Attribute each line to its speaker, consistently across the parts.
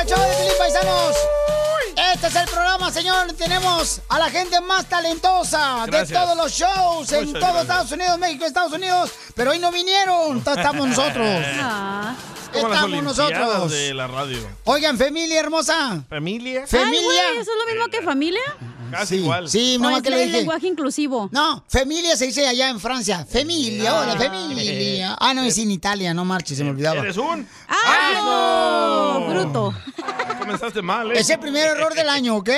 Speaker 1: el show de Felipe Paisanos. Este es el programa, señor. Tenemos a la gente más talentosa de
Speaker 2: Gracias.
Speaker 1: todos los shows en
Speaker 2: Muchas
Speaker 1: todo
Speaker 2: gracias.
Speaker 1: Estados Unidos, México, Estados Unidos. Pero hoy no vinieron. Entonces Estamos nosotros.
Speaker 2: Como las
Speaker 1: Estamos
Speaker 2: olimpiadas
Speaker 1: nosotros.
Speaker 2: de la radio.
Speaker 1: Oigan, familia hermosa.
Speaker 2: ¿Familia?
Speaker 1: Familia.
Speaker 3: Ay, güey, ¿Eso es lo mismo que familia?
Speaker 2: Casi igual.
Speaker 1: Sí,
Speaker 3: ¿O
Speaker 1: no
Speaker 3: es
Speaker 2: Pues,
Speaker 3: el lenguaje inclusivo?
Speaker 1: No, familia se dice allá en Francia.
Speaker 2: Ah.
Speaker 1: Familia, hola, familia. Ah, no, es en Italia, no marches, se me olvidaba.
Speaker 2: ¿Eres un?
Speaker 4: Oh,
Speaker 1: ¡Ah,
Speaker 3: Bruto.
Speaker 2: Oh. Comenzaste mal, ¿eh? Mm.
Speaker 1: Es el primer error del año, ¿ok?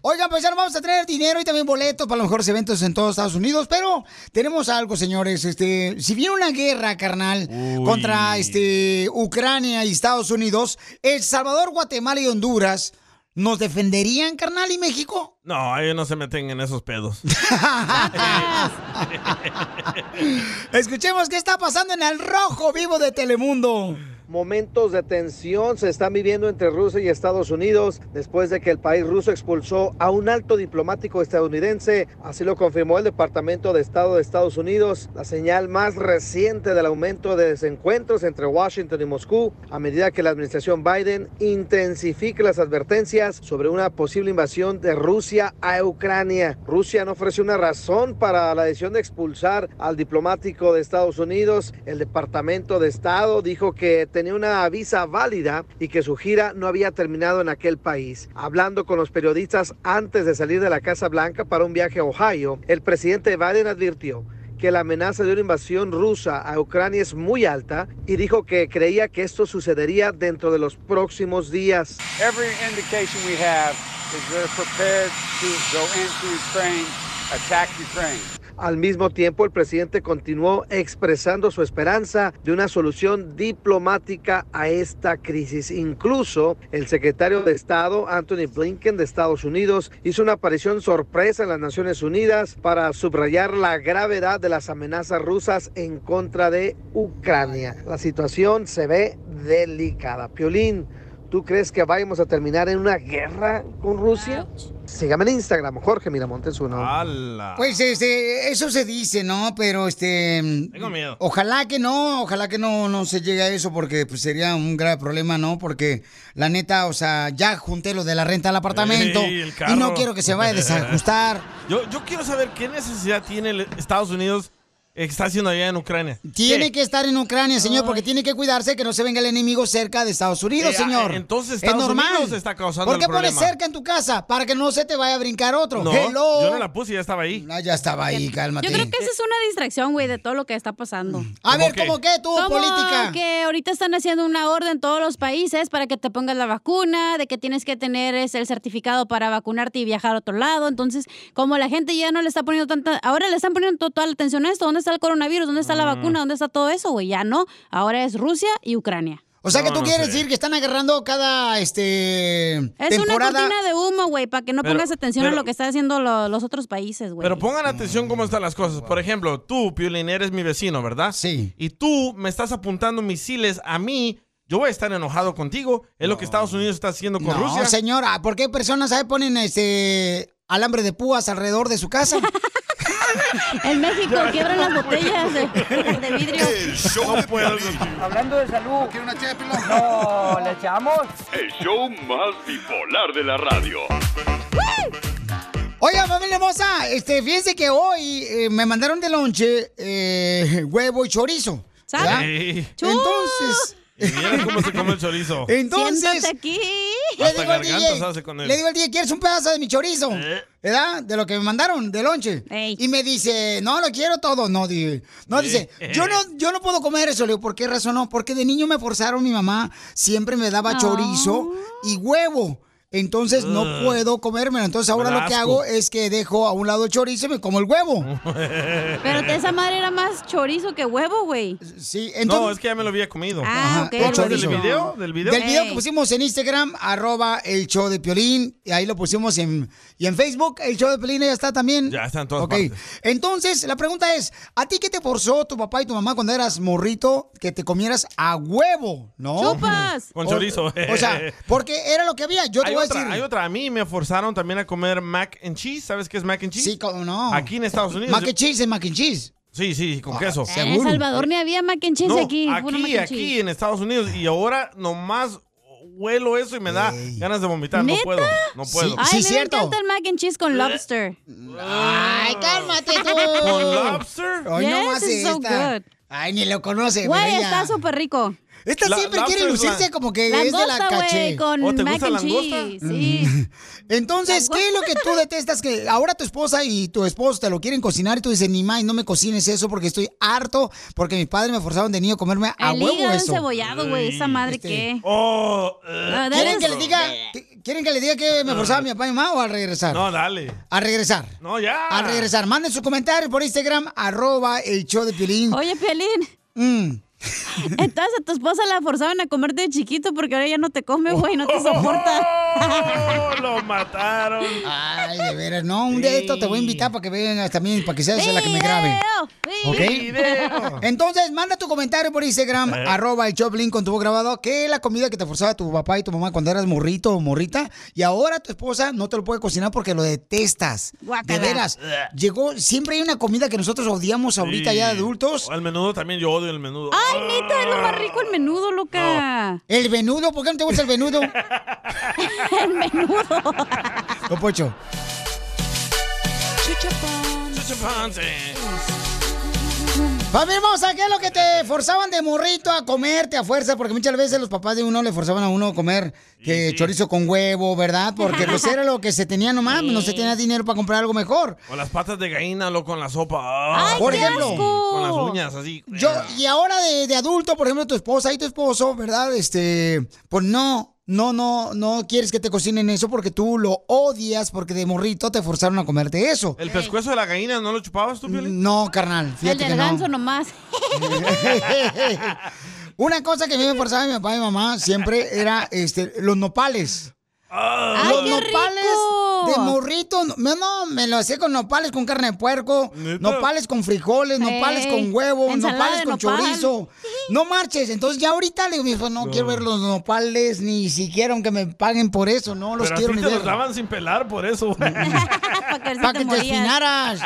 Speaker 1: Oigan, pues ya no vamos a tener dinero y también boletos para los mejores eventos en todos Estados Unidos, pero tenemos algo, señores. Este, si viene una guerra, carnal, contra este, Ucrania y Estados Unidos, El Salvador, Guatemala y Honduras, ¿nos defenderían, carnal, y México?
Speaker 2: No, ellos no se meten en esos pedos.
Speaker 1: Escuchemos qué está pasando en el rojo vivo de Telemundo.
Speaker 5: Momentos de tensión se están viviendo entre Rusia y Estados Unidos después de que el país ruso expulsó a un alto diplomático estadounidense. Así lo confirmó el Departamento de Estado de Estados Unidos, la señal más reciente del aumento de desencuentros entre Washington y Moscú a medida que la administración Biden intensifica las advertencias sobre una posible invasión de Rusia a Ucrania. Rusia no ofreció una razón para la decisión de expulsar al diplomático de Estados Unidos. El Departamento de Estado dijo que tenía una visa válida y que su gira no había terminado en aquel país. Hablando con los periodistas antes de salir de la Casa Blanca para un viaje a Ohio, el presidente Biden advirtió que la amenaza de una invasión rusa a Ucrania es muy alta y dijo que creía que esto sucedería dentro de los próximos días.
Speaker 6: Every indication we have is they're prepared to go into Ukraine, attack Ukraine.
Speaker 5: Al mismo tiempo, el presidente continuó expresando su esperanza de una solución diplomática a esta crisis. Incluso el secretario de Estado, Anthony Blinken, de Estados Unidos, hizo una aparición sorpresa en las Naciones Unidas para subrayar la gravedad de las amenazas rusas en contra de Ucrania. La situación se ve delicada. Piolín, ¿tú crees que vayamos a terminar en una guerra con Rusia? Sígame en Instagram, Jorge Miramontes uno.
Speaker 1: Pues este, eso se dice, ¿no? Pero este.
Speaker 5: Tengo miedo.
Speaker 1: Ojalá que no, ojalá que no, no se llegue a eso, porque pues, sería un grave problema, ¿no? Porque la neta, o sea, ya junté lo de la renta al apartamento.
Speaker 2: Ey, el
Speaker 1: y
Speaker 2: carro.
Speaker 1: no quiero que se vaya a desajustar.
Speaker 2: Yo, yo quiero saber qué necesidad tiene el- Estados Unidos eh, que está haciendo allá en Ucrania.
Speaker 1: Tiene
Speaker 2: ¿Qué?
Speaker 1: que estar en Ucrania, señor, porque tiene que cuidarse que no se venga el enemigo cerca de Estados Unidos,
Speaker 2: Eh,
Speaker 1: señor.
Speaker 2: ah, entonces Estados
Speaker 1: es normal.
Speaker 2: Unidos está causando
Speaker 1: ¿Por qué
Speaker 2: el
Speaker 1: pones
Speaker 2: problema?
Speaker 1: cerca en tu casa? Para que no se te vaya a brincar otro.
Speaker 2: No,
Speaker 1: Hello.
Speaker 2: yo no la puse, ya estaba ahí.
Speaker 1: Ah, ya estaba ahí, cálmate.
Speaker 3: Yo creo que esa es una distracción, güey, de todo lo que está pasando.
Speaker 1: A ver, ¿Cómo qué? ¿cómo qué tú,
Speaker 3: Como
Speaker 1: política?
Speaker 3: que ahorita están haciendo una orden en todos los países para que te pongas la vacuna, de que tienes que tener es, el certificado para vacunarte y viajar a otro lado. Entonces, como la gente ya no le está poniendo tanta... Ahora le están poniendo to- toda la atención a esto. ¿Dónde está el coronavirus? ¿Dónde está la vacuna? ¿Dónde está todo eso, güey? Ya no. Ahora es Rusia y Ucrania.
Speaker 1: O sea que tú quieres decir que están agarrando cada este
Speaker 3: Es
Speaker 1: temporada.
Speaker 3: una cortina de humo, güey, para que no
Speaker 2: Pero-
Speaker 3: pongas atención
Speaker 2: pero-
Speaker 3: a lo que están haciendo lo- los otros países, güey.
Speaker 2: Pero pongan atención cómo están las cosas. Por ejemplo, tú, Piolín, eres mi vecino, ¿verdad?
Speaker 1: Sí.
Speaker 2: Y tú me estás apuntando misiles a mí. Yo voy a estar enojado contigo. Es lo que Estados Unidos está haciendo con
Speaker 1: no,
Speaker 2: Rusia.
Speaker 1: señora, ¿por qué personas ahí ponen este alambre de púas alrededor de su casa?
Speaker 3: en México
Speaker 1: Ya,
Speaker 3: quiebran
Speaker 1: no
Speaker 3: las botellas eh. de, de vidrio.
Speaker 7: No puedo.
Speaker 8: Hablando de salud. ¿Quiere una No, ¿le echamos?
Speaker 7: El show más bipolar de la radio.
Speaker 1: Oiga, familia hermosa, este, fíjense que hoy eh, me mandaron de lonche eh, huevo y chorizo. ¿verdad?
Speaker 2: Ey.
Speaker 1: Entonces,
Speaker 2: Y mira cómo se come el chorizo.
Speaker 1: entonces. Le
Speaker 2: Hasta
Speaker 1: digo, al
Speaker 2: gargantas
Speaker 1: DJ,
Speaker 2: hace con él.
Speaker 1: le digo al DJ, ¿quieres un pedazo de mi chorizo?
Speaker 2: Eh.
Speaker 1: ¿Verdad? De lo que me mandaron, de lonche. Y me dice, no, lo quiero todo. No, di- no
Speaker 2: Eh.
Speaker 1: dice, yo no, yo no puedo comer eso. Le digo, ¿por qué razón no? Porque de niño me forzaron, mi mamá siempre me daba chorizo y huevo. Entonces no
Speaker 2: Ugh.
Speaker 1: puedo comérmelo. Entonces ahora
Speaker 2: Me da
Speaker 1: lo que
Speaker 2: Ah. asco.
Speaker 1: hago es que dejo a un lado el chorizo y me como el huevo.
Speaker 3: Pero de esa madre era más chorizo que huevo, güey.
Speaker 1: Sí,
Speaker 2: No, es que ya me lo había comido.
Speaker 3: Ah, ok, Eh.
Speaker 2: ¿Tú hablas
Speaker 1: chorizo.
Speaker 2: del video? ¿Del video?
Speaker 1: Del video que pusimos en Instagram, arroba el show de Piolín. Y ahí lo pusimos en, y en Facebook, el show de Piolín, ya está también.
Speaker 2: Ya está en todas
Speaker 1: Ok.
Speaker 2: partes.
Speaker 1: Entonces, la pregunta es, ¿a ti qué te forzó tu papá y tu mamá cuando eras morrito que te comieras a huevo, no?
Speaker 3: ¡Chupas!
Speaker 2: Con chorizo.
Speaker 1: O sea, porque era lo que había. Yo te
Speaker 2: hay,
Speaker 1: voy
Speaker 2: otra,
Speaker 1: a decir...
Speaker 2: hay otra. A mí me forzaron también a comer mac and cheese. ¿Sabes qué es mac and cheese?
Speaker 1: Sí, cómo no.
Speaker 2: Aquí en Estados Unidos.
Speaker 1: Mac and cheese es mac and cheese. Ah,
Speaker 2: Sí, sí, con queso.
Speaker 3: En El Salvador ni había mac and cheese
Speaker 2: No,
Speaker 3: aquí. puro mac
Speaker 2: aquí,
Speaker 3: and cheese.
Speaker 2: aquí en Estados Unidos. Y ahora nomás huelo eso y me da ganas de vomitar. No
Speaker 3: ¿Neta?
Speaker 2: puedo, no puedo.
Speaker 3: Ay, me encanta el mac and cheese con lobster.
Speaker 1: Ay, cálmate tú.
Speaker 2: Ah. ¿Con lobster?
Speaker 1: Ay,
Speaker 3: Yes,
Speaker 1: no más
Speaker 3: it's so
Speaker 1: esta.
Speaker 3: good.
Speaker 1: Ay, ni lo conoce,
Speaker 3: Güey,
Speaker 1: pero ella-
Speaker 3: está súper rico.
Speaker 1: Esta
Speaker 2: La-
Speaker 1: siempre
Speaker 2: lobster
Speaker 1: quiere
Speaker 2: es la-
Speaker 1: lucirse como que es de la Mm.
Speaker 3: Langosta,
Speaker 1: caché.
Speaker 3: güey, con
Speaker 2: ¿Oh, te
Speaker 3: mac
Speaker 2: gusta
Speaker 3: and
Speaker 2: langosta?
Speaker 3: cheese. Sí.
Speaker 1: Entonces, ¿qué es lo que tú detestas? Que ahora tu esposa y tu esposo te lo quieren cocinar y tú dices, ni más, no me cocines eso porque estoy harto, porque mis padres me forzaron de niño a comerme a
Speaker 3: El
Speaker 1: huevo
Speaker 3: hígado
Speaker 1: eso.
Speaker 3: encebollado, güey. Esa madre
Speaker 1: Este,
Speaker 3: que.
Speaker 2: Oh, eh.
Speaker 3: No, that
Speaker 1: ¿Quieren
Speaker 3: is-
Speaker 1: que, les diga, que- ¿Quieren que les diga que me forzaba mi papá y mi mamá o al regresar?
Speaker 2: no, dale.
Speaker 1: A regresar.
Speaker 2: No, ya.
Speaker 1: Al regresar, manden sus comentarios por Instagram, arroba el show de Piolín.
Speaker 3: Oye, Piolín,
Speaker 1: Mm.
Speaker 3: entonces a tu esposa la forzaban a comer de chiquito porque ahora ya no te come, güey, no te soporta.
Speaker 2: Oh, lo mataron.
Speaker 1: Ay, de veras, no, un día de esto te voy a invitar para que vengas también, para que seas la que me grabe.
Speaker 3: Video,
Speaker 1: ¿Ok?
Speaker 3: video.
Speaker 1: Entonces, manda tu comentario por Instagram, arroba el Choplin con tu voz grabado, que la comida que te forzaba tu papá y tu mamá cuando eras morrito o morrita, y ahora tu esposa no te lo puede cocinar porque lo detestas.
Speaker 3: Guácala.
Speaker 1: De veras, llegó, siempre hay una comida que nosotros odiamos ahorita
Speaker 2: Sí.
Speaker 1: ya de adultos.
Speaker 2: O el menudo también, yo odio el menudo.
Speaker 3: Ay, neta, es lo más rico el menudo, loca.
Speaker 1: El venudo, ¿por qué no te gusta el venudo?
Speaker 3: El menudo.
Speaker 1: Don Pocho. Familia hermosa, ¿qué es lo que te forzaban de morrito a comerte a fuerza? Porque muchas veces los papás de uno le forzaban a uno a comer que chorizo con huevo, ¿verdad? Porque pues era lo que se tenía nomás, pues, no se tenía dinero para comprar algo mejor.
Speaker 2: O las patas de gallina, lo con la sopa. Ah,
Speaker 1: Por
Speaker 2: sí.
Speaker 1: ejemplo,
Speaker 2: Con las uñas, así.
Speaker 1: Yo, y ahora de, de adulto, por ejemplo, tu esposa y tu esposo, ¿verdad? Este, pues no, no, no, no quieres que te cocinen eso porque tú lo odias porque de morrito te forzaron a comerte eso.
Speaker 2: ¿El pescuezo de la gallina no lo chupabas tú, Piolín?
Speaker 1: No, carnal,
Speaker 3: El
Speaker 1: fíjate que
Speaker 3: del
Speaker 1: no.
Speaker 3: ganso nomás.
Speaker 1: Una cosa que a mí me forzaba mi papá y mi mamá siempre era este, los nopales.
Speaker 3: ¡Ay,
Speaker 1: los
Speaker 3: qué
Speaker 1: nopales
Speaker 3: rico!
Speaker 1: de morrito. No, no, me lo hacía con nopales con carne de puerco,
Speaker 2: ¿Neta?
Speaker 1: nopales con frijoles, nopales
Speaker 3: Ey,
Speaker 1: con huevo,
Speaker 3: ensalada
Speaker 1: nopales
Speaker 3: de
Speaker 1: con
Speaker 3: nopal.
Speaker 1: chorizo. No marches. Entonces ya ahorita le digo, mi hijo, no, quiero ver los nopales, ni siquiera aunque me paguen por eso, no los
Speaker 2: Pero a
Speaker 1: quiero
Speaker 2: ti
Speaker 1: ni
Speaker 2: te
Speaker 1: ver.
Speaker 2: los daban sin pelar por eso, güey.
Speaker 3: Para que
Speaker 1: Para que
Speaker 3: se te
Speaker 1: te
Speaker 3: morías.
Speaker 1: afinaras.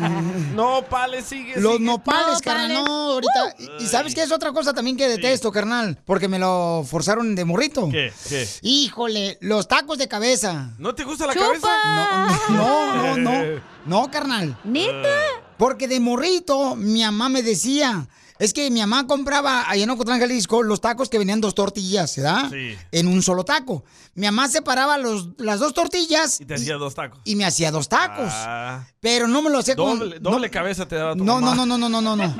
Speaker 2: no, pales, sigue,
Speaker 1: Los
Speaker 2: sigue.
Speaker 1: nopales,
Speaker 3: Nopales.
Speaker 1: carnal, no, ahorita. Y- Y sabes que es otra cosa también que detesto, carnal, porque me lo forzaron de morrito.
Speaker 2: ¿Qué? ¿Qué?
Speaker 1: Híjole, los tacos de cabeza.
Speaker 2: ¿No te gusta la cabeza?
Speaker 3: ¡Chupa!
Speaker 1: No, no, no, no, carnal.
Speaker 3: ¿Neta?
Speaker 1: Porque de morrito, mi mamá me decía. Es que mi mamá compraba allá en Ocotlán, Jalisco, los tacos que venían dos tortillas, ¿verdad?
Speaker 2: Sí.
Speaker 1: En un solo taco. Mi mamá separaba los, las dos tortillas
Speaker 2: Y te hacía dos tacos.
Speaker 1: y me hacía dos tacos.
Speaker 2: Ah,
Speaker 1: Pero no me lo hacía con-
Speaker 2: doble
Speaker 1: no-
Speaker 2: doble cabeza te daba tu
Speaker 1: no,
Speaker 2: mamá.
Speaker 1: no, no, no, no, no, no, no.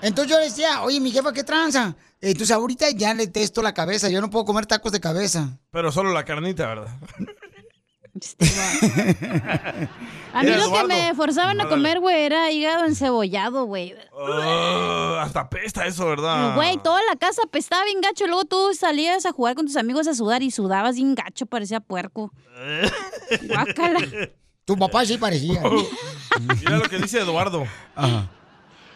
Speaker 1: Entonces yo le decía, oye, mi jefa, ¿qué tranza? Entonces ahorita ya le testo la cabeza, yo no puedo comer tacos de cabeza.
Speaker 2: Pero solo la carnita, ¿verdad?
Speaker 3: Este, A mí
Speaker 2: Era
Speaker 3: lo que
Speaker 2: Eduardo.
Speaker 3: me forzaban a
Speaker 2: Ándale.
Speaker 3: comer, güey, era hígado encebollado, güey.
Speaker 2: Oh, hasta pesta eso,
Speaker 1: Ah.
Speaker 2: ¿verdad?
Speaker 3: Güey, toda la casa apestaba bien gacho. Luego tú salías a jugar con tus amigos a sudar y sudabas bien gacho, parecía puerco. Guácala.
Speaker 1: Tu papá sí parecía.
Speaker 2: Oh, Mira lo que dice Eduardo.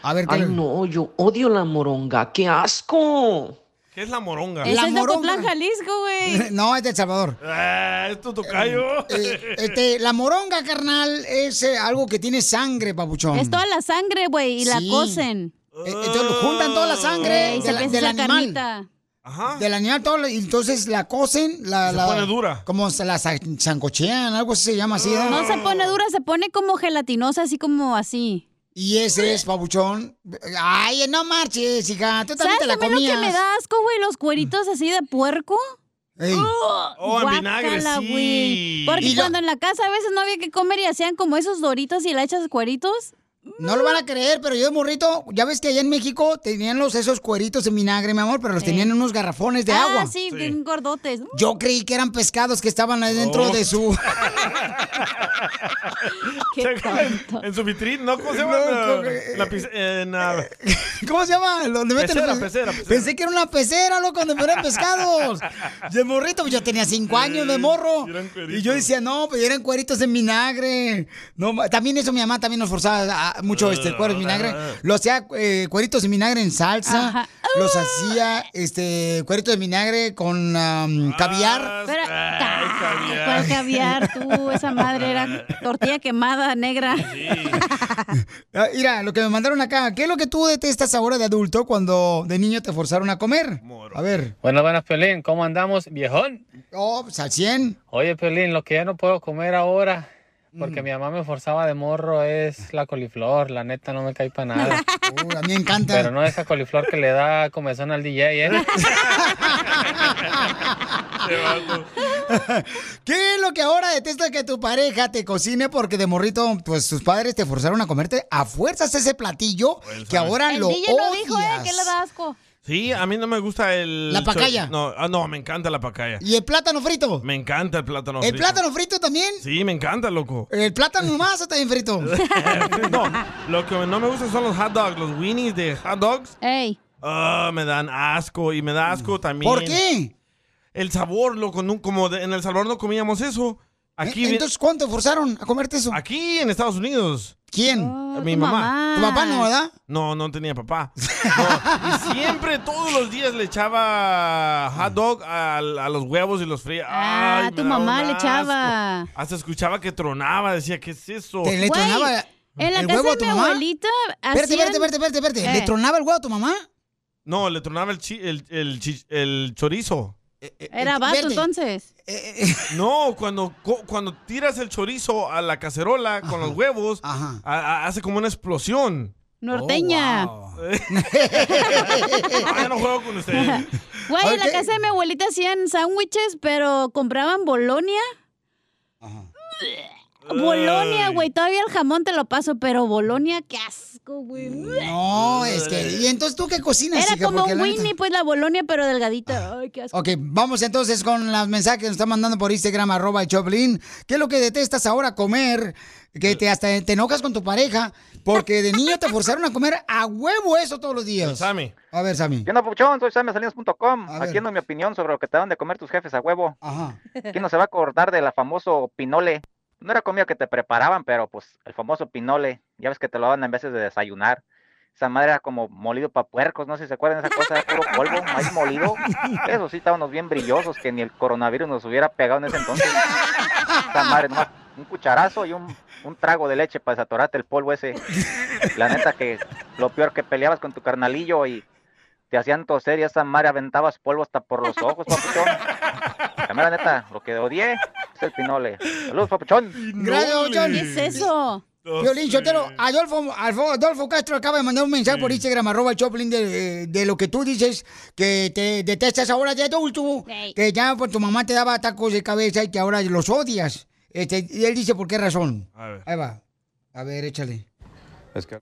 Speaker 1: A ver, ¿qué?
Speaker 5: Ay, no, yo odio la moronga. ¡Qué asco!
Speaker 2: ¿Qué es la moronga?
Speaker 1: La
Speaker 3: Ese es de
Speaker 1: moronga.
Speaker 3: Ocotlán, Jalisco, güey.
Speaker 1: No, es de El Salvador.
Speaker 2: Ah, es tu tocayo.
Speaker 1: Eh, este, la moronga, carnal, es eh, algo que tiene sangre, papuchón.
Speaker 3: Es toda la sangre, güey, y la
Speaker 1: Sí.
Speaker 3: cocen.
Speaker 1: Eh, entonces, juntan toda la sangre
Speaker 3: Ey,
Speaker 1: de
Speaker 3: se
Speaker 1: la-
Speaker 3: empieza
Speaker 1: del
Speaker 3: esa
Speaker 1: animal.
Speaker 3: carnita.
Speaker 2: Ajá.
Speaker 1: Del animal, todo, lo- y entonces la cocen, la,
Speaker 2: Se
Speaker 1: la-
Speaker 2: pone dura.
Speaker 1: Como se la sa- sancochean, algo así se llama así. ¿eh?
Speaker 3: No se pone dura, se pone como gelatinosa, así como así.
Speaker 1: Y ese es, papuchón. Ay, no marches, hija, tú también
Speaker 3: ¿Sabes
Speaker 1: te la
Speaker 3: también lo
Speaker 1: comías.
Speaker 3: que me da asco, güey? Los cueritos así de puerco.
Speaker 1: Ey.
Speaker 2: Oh, en vinagre,
Speaker 3: Guácala,
Speaker 2: sí.
Speaker 3: güey. Porque
Speaker 1: Y la-
Speaker 3: cuando en la casa a veces no había que comer y hacían como esos doritos y hechas cueritos.
Speaker 1: No lo van a creer, pero yo de morrito, ya ves que allá en México tenían los esos cueritos en vinagre, mi amor, pero los tenían en unos garrafones de
Speaker 3: ah,
Speaker 1: agua.
Speaker 3: sí,
Speaker 2: Sí.
Speaker 3: bien gordotes.
Speaker 1: Yo creí que eran pescados que estaban ahí dentro
Speaker 2: Oh.
Speaker 1: de su.
Speaker 3: Qué tonto.
Speaker 2: en su vitrín, ¿no? ¿Cómo se llama?
Speaker 1: No,
Speaker 2: La-
Speaker 1: creo que- Eh,
Speaker 2: la pis- en la-
Speaker 1: ¿Cómo se llama? ¿Dónde meten
Speaker 2: Pecera,
Speaker 1: los pe-
Speaker 2: pecera, pecera.
Speaker 1: Pensé que era una pecera, loco, cuando eran pescados. De morrito, pues yo tenía cinco años de morro.
Speaker 2: y eran cueritos.
Speaker 1: Y yo decía, no, pues eran cueritos en vinagre. No, ma- también eso mi mamá también nos forzaba a- mucho
Speaker 2: Ah.
Speaker 1: este cuero en vinagre. Lo hacía eh, cueritos en vinagre en salsa.
Speaker 3: Ajá.
Speaker 1: Los hacía este cueritos de vinagre con am, caviar.
Speaker 3: Pero,
Speaker 2: Ay,
Speaker 3: ¿Cuál caviar tú? Esa madre era tortilla quemada negra.
Speaker 1: Ah, Mira, lo que me mandaron acá. ¿Qué es lo que tú detestas ahora de adulto cuando de niño te forzaron a comer? A ver.
Speaker 9: Buenas, buenas, Piolín. ¿Cómo andamos, viejón?
Speaker 1: Oh, pues al 100.
Speaker 9: Oye, Piolín, lo que ya no puedo comer ahora, porque mi mamá me forzaba de morro, es la coliflor. La neta, no me cae para nada.
Speaker 1: Uh, a mí me encanta.
Speaker 9: Pero no esa coliflor que le da comezón al DJ, ¿eh?
Speaker 1: ¿Qué es lo que ahora detestas que tu pareja te cocine porque de morrito, pues tus padres te forzaron a comerte a fuerzas ese platillo que ahora
Speaker 3: El
Speaker 1: lo
Speaker 3: DJ lo dijo, ¿eh?
Speaker 1: odias?
Speaker 3: ¿Qué le da asco?
Speaker 2: Sí, a mí no me gusta el...
Speaker 1: La pacaya.
Speaker 2: No, ah, no, me encanta la pacaya.
Speaker 1: ¿Y el plátano frito?
Speaker 2: Me encanta el plátano
Speaker 1: ¿El
Speaker 2: frito.
Speaker 1: plátano frito también?
Speaker 2: Sí, me encanta, loco.
Speaker 1: ¿El plátano más o también frito?
Speaker 2: no, lo que no me gusta son los hot dogs, los weenies de hot dogs.
Speaker 3: Ey.
Speaker 2: Ah, me dan asco y me da asco también.
Speaker 1: ¿Por qué?
Speaker 2: El sabor, loco, no- como de- en El Salvador no comíamos eso. Aquí, vi-
Speaker 1: Entonces, ¿cuánto forzaron a comerte eso?
Speaker 2: aquí en Estados Unidos.
Speaker 1: ¿Quién?
Speaker 3: Ah,
Speaker 2: mi
Speaker 1: tu
Speaker 2: mamá.
Speaker 1: mamá. Tu papá no, ¿verdad?
Speaker 2: No, no tenía papá. No, y siempre, todos los días le echaba hot dog al- a, los huevos y los fría.
Speaker 3: Ah, tu mamá le echaba.
Speaker 2: Hasta escuchaba que tronaba, decía, ¿qué es eso?
Speaker 1: Te- le
Speaker 3: Güey,
Speaker 1: tronaba
Speaker 3: En la
Speaker 1: el
Speaker 3: casa
Speaker 1: huevo a
Speaker 3: de
Speaker 1: tu
Speaker 3: mi
Speaker 1: mamá.
Speaker 3: abuelita
Speaker 1: Espérate,
Speaker 3: hacían-
Speaker 1: espérate, espérate, espérate, espérate. ¿Le
Speaker 3: Eh.
Speaker 1: tronaba el huevo a tu mamá?
Speaker 2: No, le tronaba el, chi- el, el chi- el chorizo.
Speaker 1: Eh,
Speaker 3: Era vato
Speaker 1: Espérate. Eh,
Speaker 3: entonces.
Speaker 2: No, cuando, co- cuando tiras el chorizo a la cacerola con los huevos,
Speaker 1: Ajá.
Speaker 2: a- a- hace como una explosión.
Speaker 3: Norteña.
Speaker 1: Oh,
Speaker 2: No, Ah, ya no juego con ustedes.
Speaker 3: Güey, en
Speaker 1: Ok.
Speaker 3: la casa de mi abuelita hacían sándwiches, pero compraban Bolonia. Bolonia,
Speaker 2: Ay.
Speaker 3: güey. Todavía el jamón te lo paso, pero Bolonia, qué asco, güey.
Speaker 1: No, es que.
Speaker 3: Eh,
Speaker 1: ¿Y entonces tú qué cocinas,
Speaker 3: Era
Speaker 1: hija?
Speaker 3: como
Speaker 1: Porque
Speaker 3: un
Speaker 1: la neta-
Speaker 3: Winnie, pues la Bolonia, pero delgadita. Ay, qué asco.
Speaker 1: Ok, vamos entonces con las mensajes que nos están mandando por Instagram, arroba el Choplin. ¿Qué es lo que detestas ahora comer? Que te hasta te enojas con tu pareja porque de niño te forzaron a comer a huevo eso todos los días.
Speaker 2: Sammy.
Speaker 1: A ver, Sammy.
Speaker 10: ¿Qué onda, Puchón? Ah, Soy SamiaSalinas.com.
Speaker 1: A ver.
Speaker 10: Aquí ando mi opinión sobre lo que te dan de comer tus jefes a huevo.
Speaker 1: Ajá.
Speaker 10: ¿Quién no se va a acordar de la famoso pinole? No era comida que te preparaban, pero pues el famoso pinole. Ya ves que te lo daban en veces de desayunar. Esa madre era como molido para puercos, no sé si se acuerdan de esa cosa, era puro polvo, maíz molido. Eso sí, estábamos bien brillosos que ni el coronavirus nos hubiera pegado en ese entonces. Esa madre, nomás un cucharazo y un, un trago de leche para desatorarte el polvo ese. La neta que lo peor que peleabas con tu carnalillo y te hacían toser y esa madre aventabas polvo hasta por los ojos, papuchón. La mera neta, lo que odié es el pinole. Saludos, papuchón.
Speaker 1: Gracias, John.
Speaker 3: ¿Qué es eso?
Speaker 1: Violín Chotero, Adolfo, Alfo- Adolfo Castro acaba de mandar un mensaje por Instagram, arroba el Choplin, de, de lo que tú dices que te detestas ahora de adulto,
Speaker 3: Ey.
Speaker 1: que ya pues, tu mamá te daba tacos de cabeza y que ahora los odias. Este, y él dice por qué razón.
Speaker 2: A ver.
Speaker 1: Ahí va. A ver, échale.
Speaker 11: Es que,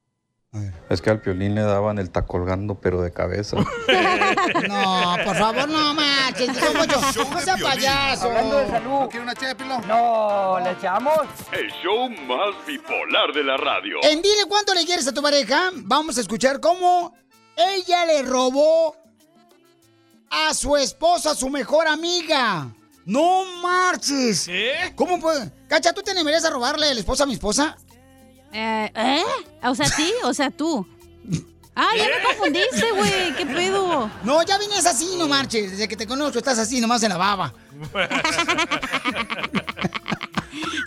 Speaker 11: es que al piolín le daban el tacolgando, pero de cabeza.
Speaker 1: No, por favor, no manches, Don Poncho, no seas payaso.
Speaker 8: Hablando de salud. ¿No una No, ¿le echamos?
Speaker 7: El show más bipolar de la radio.
Speaker 1: En dile cuánto le quieres a tu pareja, vamos a escuchar cómo ella le robó a su esposa, su mejor amiga. No marches. ¿Cómo puede? Cacha, ¿tú te animarías a robarle a la esposa a mi esposa?
Speaker 3: Eh, ¿eh? O sea, ti, o sea, tú. Ah, ya
Speaker 2: ¿Eh?
Speaker 3: me confundiste, güey. ¿Qué pedo?
Speaker 1: No, ya vienes así, no marches. Desde que te conozco estás así, nomás en la baba.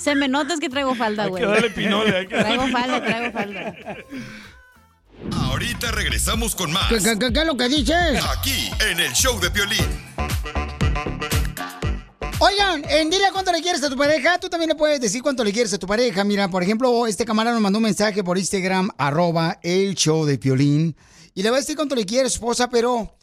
Speaker 3: Se me nota es que traigo falda, güey.
Speaker 2: darle pinole, hay que darle
Speaker 3: Traigo falda, traigo falda.
Speaker 12: Ahorita regresamos con más.
Speaker 1: ¿Qué, qué- qué- qué es lo que dices?
Speaker 12: Aquí, en el show de Piolín.
Speaker 1: Oigan, en dile cuánto le quieres a tu pareja, tú también le puedes decir cuánto le quieres a tu pareja. Mira, por ejemplo, este camarada nos mandó un mensaje por Instagram, arroba el show de Piolín. Y le va a decir cuánto le quiere a su esposa, pero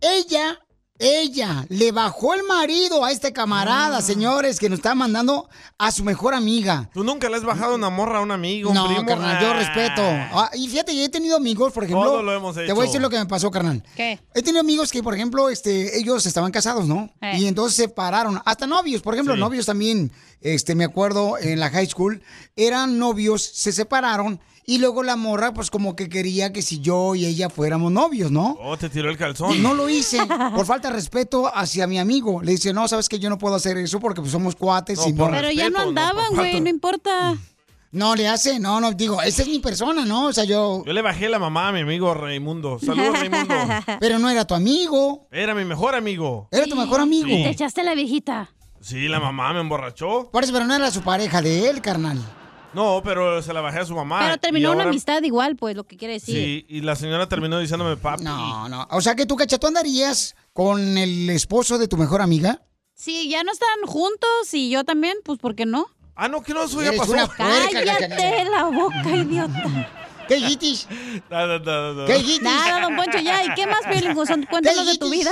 Speaker 1: ella, ella, le bajó el marido a este camarada,
Speaker 2: Ah.
Speaker 1: señores, que nos está mandando a su mejor amiga.
Speaker 2: ¿Tú nunca le has bajado una morra a un amigo, un
Speaker 1: No,
Speaker 2: primo?
Speaker 1: carnal, yo
Speaker 2: Ah.
Speaker 1: respeto. Ah, y fíjate, yo he tenido amigos, por ejemplo.
Speaker 2: Todo lo hemos
Speaker 1: Te voy a decir
Speaker 2: hecho.
Speaker 1: lo que me pasó, carnal.
Speaker 3: ¿Qué?
Speaker 1: He tenido amigos que, por ejemplo, este, ellos estaban casados, ¿no?
Speaker 3: Eh.
Speaker 1: Y entonces se pararon. Hasta novios, por ejemplo,
Speaker 2: Sí.
Speaker 1: novios también, este, me acuerdo en la high school, eran novios, se separaron y luego la morra, pues como que quería que si yo y ella fuéramos novios, ¿no?
Speaker 2: Oh, te tiró el calzón.
Speaker 1: No lo hice por falta de respeto hacia mi amigo. Le dice, no, sabes que yo no puedo hacer eso porque pues, somos cuates
Speaker 2: No,
Speaker 1: y no.
Speaker 2: por
Speaker 3: Pero ya no
Speaker 2: Respeto, no,
Speaker 3: andaban,
Speaker 2: por
Speaker 3: güey.
Speaker 2: falta.
Speaker 3: No importa.
Speaker 1: No le hace, no, no, digo, esa es mi persona, ¿no? O sea, yo.
Speaker 2: Yo le bajé la mamá a mi amigo Raimundo. Saludos, Raimundo.
Speaker 1: Pero no era tu amigo,
Speaker 2: Era mi mejor amigo.
Speaker 1: era tu mejor amigo.
Speaker 3: Te echaste la viejita.
Speaker 2: Sí, la mamá me emborrachó.
Speaker 1: Por eso, pero no era su pareja de él, carnal.
Speaker 2: No, pero se la bajé a su mamá.
Speaker 3: Pero
Speaker 2: Ah, y
Speaker 3: terminó una
Speaker 2: ahora-
Speaker 3: amistad igual, pues, lo que quiere decir.
Speaker 2: Sí, y la señora terminó diciéndome papi. No,
Speaker 1: no. O sea que tú, cacha, ¿tú andarías con el esposo de tu mejor amiga?
Speaker 3: Si ya no están juntos y yo también, pues, ¿por qué no?
Speaker 2: Ah, no, que no, eso
Speaker 1: ya Eres pasó. una puerca,
Speaker 3: Cállate
Speaker 1: Cachanilla.
Speaker 3: la boca, idiota.
Speaker 1: ¿Qué dijiste?
Speaker 2: No, no, no, no.
Speaker 3: Nada, don Poncho, ya. ¿Y qué más, Piolín? Pues Son- Cuéntanos de tu vida.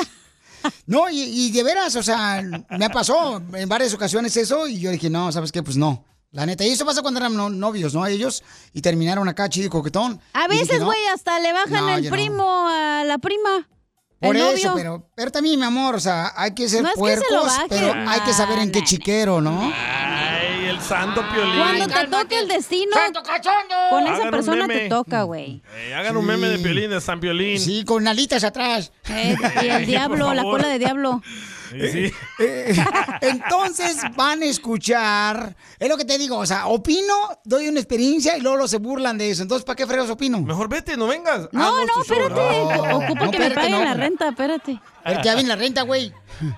Speaker 1: No, y, y de veras, o sea, me pasó en varias ocasiones eso y yo dije, no, ¿sabes qué? Pues no. La neta, y eso pasa cuando eran no- novios, ¿no? Ellos y terminaron acá chido y coquetón.
Speaker 3: A
Speaker 1: Y dije,
Speaker 3: veces,
Speaker 1: no.
Speaker 3: güey, hasta le bajan
Speaker 1: No,
Speaker 3: el
Speaker 1: yo no.
Speaker 3: primo a la prima.
Speaker 1: Por
Speaker 3: el
Speaker 1: eso,
Speaker 3: novio.
Speaker 1: pero, pero también, mi amor, o sea, hay que ser
Speaker 3: No es que se lo
Speaker 1: puercos,
Speaker 3: baje. Ah,
Speaker 1: pero hay que saber en qué chiquero, ¿no?
Speaker 2: Ay, el santo piolín.
Speaker 3: Cuando te toque el destino, con
Speaker 2: Hagan
Speaker 3: esa
Speaker 2: un
Speaker 3: persona
Speaker 2: meme.
Speaker 3: te toca, güey.
Speaker 2: Eh, hagan un meme de piolín, de San Piolín.
Speaker 1: Ah. Sí, con alitas atrás.
Speaker 3: Eh, Y el diablo, la cola de diablo.
Speaker 1: Eh.
Speaker 2: Sí.
Speaker 1: Entonces van a escuchar, es lo que te digo, o sea, opino, doy una experiencia y luego los se burlan de eso. Entonces, ¿para qué fregos opino?
Speaker 2: Mejor vete, no vengas.
Speaker 3: No, no, espérate.
Speaker 1: No.
Speaker 3: Ocupo
Speaker 1: No,
Speaker 3: que me
Speaker 1: espérate,
Speaker 3: paguen
Speaker 1: no.
Speaker 3: la renta, espérate.
Speaker 1: El que ya viene la renta, güey.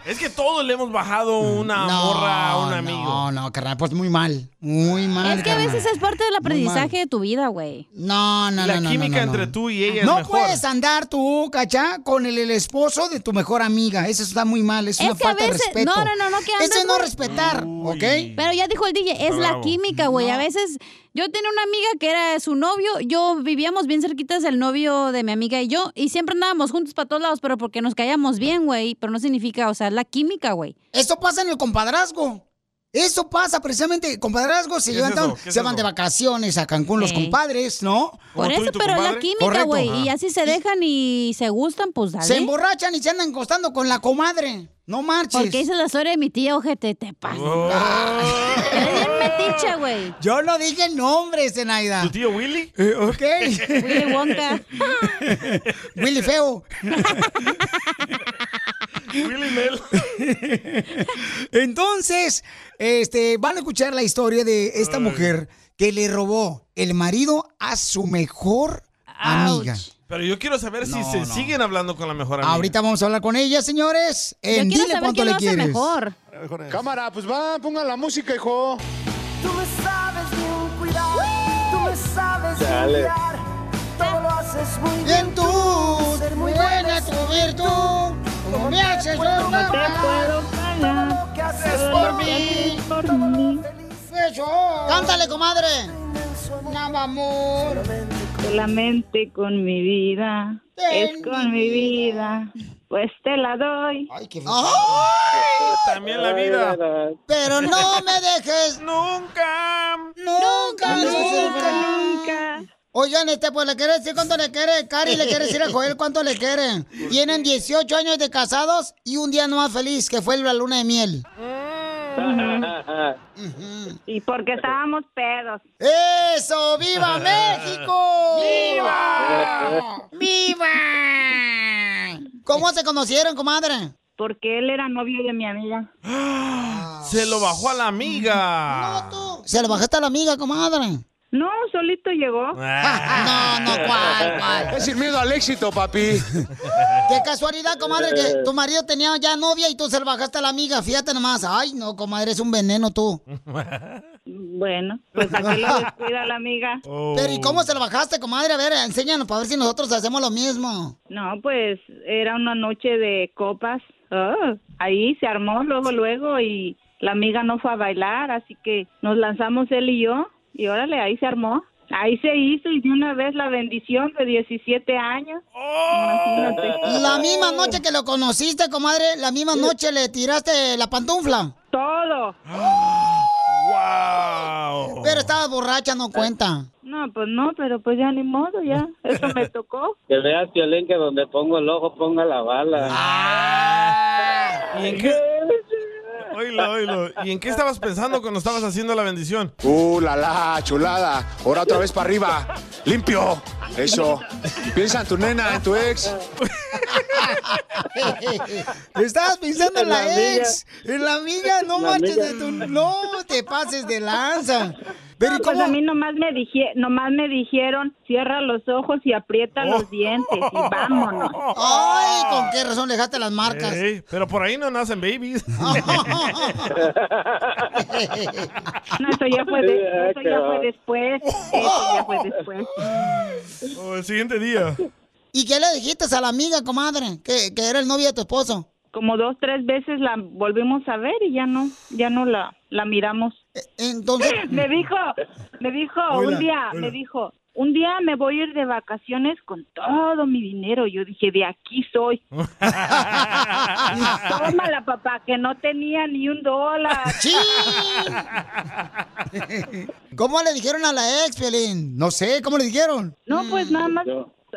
Speaker 2: Es que todos le hemos bajado una
Speaker 1: No,
Speaker 2: morra a un amigo.
Speaker 1: No, no, carnal, pues muy mal, muy mal.
Speaker 3: Es que a veces es parte del
Speaker 1: mal.
Speaker 3: aprendizaje de tu vida, güey.
Speaker 1: No, no,
Speaker 2: la
Speaker 1: no, no,
Speaker 2: química
Speaker 1: no, no.
Speaker 2: entre tú y ella
Speaker 1: No
Speaker 2: es mejor.
Speaker 1: puedes andar tú, cacha, con el, el esposo de tu mejor amiga. Eso está muy mal, es,
Speaker 3: Es
Speaker 1: una
Speaker 3: que a
Speaker 1: falta
Speaker 3: veces-
Speaker 1: de respeto.
Speaker 3: no, no, no, no, que
Speaker 1: Eso
Speaker 3: andas
Speaker 1: es no
Speaker 3: muy-
Speaker 1: respetar, ¿ok?
Speaker 3: Pero ya dijo el DJ, es
Speaker 1: Está
Speaker 3: la
Speaker 1: bravo.
Speaker 3: química, güey. A veces yo tenía una amiga que era su novio, yo vivíamos bien cerquitas del novio de mi amiga y yo, y siempre andábamos juntos para todos lados, pero porque nos caíamos bien, güey. Pero no significa, o sea, es la química, güey.
Speaker 1: Esto pasa en el compadrazgo. Eso pasa precisamente, compadrazgo, se
Speaker 3: ¿Qué
Speaker 1: llevan
Speaker 3: es eso?
Speaker 1: tan-
Speaker 3: ¿Qué es
Speaker 1: se van de vacaciones a Cancún los
Speaker 3: Ey.
Speaker 1: compadres, ¿no?
Speaker 3: Por eso, pero es la química,
Speaker 1: Correcto.
Speaker 3: güey. Y así se dejan y se gustan, pues dale.
Speaker 1: Se emborrachan y se andan costando con la comadre. No marches.
Speaker 3: Porque hice la historia de mi tía, ojete, te pasa.
Speaker 1: Ah, Eres
Speaker 3: metiche, güey.
Speaker 1: Yo no dije nombres, Zenaida. ¿Tu
Speaker 2: tío Willy?
Speaker 1: ok.
Speaker 3: Willy Wonka.
Speaker 1: Willy Feo.
Speaker 2: Willy Mel.
Speaker 1: Entonces, este, van a escuchar la historia de esta mujer que le robó el marido a su mejor amiga.
Speaker 2: Pero yo quiero saber si se siguen hablando con la mejor amiga.
Speaker 1: Ahorita vamos a hablar con ella, señores. En
Speaker 2: quiero
Speaker 1: Dile
Speaker 2: saber
Speaker 1: cuánto
Speaker 2: quién lo
Speaker 1: le
Speaker 2: hace
Speaker 1: quieres.
Speaker 2: mejor.
Speaker 4: Cámara, pues va, pongan la música, hijo. Tú me sabes bien cuidar, tú me sabes bien
Speaker 13: Dale.
Speaker 4: cuidar. Todo lo haces muy
Speaker 1: bien tú,
Speaker 4: ser
Speaker 1: muy buena tu virtud. Como me haces yo pagar.
Speaker 4: Todo lo que haces
Speaker 1: Todo
Speaker 4: por
Speaker 1: lo que
Speaker 4: mí.
Speaker 1: haces Cántale, comadre. Nada, amor.
Speaker 14: Solamente con mi vida,
Speaker 1: Ten
Speaker 14: es con mi vida, pues te la doy. Ay, qué
Speaker 2: También la vida.
Speaker 1: Pero no me dejes.
Speaker 2: Nunca.
Speaker 1: Nunca, nunca,
Speaker 14: nunca.
Speaker 1: Oigan, este, pues le quiere decir cuánto le quiere. Cari le quiere decir a Joel cuánto le quieren. Tienen 18 años de casados y un día no más feliz, que fue la luna de miel.
Speaker 14: Mm. Y porque estábamos pedos.
Speaker 1: ¡Eso! ¡Viva México!
Speaker 14: ¡Viva!
Speaker 1: ¡Viva! ¿Cómo se conocieron, comadre?
Speaker 14: Porque él era novio de mi amiga.
Speaker 1: Ah.
Speaker 2: Se lo bajó a la amiga.
Speaker 1: ¿Se lo bajaste a la amiga, comadre?
Speaker 14: No, solito llegó.
Speaker 1: no, no, cuál, cuál.
Speaker 4: Es sin miedo al éxito, papi.
Speaker 1: Qué casualidad, comadre, que tu marido tenía ya novia y tú se lo bajaste a la amiga. Fíjate nomás. Ay, no, comadre, es un veneno tú.
Speaker 14: Bueno, pues aquí lo descuida la amiga.
Speaker 1: Pero ¿y cómo se lo bajaste, comadre? A ver, enséñanos para ver si nosotros hacemos lo mismo.
Speaker 14: No, pues era una noche de copas. Ah, ahí se armó luego, luego y la amiga no fue a bailar, así que nos lanzamos él y yo y órale, ahí se armó. Ahí se hizo y de una vez la bendición de 17 años. Imagínate.
Speaker 1: La misma noche que lo conociste, comadre, la misma noche le tiraste la pantufla.
Speaker 14: Todo.
Speaker 2: ¡Wow!
Speaker 1: Pero estabas borracha, no cuenta.
Speaker 14: No, pues no, pero pues ya ni modo, ya. Eso me tocó.
Speaker 15: Que veas, Piolín, que donde pongo el ojo, ponga la bala.
Speaker 1: Ah.
Speaker 2: ¿Y en qué? Oílo, oílo. ¿Y en qué estabas pensando cuando estabas haciendo la bendición?
Speaker 4: Uh, la la, chulada. Ahora otra vez para arriba. Limpio. Eso. Piensa en tu nena, en tu ex.
Speaker 1: Estabas pensando en la,
Speaker 4: La amiga.
Speaker 1: ex, en la amiga, Ah, no
Speaker 4: La
Speaker 1: marches
Speaker 4: amiga.
Speaker 1: de tu... No, te pases de lanza. Pero
Speaker 14: Pero
Speaker 1: ¿y
Speaker 14: pues
Speaker 1: cómo?
Speaker 14: a mí nomás me, dije, nomás me dijeron, cierra los ojos y aprieta los dientes y vámonos.
Speaker 1: Oh. Ay, ¿con qué razón le dejaste las marcas?
Speaker 2: Ey, pero por ahí no nacen babies.
Speaker 14: No, eso ya fue, de- eso ya fue después. Eso ya fue después.
Speaker 2: O el siguiente día.
Speaker 1: ¿Y qué le dijiste a la amiga, comadre, que, que era el novio de tu esposo?
Speaker 14: Como dos, tres veces la volvimos a ver y ya no, ya no la, la miramos.
Speaker 1: E, Entonces...
Speaker 14: me dijo, me dijo
Speaker 4: Hola,
Speaker 14: un día,
Speaker 4: hola.
Speaker 14: me dijo, un día me voy a ir de vacaciones con todo mi dinero. Yo dije, de aquí soy. Tómala, papá, que no tenía ni un dólar.
Speaker 1: ¿Cómo le dijeron a la ex, Piolín? No sé, ¿cómo le dijeron?
Speaker 14: No, pues nada más.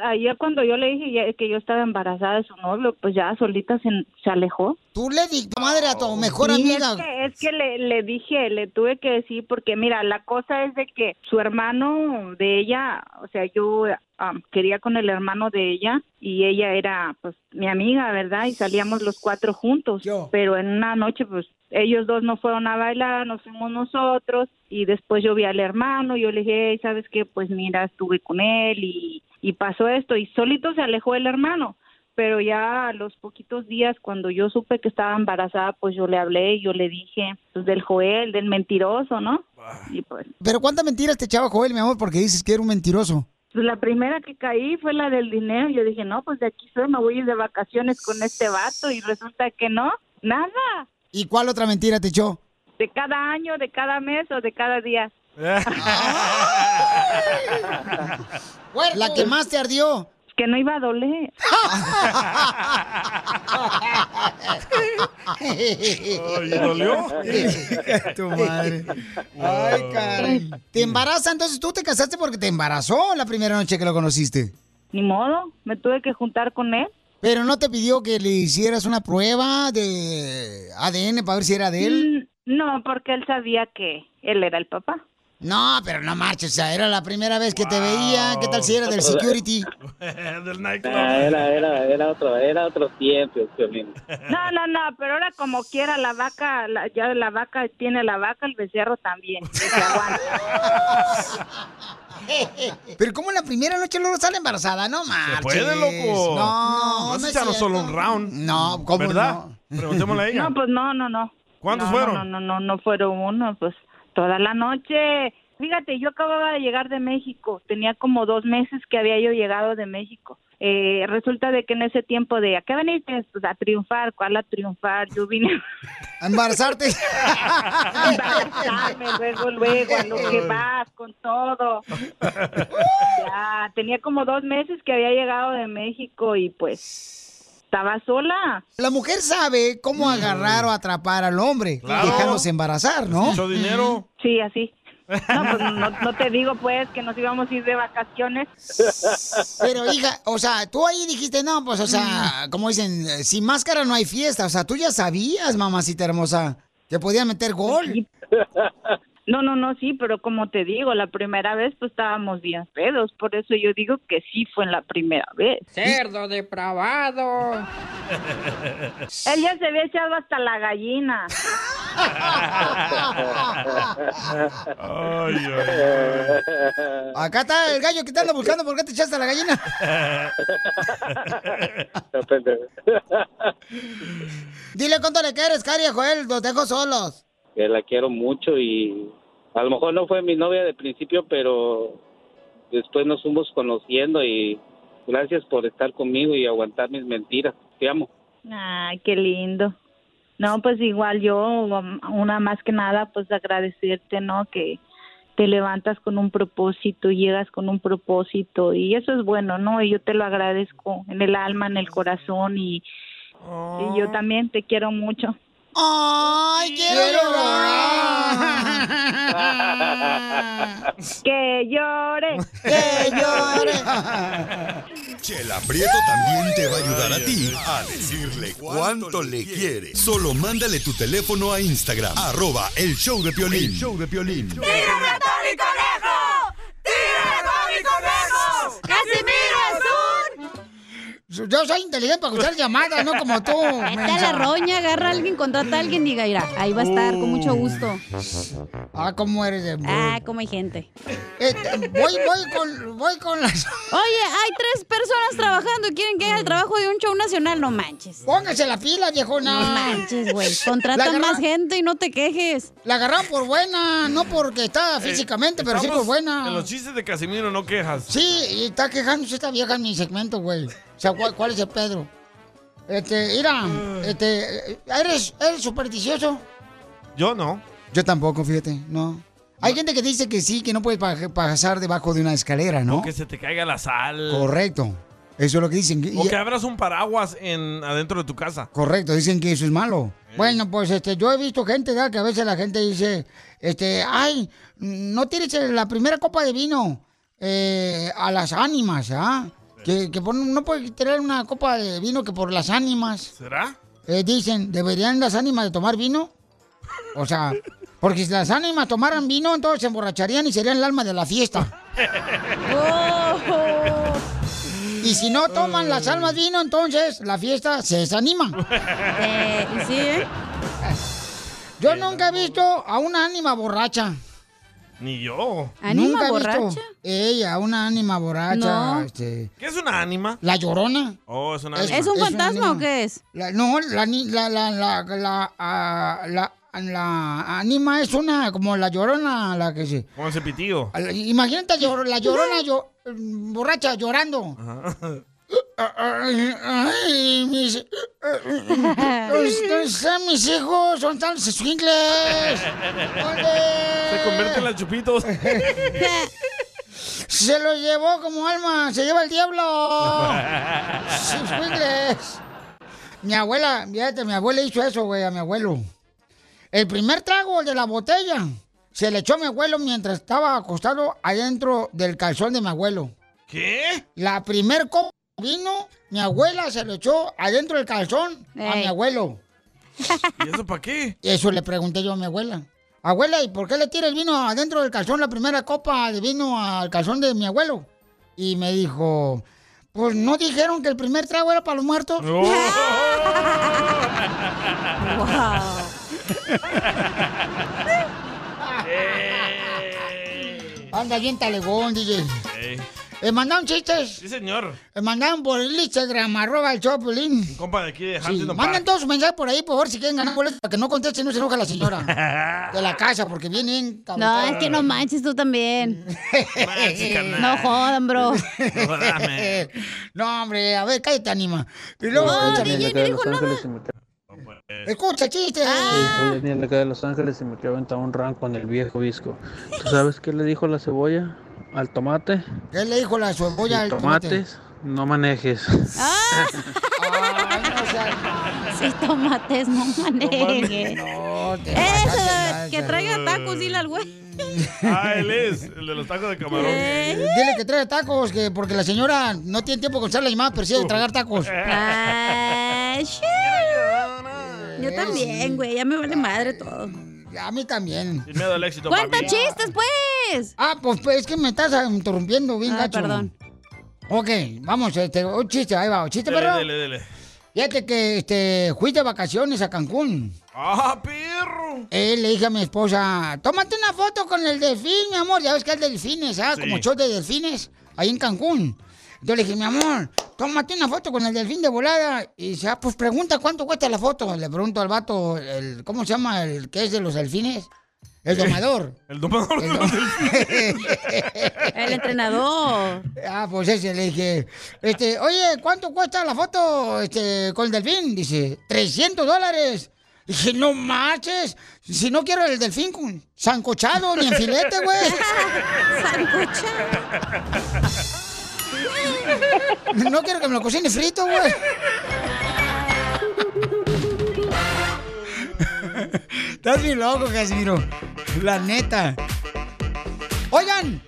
Speaker 14: Ayer cuando yo le dije ya- que yo estaba embarazada de su novio, pues ya solita se, se alejó.
Speaker 1: Tú le dijiste, madre, a tu mejor
Speaker 14: Sí,
Speaker 1: amiga.
Speaker 14: Es que, es que le, le dije, le tuve que decir, porque mira, la cosa es de que su hermano de ella, o sea, yo am, quería con el hermano de ella y ella era, pues, mi amiga, ¿verdad? Y salíamos los cuatro juntos. Pero en una noche, pues, ellos dos no fueron a bailar, nos fuimos nosotros y después yo vi al hermano, yo le dije, "Ey, ¿sabes qué? Pues mira, estuve con él y, y pasó esto y solito se alejó el hermano pero ya a los poquitos días cuando yo supe que estaba embarazada, pues yo le hablé y yo le dije, pues del Joel, del mentiroso, ¿no? Y pues,
Speaker 1: Pero ¿cuántas mentiras te echaba Joel, mi amor? Porque dices que era un mentiroso.
Speaker 14: pues la primera que caí fue la del dinero. Yo dije, no, pues de aquí soy, me voy a ir de vacaciones con este vato y resulta que no, nada,
Speaker 1: ¿Y cuál otra mentira te echó?
Speaker 14: de cada año, de cada mes o de cada día.
Speaker 1: La que más te ardió.
Speaker 14: Que no iba a doler.
Speaker 4: Ay,
Speaker 1: dolió? tu madre. Ay, caray. ¿Te embaraza? Entonces tú te casaste porque te embarazó la primera noche que lo conociste.
Speaker 14: Ni modo, me tuve que juntar con él.
Speaker 1: Pero no te pidió que le hicieras una prueba de ADN para ver si era de él.
Speaker 14: No, porque él sabía que él era el papá.
Speaker 1: No, pero no marches, o sea, era la primera vez que te veía. ¿Qué tal si era del security?
Speaker 2: del nightclub.
Speaker 15: Ah, era, era, era otro, era otro tiempo, Piolín.
Speaker 14: No, no, no, pero ahora como quiera la vaca, la- ya la vaca tiene la vaca, el becerro también.
Speaker 1: Pero ¿cómo en la primera noche luego sale embarazada? No
Speaker 4: ah,
Speaker 1: marches.
Speaker 2: puede, loco.
Speaker 1: No,
Speaker 2: No se
Speaker 1: no es
Speaker 2: echaron
Speaker 1: cierto.
Speaker 2: solo un round.
Speaker 1: No, ¿cómo
Speaker 2: ¿Verdad? Preguntémosle a ella.
Speaker 14: No, pues no, no, no.
Speaker 2: ¿Cuántos
Speaker 14: No,
Speaker 2: fueron?
Speaker 14: No, no, no, no fueron uno, pues toda la noche. Fíjate, yo acababa de llegar de México, tenía como dos meses que había yo llegado de México. Eh, resulta de que en ese tiempo de, ¿a qué veniste? Pues a triunfar, ¿cuál a triunfar? Yo vine
Speaker 1: a embarazarte.
Speaker 14: a embarazarme luego, luego, a lo que vas, con todo. Ya, Ah, tenía como dos meses que había llegado de México y pues estaba sola. Mm.
Speaker 1: La mujer sabe cómo agarrar o atrapar al hombre,
Speaker 14: Claro.
Speaker 1: dejándose embarazar, ¿no?
Speaker 14: Mucho dinero. Ah, Sí, así. No, pues, no, no te digo pues que nos íbamos a ir de vacaciones.
Speaker 1: Pero hija, o sea, tú ahí dijiste, no, pues, o
Speaker 14: Mm.
Speaker 1: sea, como dicen, eh, sin máscara no hay fiesta. O sea, tú ya sabías, mamacita hermosa, que podía meter gol.
Speaker 14: No, no, no, sí, pero como te digo, la primera vez pues estábamos bien pedos, por eso yo digo que sí fue la primera vez.
Speaker 13: Cerdo depravado.
Speaker 14: Él ya se había echado hasta la gallina.
Speaker 2: Ay, ay,
Speaker 1: Acá está el gallo que te anda buscando, ¿por qué te echaste a la gallina? Dile cuánto le quieres, Cari, a Joel, los dejo solos.
Speaker 15: que la quiero mucho y a lo mejor no fue mi novia de principio, pero después nos fuimos conociendo y gracias por estar conmigo y aguantar mis mentiras. Te amo.
Speaker 14: Ay, qué lindo. No, pues igual yo, um, una más que nada, pues agradecerte, ¿no? Que te levantas con un propósito, llegas con un propósito y eso es bueno, ¿no? Y yo te lo agradezco en el alma, en el corazón y, y
Speaker 1: Oh.
Speaker 14: yo también te quiero mucho.
Speaker 1: ¡Ay, quiero
Speaker 14: Que llore.
Speaker 1: Que
Speaker 12: Chela Prieto también te va a ayudar a ti a decirle cuánto le quiere. Solo mándale tu teléfono a Instagram, arroba el show de Piolín. El show de Piolín.
Speaker 4: ¡Tírame a Tony Conejo! ¡Tírame a Tony Conejo! ¡Casimiro es un...
Speaker 1: Yo soy inteligente para escuchar llamadas, no como tú.
Speaker 3: Vete a la roña, agarra a alguien, contrata a alguien, diga, irá, ahí va a estar, con mucho gusto.
Speaker 1: Uh. Ah, cómo eres de... Este,
Speaker 3: Ah, cómo hay gente.
Speaker 1: voy, voy con, voy con las...
Speaker 3: Oye, hay tres personas trabajando y quieren que haya el trabajo de un show nacional, no manches.
Speaker 1: Póngase la pila, viejona.
Speaker 3: No manches, güey.
Speaker 1: La
Speaker 3: Contrata
Speaker 1: agarra-
Speaker 3: más gente y no te quejes.
Speaker 1: La agarraron por buena, no porque está Ah, físicamente, pero sí por
Speaker 2: Eh, Estamos
Speaker 1: buena.
Speaker 2: En los chistes de Casimiro no quejas.
Speaker 1: Sí, y está quejándose esta vieja en mi segmento, güey. O sea, ¿cuál, cuál es el Pedro? Este, mira,
Speaker 2: Ah.
Speaker 1: este, eh, ¿eres, ¿eres supersticioso?
Speaker 2: Yo no.
Speaker 1: Yo tampoco, fíjate, no. Hay gente que dice que sí, que no puedes pa- pasar debajo de una escalera, ¿no?
Speaker 2: O que se te caiga la sal.
Speaker 1: Correcto. Eso es lo que dicen. Y-
Speaker 2: O que abras un paraguas en adentro de tu casa.
Speaker 1: Correcto, dicen que eso es malo. Bueno, pues este, yo he visto gente ¿verdad? que a veces la gente dice, este, ay, no tires la primera copa de vino eh, a las ánimas, ¿ah? Que, que por- no puedes tirar una copa de vino que por las ánimas.
Speaker 2: ¿Será?
Speaker 1: Eh, dicen, ¿deberían las ánimas de tomar vino? O sea, porque si las ánimas tomaran vino, entonces se emborracharían y serían el alma de la fiesta.
Speaker 3: Oh.
Speaker 1: Y si no toman las almas vino, entonces la fiesta se desanima.
Speaker 3: Eh, y sí, ¿eh?
Speaker 1: Yo nunca he visto a una ánima borracha.
Speaker 2: Ni yo.
Speaker 1: Nunca he visto, Ey, a una ánima borracha.
Speaker 2: No.
Speaker 1: este,
Speaker 2: ¿Qué es una ánima?
Speaker 1: la llorona.
Speaker 2: Oh, es una ánima.
Speaker 1: o qué es? La- no, la, ni- la, la, la, la, ah, la, la ánima es una, como la llorona, la que se...
Speaker 2: Con ese pitío.
Speaker 1: a la- Imagínate a llor- la llorona yo- borracha llorando. Ay, ay, mis... Ustedes, mis hijos son tan sesquingles.
Speaker 2: Se convierte en la chupitos.
Speaker 1: Se lo llevó como alma, se lleva el diablo. Squinkles. Mi abuela, fíjate, mi abuela hizo eso, güey, a mi abuelo. El primer trago de la botella se le echó a mi abuelo mientras estaba acostado adentro del calzón de mi abuelo.
Speaker 2: ¿Qué?
Speaker 1: La primer copa de vino, mi abuela se lo echó adentro del calzón a
Speaker 2: Ey.
Speaker 1: mi abuelo.
Speaker 2: ¿Y eso para qué?
Speaker 1: Eso le pregunté yo a mi abuela. Abuela, ¿y por qué le tira el vino adentro del calzón, la primera copa de vino al calzón de mi abuelo? Y me dijo, pues no dijeron que el primer trago era para los muertos. Anda bien talegón, DJ.
Speaker 2: Ey.
Speaker 1: Me mandaron chistes.
Speaker 2: Sí, señor.
Speaker 1: Me mandaron por el Instagram, arroba el Choplin.
Speaker 2: Un compa de aquí de
Speaker 1: Sí,
Speaker 2: Huntington
Speaker 1: manden
Speaker 2: Park.
Speaker 1: todos sus mensajes por ahí, por favor, si quieren ganar boletos, para que no conteste y no se enoja la señora de la casa, porque viene
Speaker 3: No,
Speaker 1: encabrotada.
Speaker 3: es que no manches tú también.
Speaker 1: carnal.
Speaker 3: no jodan, bro.
Speaker 1: no, hombre, a ver, cállate, anima. Y luego,
Speaker 3: Oh,
Speaker 1: échale.
Speaker 16: Daniel, acá de Los Ángeles y me
Speaker 1: Escucha, chiste.
Speaker 3: Ah.
Speaker 16: Soy Daniel acá de Los Ángeles y me quedé aventado un ranco con el viejo visco. ¿Tú sabes qué le dijo la cebolla al tomate?
Speaker 1: ¿Qué le dijo la cebolla al tomate?
Speaker 16: Tomates, no manejes.
Speaker 2: Ah.
Speaker 3: Sí, tomates, no manejes. Eso, que
Speaker 2: Nacha.
Speaker 3: traiga tacos, dile al güey.
Speaker 2: Ah, él es, el de los tacos de camarón.
Speaker 1: Eh, Dile que trae tacos, que porque la señora no tiene tiempo de contestar la llamada, pero sí de tragar tacos.
Speaker 3: Ah, Yo también, güey, ya me vale madre todo.
Speaker 1: A mí también.
Speaker 2: Sin miedo al éxito,
Speaker 3: ¡Cuenta
Speaker 2: papi.
Speaker 3: chistes, pues!
Speaker 1: Ah, pues, pues, es que me estás ah, interrumpiendo bien,
Speaker 3: Ah,
Speaker 1: gacho.
Speaker 3: perdón.
Speaker 1: Ok, vamos, este, un chiste, ahí va, un chiste,
Speaker 2: Eh, Dele,
Speaker 1: perro.
Speaker 2: dele, dele.
Speaker 1: Fíjate que este, fui de vacaciones a Cancún.
Speaker 2: ¡Ah, perro!
Speaker 1: Eh, le dije a mi esposa, tómate una foto con el delfín, mi amor. Ya ves que hay delfines, ¿ah?
Speaker 2: Sí.
Speaker 1: Como show de delfines, ahí en Cancún. Yo le dije, mi amor, tómate una foto con el delfín de volada. Y dice, ah, pues pregunta cuánto cuesta la foto. Le pregunto al vato, el, ¿cómo se llama el que es de los delfines? El domador.
Speaker 2: El domador de los
Speaker 1: el
Speaker 3: entrenador.
Speaker 1: Ah, pues ese le dije, este, oye, ¿cuánto cuesta la foto este, con el delfín? Dice, 300 dólares. Dije, no marches, si no quiero el delfín con sancochado ni en filete, güey. No quiero que me lo cocine frito, güey. Estás bien loco, Casimiro. La neta. Oigan,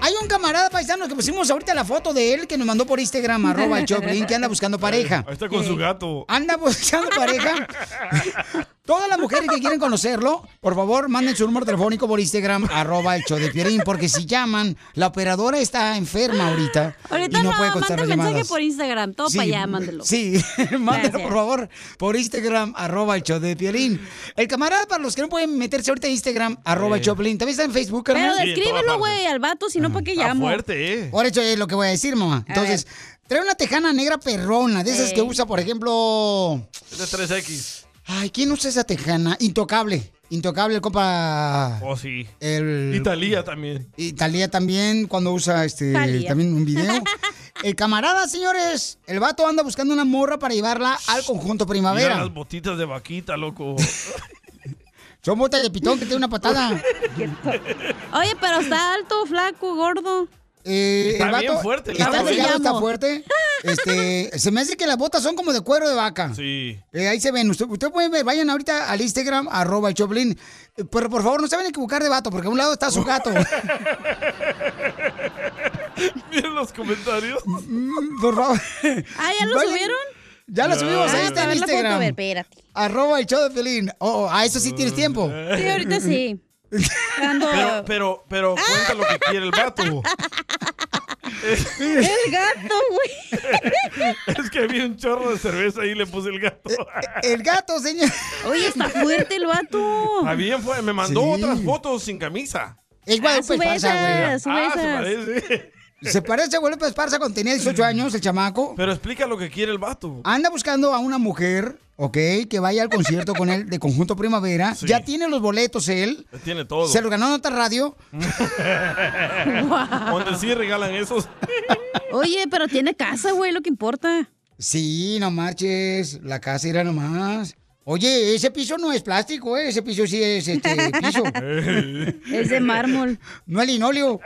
Speaker 1: hay un camarada paisano que pusimos ahorita la foto de él que nos mandó por Instagram, arroba el Choplin, que anda buscando pareja.
Speaker 2: Ahí está con su gato.
Speaker 1: Anda buscando pareja. Todas las mujeres que quieren conocerlo, por favor, manden su número telefónico por Instagram, arroba el show de Piolín, porque si llaman, la operadora está enferma ahorita.
Speaker 3: Ahorita
Speaker 1: y no,
Speaker 3: no,
Speaker 1: puede
Speaker 3: mande
Speaker 1: contestar las
Speaker 3: mensaje
Speaker 1: llamadas.
Speaker 3: por Instagram, todo
Speaker 1: Sí,
Speaker 3: para allá, mándelo.
Speaker 1: Sí, mándelo
Speaker 3: Gracias.
Speaker 1: por favor por Instagram, arroba el show de Piolín. El camarada, para los que no pueden meterse ahorita en Instagram, arroba el show de Piolín. También está en Facebook,
Speaker 3: Pero
Speaker 1: carnal.
Speaker 3: descríbelo, güey, al vato, si no, ¿para qué
Speaker 2: Ah,
Speaker 3: llamo?
Speaker 1: eh. Por eso es lo que voy a decir, mamá. Entonces, trae una tejana negra perrona, de esas
Speaker 2: Sí.
Speaker 1: que usa, por ejemplo...
Speaker 2: Es de 3X.
Speaker 1: Ay, ¿quién usa esa tejana? Intocable. Intocable, el copa...
Speaker 2: Oh, sí.
Speaker 1: Ah. El...
Speaker 2: Italia también.
Speaker 1: Y Talía también, cuando usa este
Speaker 2: Thalía.
Speaker 1: también un video. El camarada, señores, el vato anda buscando una morra para llevarla al conjunto
Speaker 2: Mira
Speaker 1: primavera.
Speaker 2: las botitas de vaquita, loco.
Speaker 1: Son botas de pitón que tiene una patada.
Speaker 3: Oye, pero está alto, flaco, gordo.
Speaker 1: Eh, el
Speaker 3: Está bien
Speaker 1: vato
Speaker 3: fuerte, la
Speaker 1: está
Speaker 3: verdad.
Speaker 1: delgado, está
Speaker 3: Llamo.
Speaker 1: fuerte. Este, se me hace que las botas son como de cuero de vaca.
Speaker 2: Sí.
Speaker 1: Eh, ahí se ven. Usted, usted puede ver, vayan ahorita al Instagram, arroba el Choplin. Eh, Pero por favor, no se vayan a equivocar de vato, porque a un lado está su gato.
Speaker 2: Miren los comentarios.
Speaker 1: Mm, por favor.
Speaker 3: Ah, ¿ya lo
Speaker 1: Vayan-
Speaker 3: subieron?
Speaker 1: Ya lo subimos, ahí
Speaker 3: Ah,
Speaker 1: está
Speaker 3: a
Speaker 1: en
Speaker 3: ver la foto,
Speaker 1: Instagram.
Speaker 3: a ver, espérate.
Speaker 1: Arroba el show de Piolín. Oh, oh, a eso sí tienes tiempo.
Speaker 3: Sí, ahorita sí. Ando-
Speaker 2: Pero, pero, pero cuenta lo que quiere el vato.
Speaker 3: El gato, güey.
Speaker 2: Es que vi un chorro de cerveza y le puse el gato.
Speaker 1: El gato, señor.
Speaker 3: Oye, está fuerte el vato.
Speaker 2: Ah, bien fue, me mandó otras fotos sin camisa.
Speaker 1: Es Guadalupe
Speaker 2: Ah, sube
Speaker 1: Esparza, güey.
Speaker 2: esas, sube Ah, se esas. parece.
Speaker 1: Se parece a Guadalupe Esparza cuando tenía 18 años, el chamaco.
Speaker 2: Pero explica lo que quiere el vato.
Speaker 1: Anda buscando a una mujer, ok, que vaya al concierto con él de Conjunto Primavera. Ya tiene los boletos él.
Speaker 2: Tiene todo.
Speaker 1: Se los ganó en otra radio.
Speaker 2: Donde sí regalan esos.
Speaker 3: Oye, pero tiene casa, güey, lo que importa.
Speaker 1: Sí, no marches. La casa irá nomás. Oye, ese piso no es plástico, ¿eh? Ese piso sí es este piso.
Speaker 3: Es de mármol.
Speaker 1: No es linóleo.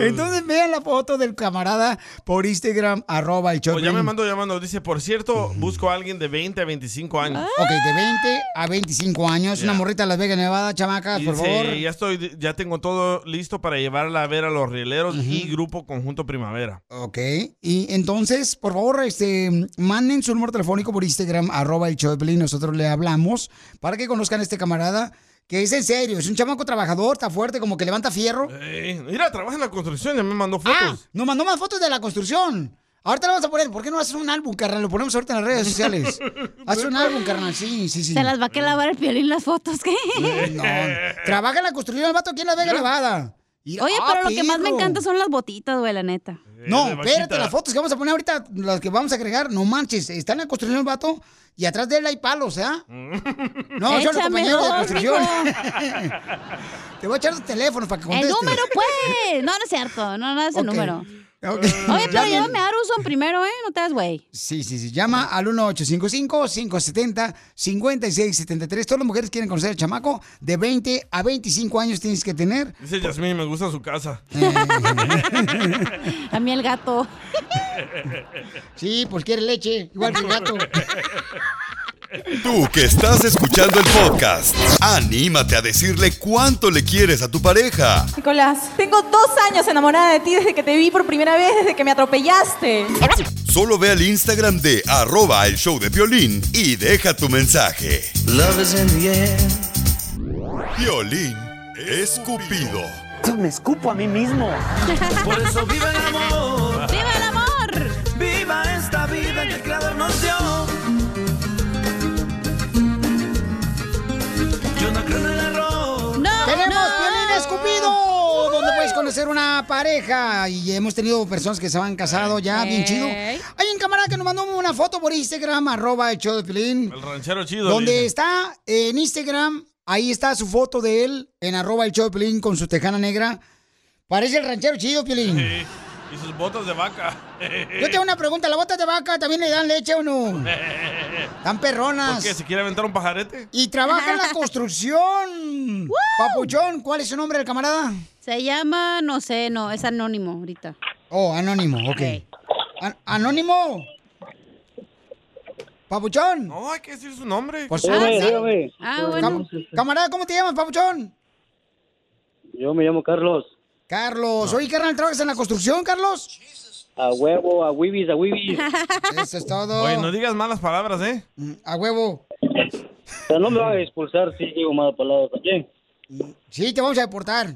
Speaker 1: Entonces vean la foto del camarada por Instagram, arroba el show.
Speaker 2: O
Speaker 1: de
Speaker 2: Pues ya me
Speaker 1: Piolín.
Speaker 2: mando llamando. Dice, por cierto, busco a alguien de 20 a 25 años.
Speaker 1: Ok, de 20 a 25 años, una
Speaker 2: Ya.
Speaker 1: morrita de Las Vegas, Nevada, chamacas,
Speaker 2: Y
Speaker 1: por
Speaker 2: dice,
Speaker 1: favor.
Speaker 2: ya estoy, ya tengo todo listo para llevarla a ver a los rieleros y grupo conjunto primavera.
Speaker 1: Ok, ¿Eh? y entonces, por favor, este, manden su número telefónico por Instagram, arroba el show de Piolín, nosotros le hablamos, para que conozcan a este camarada, que es en serio, es un chamaco trabajador, está fuerte, como que levanta fierro.
Speaker 2: Eh, mira, trabaja en la construcción, ya me mandó fotos.
Speaker 1: Ah, nos mandó más fotos de la construcción. Ahorita lo vamos a poner, ¿por qué no haces un álbum, carnal? Lo ponemos ahorita en las redes sociales. Haz un álbum, carnal, sí, sí, sí.
Speaker 3: Se las va a que lavar el piolín las fotos, ¿qué?
Speaker 1: No, trabaja en la construcción el vato aquí en Las Vegas, Nevada. Y-
Speaker 3: Oye,
Speaker 1: ah,
Speaker 3: pero lo que más me
Speaker 1: perro.
Speaker 3: encanta son las botitas, güey, Eh, la neta.
Speaker 1: No,
Speaker 3: de
Speaker 1: espérate,
Speaker 3: vaquita.
Speaker 1: las fotos que vamos a poner ahorita, las que vamos a agregar, no manches, está en la construcción el vato y atrás de él hay palos, ¿ah?
Speaker 2: Mm.
Speaker 1: No, yo los
Speaker 3: Échame
Speaker 1: compañeros de la
Speaker 3: dos,
Speaker 1: construcción.
Speaker 3: mijo.
Speaker 1: Te voy a echar los teléfonos para que
Speaker 3: El
Speaker 1: contestes.
Speaker 3: número, pues. No, no es cierto. No, no es el
Speaker 1: Ok.
Speaker 3: número.
Speaker 1: Ok.
Speaker 3: Oye, pero
Speaker 1: Llamen.
Speaker 3: llévame a Aruson primero, ¿eh? No te das, güey.
Speaker 1: Sí, sí, sí. Llama al 1855-570-5673. Todas las mujeres quieren conocer al chamaco. De 20 a 25 años tienes que tener.
Speaker 2: Dice Yasmín, me gusta su casa.
Speaker 1: Eh.
Speaker 3: A mí el gato.
Speaker 1: Sí, pues quiere leche, igual que el gato.
Speaker 12: Tú que estás escuchando el podcast, anímate a decirle cuánto le quieres a tu pareja.
Speaker 17: Nicolás, tengo dos años enamorada de ti desde que te vi por primera vez, desde que me atropellaste.
Speaker 12: Solo ve al Instagram de arroba el show de violín y deja tu mensaje. Love is in the Violín escupido.
Speaker 4: Me escupo a mí mismo. Por eso viva el amor.
Speaker 3: ¡Viva el amor!
Speaker 4: Viva esta vida que el creador nos dio. Yo no creo en el error.
Speaker 1: Tenemos Piolín Escupido, donde puedes conocer una pareja. Y hemos tenido personas que se han casado ya, bien chido.
Speaker 2: Ey.
Speaker 1: Hay un camarada que nos mandó una foto por Instagram, arroba el show de Piolín.
Speaker 2: El ranchero chido.
Speaker 1: Donde
Speaker 2: dice.
Speaker 1: está en Instagram, ahí está su foto de él, en arroba el show de Piolín con su tejana negra. Parece el ranchero chido, Piolín.
Speaker 2: Sí, Y sus botas de vaca.
Speaker 1: Yo tengo una pregunta, ¿la bota de vaca también le dan leche o no?
Speaker 2: Eh,
Speaker 1: Tan perronas.
Speaker 2: ¿Por qué? ¿Se quiere aventar un pajarete?
Speaker 1: Y trabaja en la construcción. Papuchón, ¿cuál es su nombre del camarada?
Speaker 3: Se llama, no sé, no, es anónimo ahorita.
Speaker 1: Oh, anónimo, ok. An- anónimo. Papuchón.
Speaker 2: No, hay que decir su nombre.
Speaker 1: Por su-
Speaker 18: Dígame,
Speaker 1: sí.
Speaker 18: dígame.
Speaker 3: Ah, bueno.
Speaker 1: Pues Cam- camarada, ¿cómo te llamas, Papuchón?
Speaker 18: Yo me llamo Carlos.
Speaker 1: Carlos. Oye, carnal, ¿trabajas en la construcción, Carlos?
Speaker 15: A huevo, a wibis, a wibis.
Speaker 1: Eso es todo.
Speaker 2: Oye, no digas malas palabras, ¿eh?
Speaker 1: A huevo.
Speaker 18: Pero no me van a expulsar si digo malas palabras también.
Speaker 1: Sí, te vamos a deportar.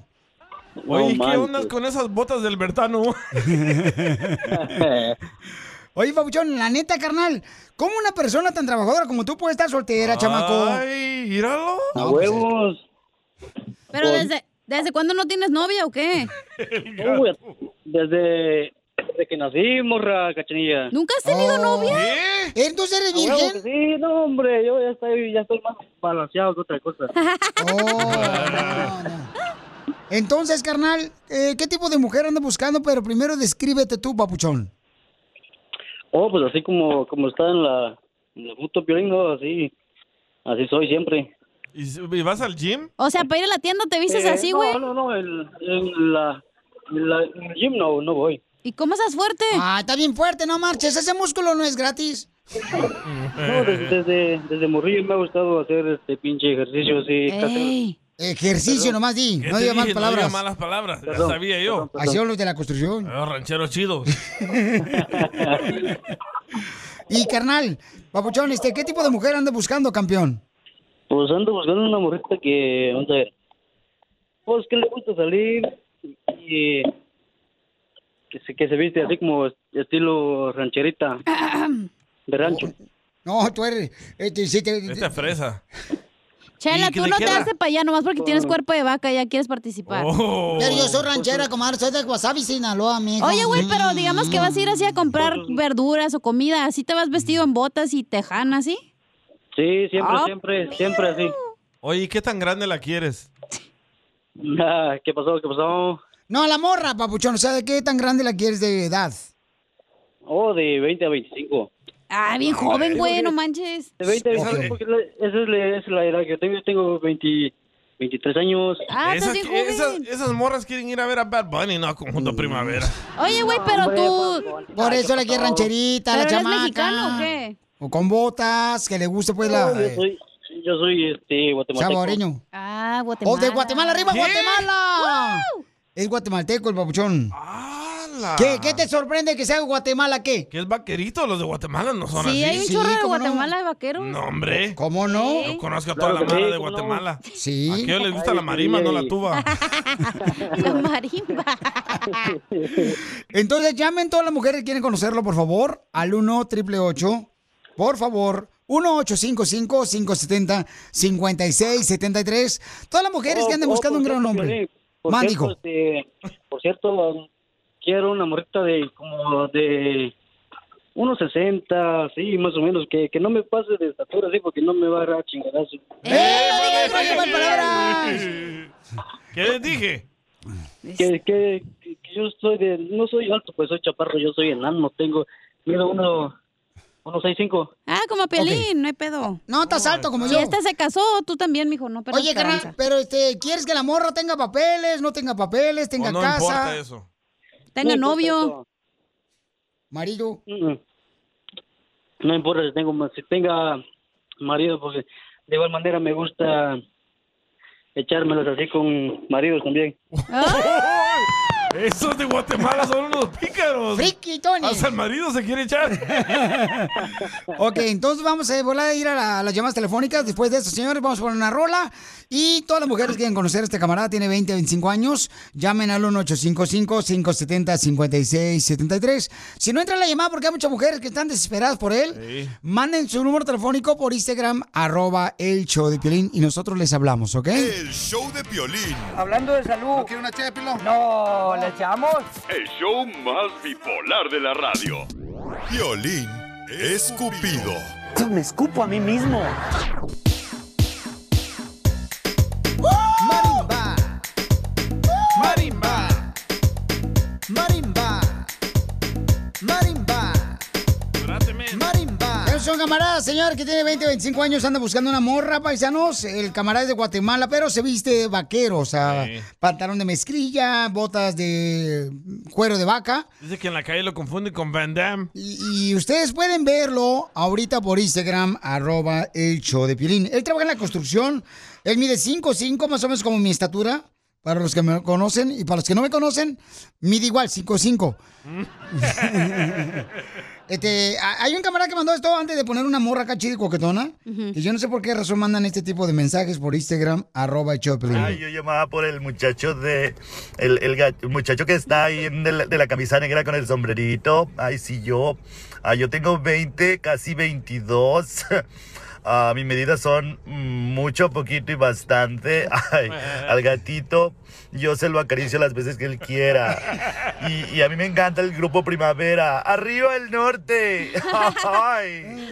Speaker 2: Oye,
Speaker 18: No
Speaker 2: ¿y ¿qué
Speaker 18: manches.
Speaker 2: onda con esas botas del Bertano?
Speaker 1: Oye, Pabuchón, la neta, carnal, ¿cómo una persona tan trabajadora como tú puede estar soltera, chamaco?
Speaker 2: Ay, míralo.
Speaker 1: No,
Speaker 18: A
Speaker 1: pues,
Speaker 18: huevos.
Speaker 3: Pero
Speaker 18: Por-
Speaker 3: desde, ¿desde cuándo no tienes novia o qué?
Speaker 18: Uy, desde, desde que nací, morra, cachanilla.
Speaker 3: ¿Nunca has tenido
Speaker 18: Oh.
Speaker 3: novia?
Speaker 1: ¿Entonces eres
Speaker 18: A huevo
Speaker 1: virgen?
Speaker 18: que Sí, no, hombre, yo ya estoy, ya estoy más balanceado que otra cosa. Oh.
Speaker 1: Entonces, carnal, eh, ¿qué tipo de mujer anda buscando? Pero primero descríbete tú, Papuchón.
Speaker 18: Oh, pues así como, como está en la, en la puto piolín, ¿no? así, así soy siempre.
Speaker 2: ¿Y, s- y vas al gym?
Speaker 3: O sea, para ir a la tienda te vistes
Speaker 18: Eh,
Speaker 3: así,
Speaker 18: no,
Speaker 3: güey.
Speaker 18: No, no, el, en la, en la- en el gym no, no voy.
Speaker 3: ¿Y cómo estás fuerte?
Speaker 1: Ah, está bien fuerte, no marches. Ese músculo no es gratis. Eh.
Speaker 18: No, desde, desde, desde morrillo me ha gustado hacer este pinche ejercicio así.
Speaker 1: Ey, ejercicio nomás di,
Speaker 2: ¿Qué
Speaker 1: no
Speaker 2: te
Speaker 1: diga malas
Speaker 2: dije? No
Speaker 1: palabras.
Speaker 2: diga malas palabras, ya
Speaker 1: Perdón,
Speaker 2: sabía yo.
Speaker 1: Así hablo los de la construcción.
Speaker 2: Ah, rancheros chidos.
Speaker 1: Y carnal, Papuchón, este, ¿qué tipo de mujer anda buscando, campeón?
Speaker 18: Pues ando buscando una morrita que, vamos a ver, pues que le gusta salir y que se, que se viste así como estilo rancherita, de rancho.
Speaker 1: No, tú eres, este, si te-
Speaker 2: Esta es fresa.
Speaker 3: Chela,
Speaker 2: ¿Y qué
Speaker 3: tú
Speaker 2: te
Speaker 3: no te
Speaker 2: queda?
Speaker 3: haces para allá nomás porque
Speaker 18: Oh.
Speaker 3: tienes cuerpo de vaca y ya quieres participar.
Speaker 1: Pero yo soy ranchera, comadre, soy de Wasabi, Sinaloa, Mm. amigo.
Speaker 3: Oye, güey, pero digamos que vas a ir así a comprar verduras o comida. Así te vas vestido en botas y tejana, ¿sí?
Speaker 18: Sí, siempre,
Speaker 3: Ah,
Speaker 18: siempre, siempre así.
Speaker 2: Oye, ¿y ¿qué tan grande la quieres?
Speaker 18: Ah, ¿Qué pasó? ¿Qué pasó?
Speaker 1: No, la morra, Papuchón, o sea, ¿de qué tan grande la quieres de edad?
Speaker 18: Oh, de 20 a 25.
Speaker 3: Ah, bien joven, güey, no manches.
Speaker 18: De 20 a 25, porque la- esa es la, esa es la edad que tengo. Yo tengo 20 23 años.
Speaker 3: Ah,
Speaker 2: esas, esas, esas morras quieren ir a ver a Bad Bunny, no a
Speaker 18: Mm.
Speaker 2: Conjunto Primavera.
Speaker 3: Oye, güey, pero tú...
Speaker 1: Por eso la quieres rancherita, la
Speaker 3: ¿Pero eres
Speaker 1: chamaca.
Speaker 3: mexicano o qué?
Speaker 1: O con botas, que le guste pues la...
Speaker 18: yo, soy, yo soy este guatemalteco.
Speaker 1: Saboreño.
Speaker 3: Ah,
Speaker 1: O
Speaker 3: Guatemala.
Speaker 1: de Guatemala, arriba
Speaker 3: ¿Qué?
Speaker 1: Guatemala. Es guatemalteco el papuchón.
Speaker 18: Ah.
Speaker 1: ¿Qué, ¿Qué te sorprende que sea de Guatemala qué?
Speaker 2: Que es vaquerito, los de Guatemala no son así.
Speaker 3: Sí, hay un chorro de
Speaker 1: cómo no.
Speaker 3: Guatemala de vaqueros.
Speaker 2: No, hombre.
Speaker 1: eh, ¿Cómo no?
Speaker 2: ¿Eh? Yo conozco a toda la mara de Guatemala.
Speaker 1: Sí.
Speaker 2: A ellos les gusta la marima, no la tuba.
Speaker 3: La marimba.
Speaker 1: Entonces llamen todas las mujeres que quieren conocerlo, por favor, al 1 888 por favor, 1-855-570-5673. Todas las mujeres que anden
Speaker 18: Oh, oh,
Speaker 1: buscando
Speaker 18: por
Speaker 1: un gran
Speaker 18: cierto,
Speaker 1: hombre.
Speaker 18: Piolín, Por
Speaker 1: Mándico.
Speaker 18: cierto, este, por cierto, quiero una morrita de como de unos 60, sí, más o menos, que, que no me pase de estatura, sí, porque no me va a dar chingadazo.
Speaker 2: ¿Qué les dije?
Speaker 18: Que, que, que yo soy de, no soy alto, pues soy chaparro, yo soy enano, tengo, mido uno, uno seis cinco.
Speaker 3: Ah, como Pelín, no hay pedo.
Speaker 1: No, estás alto como
Speaker 3: si
Speaker 1: yo.
Speaker 3: Si este se casó, tú también, mijo, no pero
Speaker 1: Oye, carnal, pero este, ¿quieres que la morra tenga papeles, no tenga papeles, tenga
Speaker 2: no
Speaker 1: casa?
Speaker 2: importa eso.
Speaker 3: Tenga novio.
Speaker 1: Marido.
Speaker 18: No importa si tengo, si tenga marido, porque de igual manera me gusta echármelos así con maridos también.
Speaker 2: Esos de Guatemala son unos pícaros.
Speaker 1: Friquitones.
Speaker 2: Hasta el marido se quiere echar.
Speaker 1: Ok, entonces vamos a volar a ir a, la- a las llamadas telefónicas. Después de eso, señores, vamos a poner una rola. Y todas las mujeres que quieren conocer a este camarada, tiene 20, 25 años. Llamen al 1-855-570-5673. Si no entra la llamada porque hay muchas mujeres que están desesperadas por él, manden su número telefónico por Instagram, arroba el show de Piolín, y nosotros les hablamos, ¿ok?
Speaker 12: El show de Piolín.
Speaker 8: Hablando de salud. ¿No quiere una ché No, ¿le echamos?
Speaker 7: El show más bipolar de la radio.
Speaker 12: Piolín escupido.
Speaker 8: Yo me escupo a mí mismo.
Speaker 1: Marimba. Marimba. Marimba. Marimba. Marimba. Es un camarada, señor, que tiene 20, 25 años, anda buscando una morra, paisanos. El camarada es de Guatemala, pero se viste de vaquero, o sea, pantalón de mezclilla, botas de cuero de vaca.
Speaker 2: Dice que en la calle lo confunde con Van Damme.
Speaker 1: Y, y ustedes pueden verlo ahorita por Instagram, arroba el show de Piolín. Él trabaja en la construcción, él mide 5'5", más o menos como mi estatura. Para los que me conocen y para los que no me conocen, mide igual, 5'5". este, a- hay un camarada que mandó esto antes de poner una morra acá chida y coquetona.
Speaker 19: Ujú.
Speaker 1: Y yo no sé por qué razón mandan este tipo de mensajes por Instagram, arroba el show de Piolín.
Speaker 19: Ah,
Speaker 3: eh.
Speaker 19: yo llamaba por el muchacho de. El, el ga- el muchacho que está ahí en de, la, de la camisa negra con el sombrerito. Ay, sí, yo. Ah, yo tengo 20, casi 22. Ah, mis medidas son mm, mucho, poquito y bastante. Ay, al gatito yo se lo acaricio las veces que él quiera. Y, y a mí me encanta el grupo Primavera. ¡Arriba el norte! ¡Ay!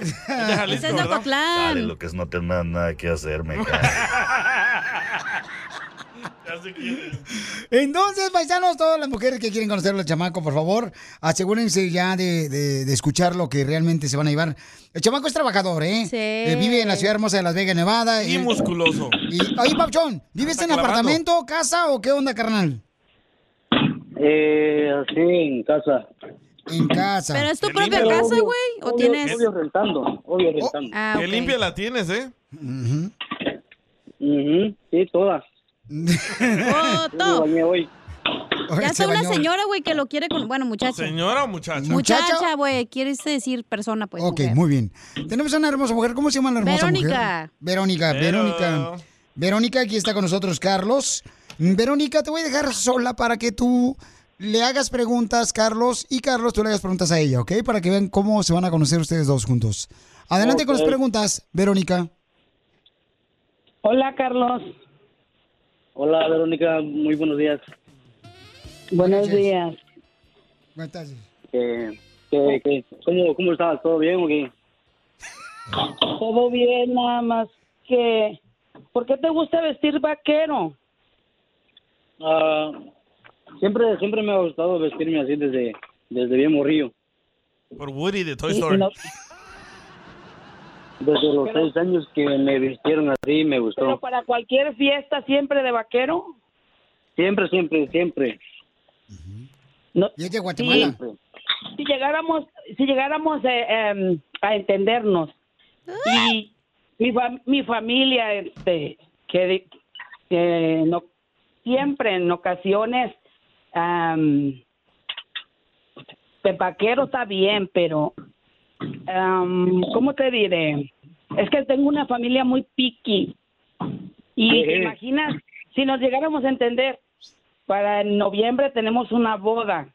Speaker 3: Ese es Ocotlán.
Speaker 19: Dale, lo que es no tener nada que hacer, me cae.
Speaker 1: Entonces, paisanos, todas las mujeres que quieren conocer al chamaco, por favor, asegúrense ya de, de- de escuchar lo que realmente se van a llevar. El chamaco es trabajador, ¿eh? Eh, vive en la ciudad hermosa de Las Vegas, Nevada.
Speaker 2: Y
Speaker 1: Él-
Speaker 2: musculoso.
Speaker 1: Y, oye, Papchón, ¿vives en
Speaker 2: clavando.
Speaker 1: apartamento, casa o qué onda, carnal?
Speaker 18: Eh, así en casa.
Speaker 1: En casa.
Speaker 3: ¿Pero es tu propia casa, güey? ¿O
Speaker 18: Obvio-
Speaker 3: tienes...?
Speaker 18: Obvio rentando, obvio rentando.
Speaker 3: Ah,
Speaker 2: Qué
Speaker 3: ok.
Speaker 2: limpia la tienes, ¿eh?
Speaker 18: Ujú, Sí, todas.
Speaker 3: Oh,
Speaker 18: Yo me
Speaker 3: top.
Speaker 18: bañé hoy.
Speaker 3: Ya está una señora, güey, que lo quiere con... Bueno, muchacha.
Speaker 2: ¿Señora o muchacha?
Speaker 3: Muchacha, güey. Quieres decir persona, pues.
Speaker 1: Ok,
Speaker 3: mujer.
Speaker 1: muy bien. Tenemos a una hermosa mujer. ¿Cómo se llama la hermosa mujer?
Speaker 3: Verónica.
Speaker 1: Verónica.
Speaker 3: Vero.
Speaker 1: Verónica. Verónica, aquí está con nosotros Carlos. Mm, Verónica, te voy a dejar sola para que tú le hagas preguntas, Carlos, y Carlos, tú le hagas preguntas a ella, ¿ok? Para que vean cómo se van a conocer ustedes dos juntos. Adelante con las
Speaker 20: Ok.
Speaker 1: preguntas, Verónica.
Speaker 20: Hola, Carlos.
Speaker 18: Hola, Verónica, muy buenos días.
Speaker 20: Buenos días.
Speaker 18: Eh, ¿qué- qué- cómo, ¿Cómo estás? ¿Todo bien o qué?
Speaker 20: Todo bien, nada más que... ¿Por qué te gusta vestir vaquero?
Speaker 18: Ah, siempre, siempre me ha gustado vestirme así desde, desde bien morrillo.
Speaker 2: Por Woody de Toy
Speaker 18: Y- y
Speaker 2: Story.
Speaker 18: no- Desde los seis años que me vistieron así me
Speaker 20: Pero
Speaker 18: gustó.
Speaker 20: para cualquier fiesta siempre de vaquero.
Speaker 18: Siempre, siempre, siempre.
Speaker 20: No,
Speaker 1: ¿Y es de
Speaker 20: Guatemala? Si llegáramos, si llegáramos eh, em, a entendernos. Y mi, fam- mi familia, este, que, de- que no, siempre en ocasiones, am, de vaquero está bien, pero, am, ¿cómo te diré? Es que tengo una familia muy piqui. Y
Speaker 18: Ujú.
Speaker 20: te imaginas, si nos llegáramos a entender, para en noviembre tenemos una boda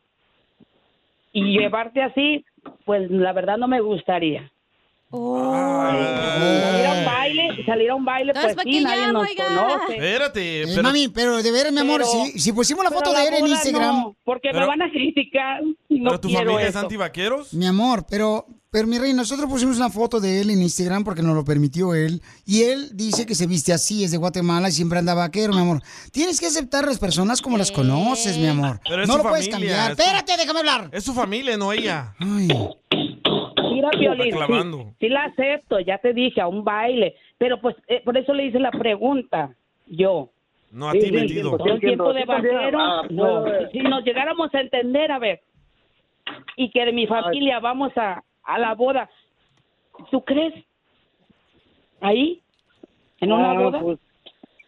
Speaker 20: y llevarte así, pues la verdad no me gustaría. Salir a un baile, salir a un baile,
Speaker 3: No,
Speaker 20: pues
Speaker 3: es pa'
Speaker 20: sí,
Speaker 3: que
Speaker 20: nadie
Speaker 3: llamo,
Speaker 20: nos
Speaker 3: oiga.
Speaker 20: conoce.
Speaker 2: Espérate,
Speaker 1: Eh,
Speaker 2: pero-
Speaker 1: mami, pero de ver, mi amor,
Speaker 20: Pero-
Speaker 1: si, si pusimos la
Speaker 20: pero
Speaker 1: foto
Speaker 20: la
Speaker 1: de él en
Speaker 20: boda
Speaker 1: Instagram...
Speaker 20: no, porque me
Speaker 2: Pero-
Speaker 20: van a criticar. y No
Speaker 2: ¿Pero tu
Speaker 20: quiero
Speaker 2: familia es
Speaker 20: eso.
Speaker 2: antivaqueros?
Speaker 1: Mi amor, pero, pero mi rey, nosotros pusimos una foto de él en Instagram porque nos lo permitió él. Y él dice que se viste así, es de Guatemala y siempre anda vaquero, mi amor. Tienes que aceptar a las personas como las conoces, mi amor.
Speaker 2: Pero es
Speaker 1: no
Speaker 2: su
Speaker 1: lo puedes
Speaker 2: familia,
Speaker 1: cambiar.
Speaker 2: es su-
Speaker 1: Espérate, déjame hablar.
Speaker 2: Es su familia, no ella.
Speaker 20: Mira,
Speaker 2: Está
Speaker 20: Piolín,
Speaker 2: clavando.
Speaker 20: sí, sí la acepto, ya te dije, a un baile. Pero pues eh, por eso le hice la pregunta, yo.
Speaker 2: No a
Speaker 20: Sí,
Speaker 2: ti,
Speaker 20: sí,
Speaker 2: metido.
Speaker 20: Con tiempo de vaquero,
Speaker 2: Ah,
Speaker 20: no.
Speaker 2: pues.
Speaker 20: Si nos llegáramos a entender, a ver, y que de mi familia vamos a, a la boda, ¿tú crees? Ahí, en una
Speaker 18: Ah,
Speaker 20: boda.
Speaker 18: pues,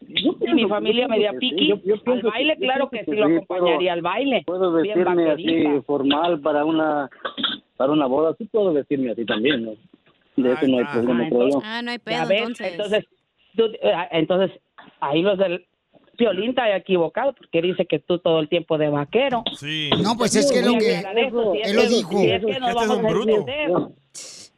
Speaker 18: yo
Speaker 20: Y mi
Speaker 18: pienso-
Speaker 20: familia
Speaker 18: yo
Speaker 20: media
Speaker 18: pienso que sí,
Speaker 20: piqui,
Speaker 18: yo- yo
Speaker 20: al
Speaker 18: pienso
Speaker 20: baile
Speaker 18: que- yo
Speaker 20: claro que
Speaker 18: pienso
Speaker 20: sí
Speaker 18: que
Speaker 20: lo
Speaker 18: sí,
Speaker 20: acompañaría
Speaker 18: puedo-
Speaker 20: al baile.
Speaker 18: Puedo
Speaker 20: bien
Speaker 18: vestirme
Speaker 20: vaquerita.
Speaker 18: así formal para una para una boda, sí puedo vestirme así también, ¿no? De eso no hay problema,
Speaker 20: Ah,
Speaker 18: creo yo.
Speaker 20: entonces-
Speaker 3: Ah, no hay
Speaker 20: Ya
Speaker 3: pedo,
Speaker 20: ves,
Speaker 3: entonces.
Speaker 20: entonces, tú- eh, entonces, ahí los del Piolín está equivocado porque dice que tú todo el tiempo de vaquero.
Speaker 2: Sí.
Speaker 1: No, pues es que es lo
Speaker 20: Voy a
Speaker 1: que-
Speaker 20: aclarar eso, si es
Speaker 1: él lo
Speaker 20: que-
Speaker 1: dijo.
Speaker 20: si es que nos
Speaker 1: Este es
Speaker 20: vamos
Speaker 1: un
Speaker 20: a
Speaker 1: bruto.
Speaker 20: entender.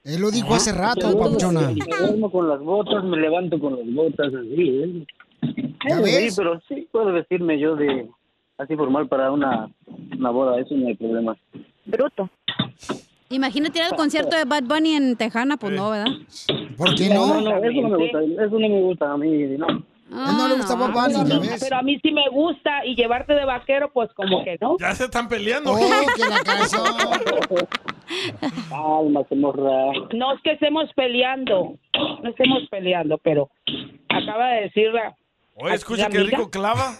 Speaker 1: Él lo dijo
Speaker 18: Ah,
Speaker 1: hace rato,
Speaker 18: Yo
Speaker 1: papuchona.
Speaker 18: Me duermo con las botas, me levanto con las botas, así, ¿eh?
Speaker 1: ¿Ya
Speaker 18: Sí,
Speaker 1: ves?
Speaker 18: pero sí puedo vestirme yo de así formal para una, una boda, eso no hay problema.
Speaker 3: Bruto. Imagínate ir al concierto de Bad Bunny en Tejana, pues no, ¿verdad?
Speaker 1: ¿Por qué
Speaker 18: No, no, eso no me gusta, eso no me gusta a mí, no.
Speaker 1: no le gusta Bad Bunny,
Speaker 20: Ah, pero, a mí,
Speaker 1: ya ves.
Speaker 20: pero a mí sí me gusta y llevarte de vaquero, pues como que no.
Speaker 2: Ya se están
Speaker 1: Oh,
Speaker 2: peleando.
Speaker 18: Cálmate, morra.
Speaker 20: No es que estemos peleando, no estemos peleando, pero acaba de decir la,
Speaker 2: Oye, escucha
Speaker 20: ¿La
Speaker 2: qué
Speaker 20: amiga?
Speaker 2: rico clava.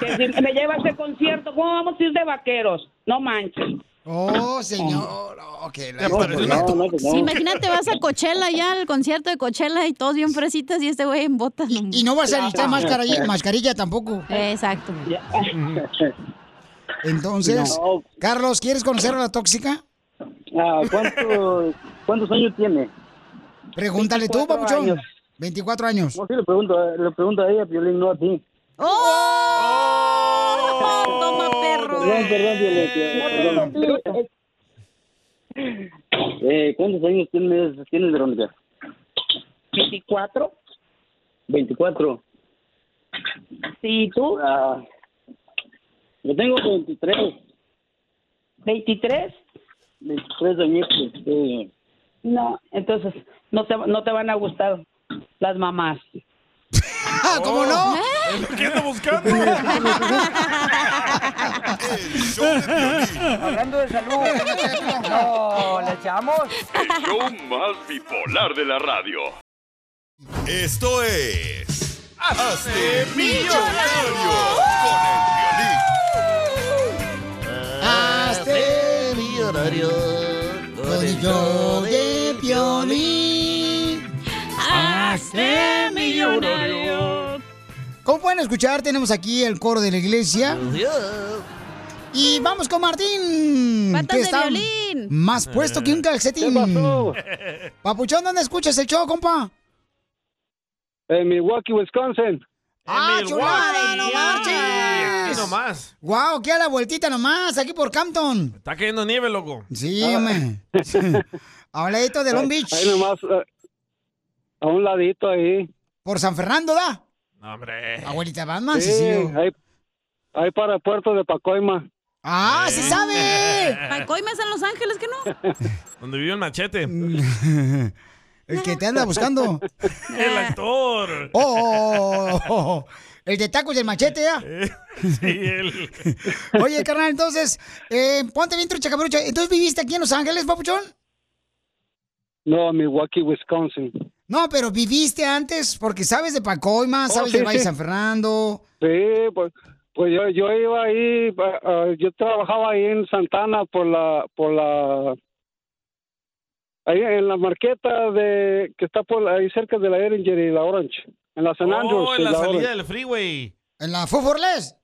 Speaker 20: que si me lleva a ese concierto, ¿cómo vamos a ir de vaqueros? No manches.
Speaker 1: Oh, señor. Ok, la-
Speaker 2: Ya parece una
Speaker 1: No,
Speaker 2: to-
Speaker 1: no, pues no.
Speaker 3: Sí, imagínate, vas a Coachella ya, al concierto de Coachella y todos bien fresitas y este güey en botas. Y,
Speaker 1: no vas a necesitar mascarilla, mascarilla tampoco.
Speaker 3: Exacto.
Speaker 1: Entonces,
Speaker 18: No.
Speaker 1: Carlos, ¿quieres conocer a la tóxica?
Speaker 18: Ah, ¿cuánto- ¿Cuántos años tiene?
Speaker 1: Pregúntale tú,
Speaker 18: 24
Speaker 1: papuchón.
Speaker 18: años.
Speaker 1: 24 años.
Speaker 18: No, sí, le pregunto, a- le pregunto a ella, Piolín, no a ti.
Speaker 3: ¡Oh!
Speaker 18: Toma, perro. Perdón, perdón, Piolín, perdón. Eh, ¿Cuántos años tienes, tienes, Verónica?
Speaker 20: 24.
Speaker 18: 24.
Speaker 20: Sí, tú.
Speaker 18: Ah, yo tengo 23.
Speaker 20: ¿23?
Speaker 18: 23 años. sí.
Speaker 20: No, entonces no te, no te van a gustar las mamás.
Speaker 1: ¡Ah, cómo
Speaker 20: ¿Eh?
Speaker 1: no!
Speaker 2: ¿Qué anda buscando?
Speaker 8: Hablando de salud. No, ¿le echamos?
Speaker 7: El show más bipolar de la radio.
Speaker 12: Esto es. Hazte
Speaker 7: millonario
Speaker 1: Hazte Ah, este millonario con el show de Ah, Piolín. Hazte millonario. Como pueden escuchar, tenemos aquí el coro de la iglesia. Y vamos con Martín,
Speaker 4: Patas de
Speaker 3: violín.
Speaker 1: más puesto que un calcetín. Papuchón, ¿dónde escuchas el show, compa?
Speaker 6: En Milwaukee, Wisconsin.
Speaker 1: ¡Ah, chulada, no
Speaker 2: Y
Speaker 1: marches!
Speaker 2: aquí nomás.
Speaker 1: ¡Guau, qué a la vueltita nomás, aquí por Campton!
Speaker 2: Está cayendo nieve, loco.
Speaker 1: Sí, hombre. A un ladito de Long Beach.
Speaker 6: Ah. Ahí nomás, eh, a un ladito ahí.
Speaker 1: Por San Fernando, ¿da?
Speaker 2: No, hombre.
Speaker 1: Abuelita Batman, sí,
Speaker 6: Sí,
Speaker 1: sí.
Speaker 6: ahí, ahí para Puerto de Pacoima. Eh.
Speaker 1: ¡Ah, sí sabe!
Speaker 3: Pacoimas en Los Ángeles, que no?
Speaker 2: Donde vive el machete.
Speaker 1: El que te anda buscando.
Speaker 2: El actor.
Speaker 1: Oh, oh, oh, oh. El de tacos del machete, ¿ya?
Speaker 2: Sí, él.
Speaker 1: Oye, carnal, entonces, eh, ponte bien trucha, caperucha. ¿Entonces viviste aquí en Los Ángeles, papuchón?
Speaker 6: No, Milwaukee, Wisconsin.
Speaker 1: No, pero viviste antes porque sabes de Pacoima, sabes
Speaker 6: Oh, sí,
Speaker 1: del Valle
Speaker 6: sí.
Speaker 1: San Fernando.
Speaker 6: Sí, pues, pues yo, yo iba ahí, pa- ah, yo trabajaba ahí en Santana por la, por la, ahí en la marqueta de, que está por la- ahí cerca de la Eringer y la Orange, en la San Andrews.
Speaker 2: Oh,
Speaker 6: y
Speaker 2: en la
Speaker 6: Orange.
Speaker 2: salida del freeway.
Speaker 1: ¿En la Foforles?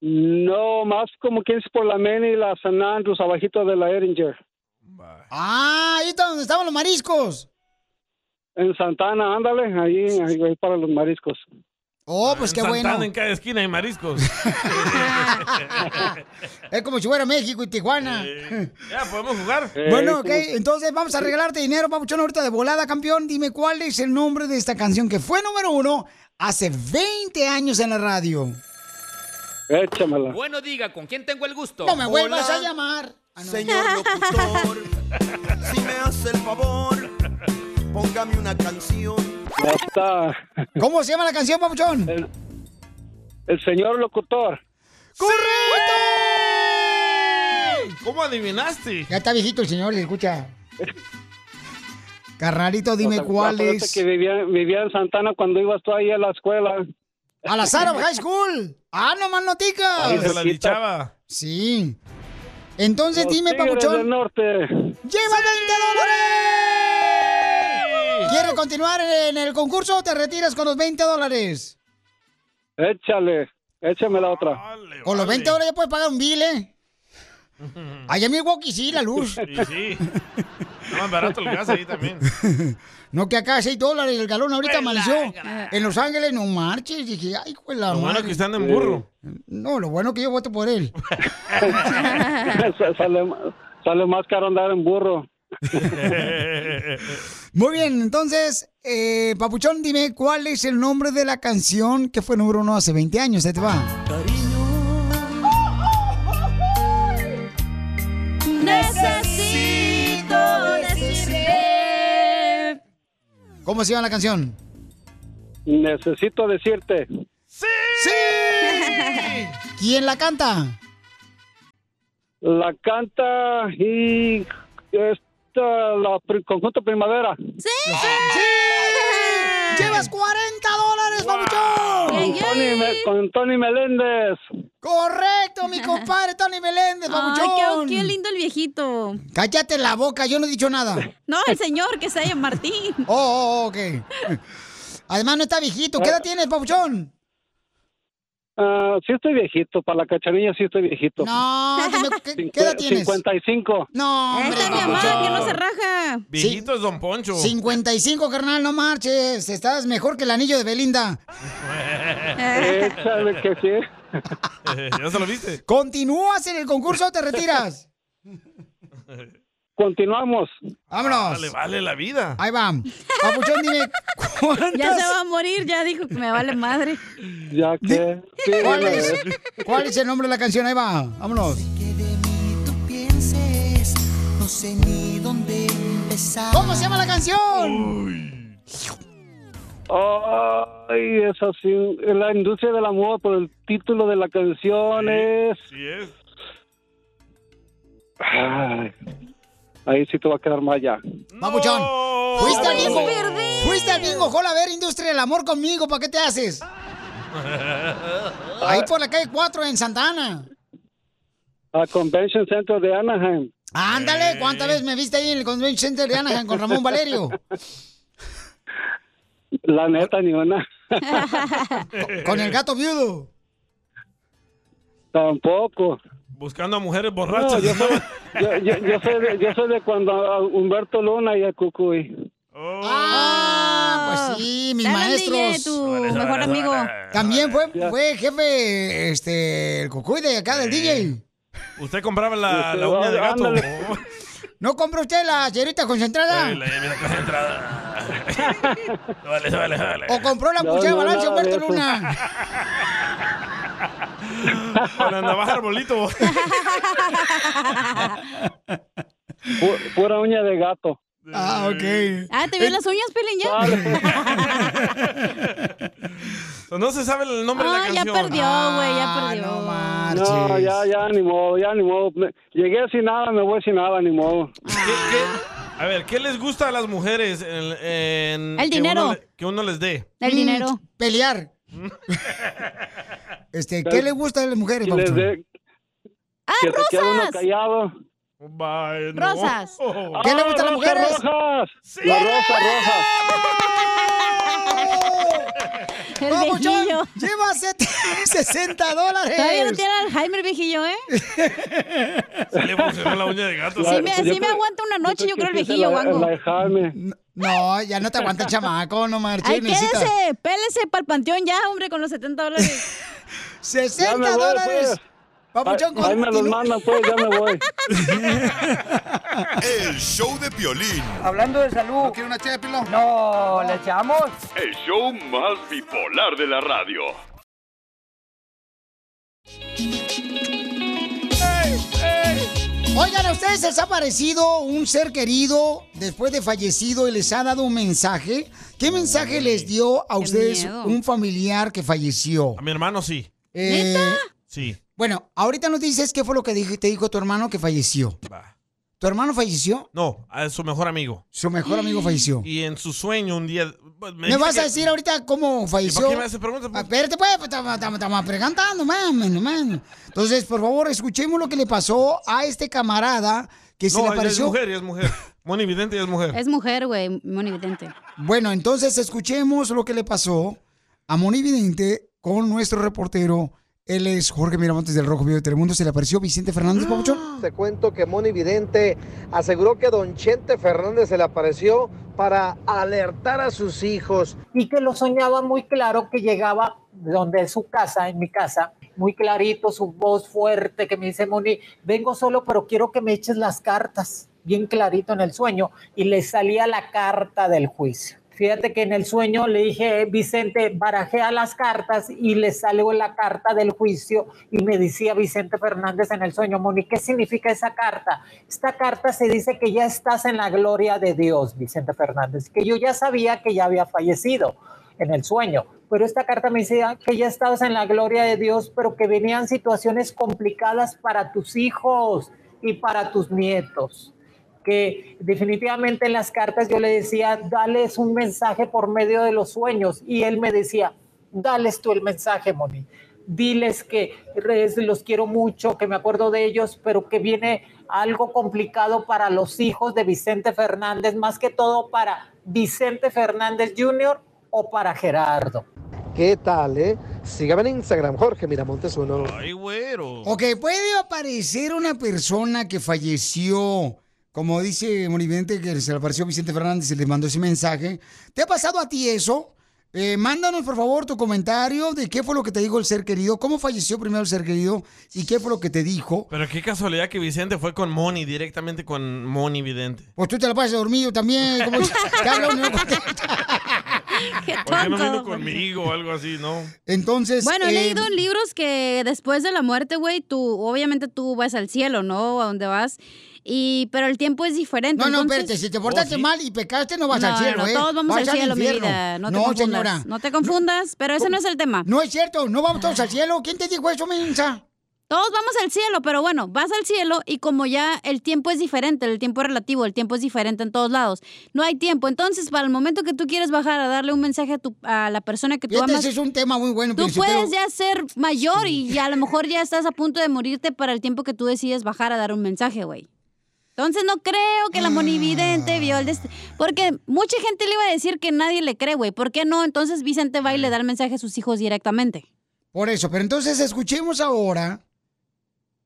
Speaker 6: No, más como 15 por la Main y la San Andrews, abajito de la Eringer.
Speaker 1: Ah, ahí está donde estaban los mariscos.
Speaker 6: En Santana, ándale, ahí, ahí, ahí para los mariscos.
Speaker 1: Oh, pues qué
Speaker 2: Ah, en Santana,
Speaker 1: bueno.
Speaker 2: en cada esquina hay mariscos.
Speaker 1: Es como si fuera México y Tijuana.
Speaker 2: ya, podemos jugar.
Speaker 21: Eh,
Speaker 1: Bueno, ok, entonces vamos a regalarte dinero, papuchón, ahorita de volada, campeón. Dime cuál es el nombre de esta canción que fue número uno hace 20 años en la radio.
Speaker 6: Échamela.
Speaker 21: Bueno, diga, ¿con quién tengo el gusto?
Speaker 1: No me vuelvas
Speaker 21: Hola,
Speaker 1: a llamar. Ah,
Speaker 21: Señor
Speaker 1: locutor.
Speaker 21: Si me hace el favor, póngame una canción.
Speaker 6: Ya está.
Speaker 1: ¿Cómo se llama la canción, papuchón?
Speaker 6: El, el señor locutor.
Speaker 1: ¡Correcto!
Speaker 2: ¿Cómo adivinaste?
Speaker 1: Ya está viejito el señor, escucha. Carnalito, dime
Speaker 6: O sea,
Speaker 1: cuál
Speaker 6: acuérdate
Speaker 1: es.
Speaker 6: que vivía, vivía en Santana cuando ibas tú ahí a la escuela.
Speaker 1: A la Sara High School. Ah, no más noticas.
Speaker 6: Ahí se la
Speaker 2: lichaba.
Speaker 1: Sí. Entonces
Speaker 6: Los
Speaker 1: dime,
Speaker 6: Tigres del
Speaker 1: papuchón.
Speaker 6: norte.
Speaker 1: ¡Lleva 20 dólares! ¿Quieres continuar en el concurso o te retiras con los 20 dólares?
Speaker 6: Échale, échame la otra.
Speaker 1: Con los 20 dólares ya puedes pagar un bill, ¿eh? Allá en Milwaukee sí, la luz.
Speaker 2: Y sí. Está más barato el gas ahí también.
Speaker 1: No que acá 6 dólares el galón
Speaker 2: Pues
Speaker 1: ahorita amaneció. En Los Ángeles no marches. Dije, ay, pues la
Speaker 2: Lo bueno
Speaker 1: madre.
Speaker 2: que están en burro.
Speaker 1: Eh, No, lo bueno que yo voto por él.
Speaker 6: Sa- sale, sale más caro andar en burro.
Speaker 1: Muy bien, entonces, eh, Papuchón, dime cuál es el nombre de la canción que fue número uno hace 20 años. Ahí te va.
Speaker 4: Necesito decirte.
Speaker 1: ¿Cómo se llama la canción?
Speaker 6: Necesito decirte.
Speaker 1: ¡Sí! ¿Quién la canta?
Speaker 6: La canta y esta, la pri- conjunto primavera.
Speaker 1: ¡Sí! ¡Llevas 40 dólares, papuchón!
Speaker 6: Con Tony, Me- con Tony Meléndez.
Speaker 1: Correcto, mi compadre Tony Meléndez,
Speaker 3: Ay,
Speaker 1: papuchón.
Speaker 3: qué, qué lindo el viejito.
Speaker 1: Cállate la boca, yo no he dicho nada.
Speaker 3: No, el señor que se llama Martín.
Speaker 1: Oh, oh, oh, ok. Además, no está viejito. ¿Qué edad tienes, papuchón?
Speaker 6: Ah, sí estoy viejito, para la cachanilla sí estoy viejito.
Speaker 1: No, dime, ¿qué, qué edad tienes?
Speaker 6: 55.
Speaker 1: No, hombre,
Speaker 6: mamá, que no
Speaker 1: se raja.
Speaker 2: Viejito es Don Poncho.
Speaker 1: 55, carnal, no marches. Estás mejor que el anillo de Belinda.
Speaker 6: Échale que sí.
Speaker 2: ¿Ya se lo viste?
Speaker 1: ¿Continúas en el concurso o te retiras?
Speaker 6: Continuamos.
Speaker 1: Vámonos.
Speaker 2: Le vale la vida.
Speaker 1: Ahí va. Papuchón, dime cuántas...
Speaker 3: Ya se va a morir, ya dijo que me vale madre.
Speaker 6: Ya que. Sí,
Speaker 1: ¿Cuál
Speaker 6: ya
Speaker 1: es,
Speaker 6: ves.
Speaker 1: cuál es el nombre de la canción? Ahí va. Vámonos.
Speaker 11: pienses, no sé ni dónde empezar.
Speaker 1: ¿Cómo se llama la canción?
Speaker 6: Ay, es así. en La industria del amor, por el título de la canción eh. es.
Speaker 2: Sí es.
Speaker 6: Ay, ahí sí te va a quedar mal ya.
Speaker 1: Papuchón. Fuiste al
Speaker 6: Ay,
Speaker 1: bingo.
Speaker 6: perdí.
Speaker 1: Fuiste al bingo, Jola, a ver, Industria del Amor conmigo. ¿Para qué te haces? Ahí por la calle 4 en Santana.
Speaker 6: A Convention Center de Anaheim. Eh.
Speaker 1: Ándale, ¿cuántas veces me viste ahí en el Convention Center de Anaheim con Ramón Valerio?
Speaker 6: La neta, ni una.
Speaker 1: Con el gato viudo.
Speaker 6: Tampoco.
Speaker 2: Buscando a mujeres
Speaker 6: No,
Speaker 2: borrachas.
Speaker 6: yo, soy, yo, yo- yo soy de, yo soy de cuando a Humberto Luna y a Cucuy.
Speaker 2: Oh.
Speaker 1: Ah, pues sí, mis
Speaker 3: Dale,
Speaker 1: maestros.
Speaker 3: DJ, tu Dale, dale, mejor amigo. dale.
Speaker 1: También fue, fue jefe, este, el cucuy de acá del DJ.
Speaker 2: Usted compraba la,
Speaker 6: Este,
Speaker 2: la uña de gato.
Speaker 1: Ándale. ¿No compró usted la hierita concentrada?
Speaker 2: Ay, la mira concentrada. Vale, vale, vale.
Speaker 1: ¿O compró la cuchara de balance Humberto Luna?
Speaker 2: Con la navaja arbolito.
Speaker 6: Pu- pura uña de gato.
Speaker 1: Ah, ok. pues,
Speaker 3: Ah, ¿te vieron las uñas, Pelín, ya?
Speaker 2: No se sabe el nombre de la
Speaker 3: Ah, ya
Speaker 2: canción.
Speaker 3: perdió, güey, ya
Speaker 1: Ah,
Speaker 3: perdió.
Speaker 6: No, ya, ya, ni modo, ya, ni modo. Me- Llegué sin nada, me voy sin nada, ni modo.
Speaker 2: A ver, ¿qué les gusta a las mujeres en, en-
Speaker 1: El
Speaker 2: que
Speaker 1: dinero.
Speaker 2: uno le- que uno les dé.
Speaker 1: El dinero. Pelear. este, ¿qué le gusta a las mujeres,
Speaker 2: Y les
Speaker 1: papuchón?
Speaker 2: dé-
Speaker 6: que se quede uno
Speaker 1: ¡Ah, rosas!
Speaker 6: callado.
Speaker 2: Bye, no.
Speaker 1: Rosas.
Speaker 2: Oh.
Speaker 1: ¿Qué le gusta a las mujeres?
Speaker 6: ¡Ah, Rojas. La rosa, roja.
Speaker 3: El
Speaker 1: ¡Papuchón!
Speaker 3: viejillo.
Speaker 1: ¡Lleva 60 dólares!
Speaker 3: Todavía no tiene Alzheimer, viejillo, ¿eh?
Speaker 2: Se le funcionó la uña de gato.
Speaker 3: Sí me,
Speaker 1: pues,
Speaker 3: sí me aguanta una noche, yo creo, el viejillo, guango.
Speaker 1: No, ya no te aguanta el chamaco, no marches.
Speaker 3: Ay,
Speaker 1: necesitas-
Speaker 3: quédese, pélese para el panteón ya, hombre, con los 70 dólares.
Speaker 1: ¡60 dólares! Papuchón,
Speaker 6: pues. Ahí me los
Speaker 1: continúa.
Speaker 6: mandan, pues, ya me voy.
Speaker 12: El show de Piolín.
Speaker 8: Hablando de salud. ¿No quiere una ché de pilón? No, ¿le echamos?
Speaker 7: El show más bipolar de la radio.
Speaker 1: Oigan, ¿a ustedes les ha parecido un ser querido después de fallecido y les ha dado un mensaje? ¿Qué mensaje les dio a ustedes
Speaker 2: miedo.
Speaker 1: un familiar que falleció?
Speaker 2: A mi hermano sí.
Speaker 1: Eh,
Speaker 2: Sí.
Speaker 1: Bueno, ahorita nos dices qué fue lo que dije- te dijo tu hermano que falleció. ¿Tu hermano falleció?
Speaker 2: No, a su mejor amigo.
Speaker 1: Su mejor amigo falleció.
Speaker 2: Y en su sueño un día. pues,
Speaker 1: ¿Me, vas a decir ahorita cómo falleció?
Speaker 2: ¿Y por qué me haces preguntas?
Speaker 1: Ah, Espérate, pues, estamos preguntando, mames, no mames. Entonces, por favor, escuchemos lo que le pasó a este camarada que se
Speaker 2: no,
Speaker 1: le
Speaker 2: es-
Speaker 1: apareció.
Speaker 2: es mujer, es mujer. Moni Vidente es mujer.
Speaker 3: Es mujer, güey, monividente.
Speaker 1: Bueno, entonces escuchemos lo que le pasó a Moni Vidente con nuestro reportero. Él es Jorge Miramontes del Rojo Vivo de Telemundo. Se le apareció Vicente
Speaker 2: Ah.
Speaker 1: Fernández, Papuchón.
Speaker 5: Te cuento que Moni Vidente aseguró que don Chente Fernández se le apareció para alertar a sus hijos.
Speaker 22: y que lo soñaba muy claro que llegaba donde es su casa, en mi casa, muy clarito, su voz fuerte que me dice, Moni, vengo solo, pero quiero que me eches las cartas, bien clarito en el sueño, y le salía la carta del juicio. Fíjate que en el sueño le dije, Vicente, barajea las cartas y le salió la carta del juicio y me decía Vicente Fernández en el sueño, Moni, ¿qué significa esa carta? Esta carta se dice que ya estás en la gloria de Dios, Vicente Fernández, que yo ya sabía que ya había fallecido en el sueño. Pero esta carta me decía que ya estabas en la gloria de Dios, pero que venían situaciones complicadas para tus hijos y para tus nietos que definitivamente en las cartas yo le decía, dales un mensaje por medio de los sueños. Y él me decía, dales tú el mensaje, Moni. Diles que res- los quiero mucho, que me acuerdo de ellos, pero que viene algo complicado para los hijos de Vicente Fernández, más que todo para Vicente Fernández Jr. o para Gerardo.
Speaker 5: ¿Qué tal, eh? Sígame en Instagram, Jorge Miramontes uno.
Speaker 1: Ok, puede aparecer una persona que falleció. Como dice Monividente que se le apareció Vicente Fernández y le mandó ese mensaje. ¿Te ha pasado a ti eso? Eh, mándanos, por favor, tu comentario de qué fue lo que te dijo el ser querido, cómo falleció primero el ser querido y qué fue lo que te dijo.
Speaker 2: Pero qué casualidad que Vicente fue con Moni, directamente con Moni Vidente.
Speaker 1: Pues tú te la pasas dormido también. Como te habla uno y no contesta.
Speaker 2: ¿Por qué no vino
Speaker 3: tonto.
Speaker 2: conmigo o algo así, no?
Speaker 1: Entonces.
Speaker 3: Bueno, he
Speaker 1: eh,
Speaker 3: leído libros que después de la muerte, güey, tú, obviamente tú vas al cielo, ¿no? A donde vas. Y, pero el tiempo es diferente.
Speaker 1: No, no,
Speaker 3: entonces-
Speaker 1: espérate, si te portaste mal y pecaste, no vas
Speaker 3: No,
Speaker 1: al
Speaker 3: no,
Speaker 1: cielo,
Speaker 3: no,
Speaker 1: ¿eh?
Speaker 3: todos vamos
Speaker 1: Vas
Speaker 3: al cielo, mi
Speaker 1: infierno.
Speaker 3: vida, no te
Speaker 1: no,
Speaker 3: confundas,
Speaker 1: señora.
Speaker 3: no te confundas, pero ese no es el tema.
Speaker 1: No es cierto, no vamos todos al cielo. ¿Quién te dijo eso, mensa?
Speaker 3: Todos vamos al cielo, pero bueno, vas al cielo y como ya el tiempo es diferente, el tiempo es relativo, el tiempo es diferente en todos lados. No hay tiempo. Entonces, para el momento que tú quieres bajar a darle un mensaje a, tu- a la persona que tú
Speaker 1: Fíjate,
Speaker 3: amas.
Speaker 1: ese es un tema muy bueno.
Speaker 3: Tú
Speaker 1: Piolinsotelo.
Speaker 3: puedes ya ser mayor y ya a lo mejor ya estás a punto de morirte para el tiempo que tú decides bajar a dar un mensaje, güey. Entonces no creo que la monividente vio el dest- Porque mucha gente le iba a decir que nadie le cree, güey. ¿Por qué no? Entonces Vicente va y le da el mensaje a sus hijos directamente.
Speaker 1: Por eso, pero entonces escuchemos ahora.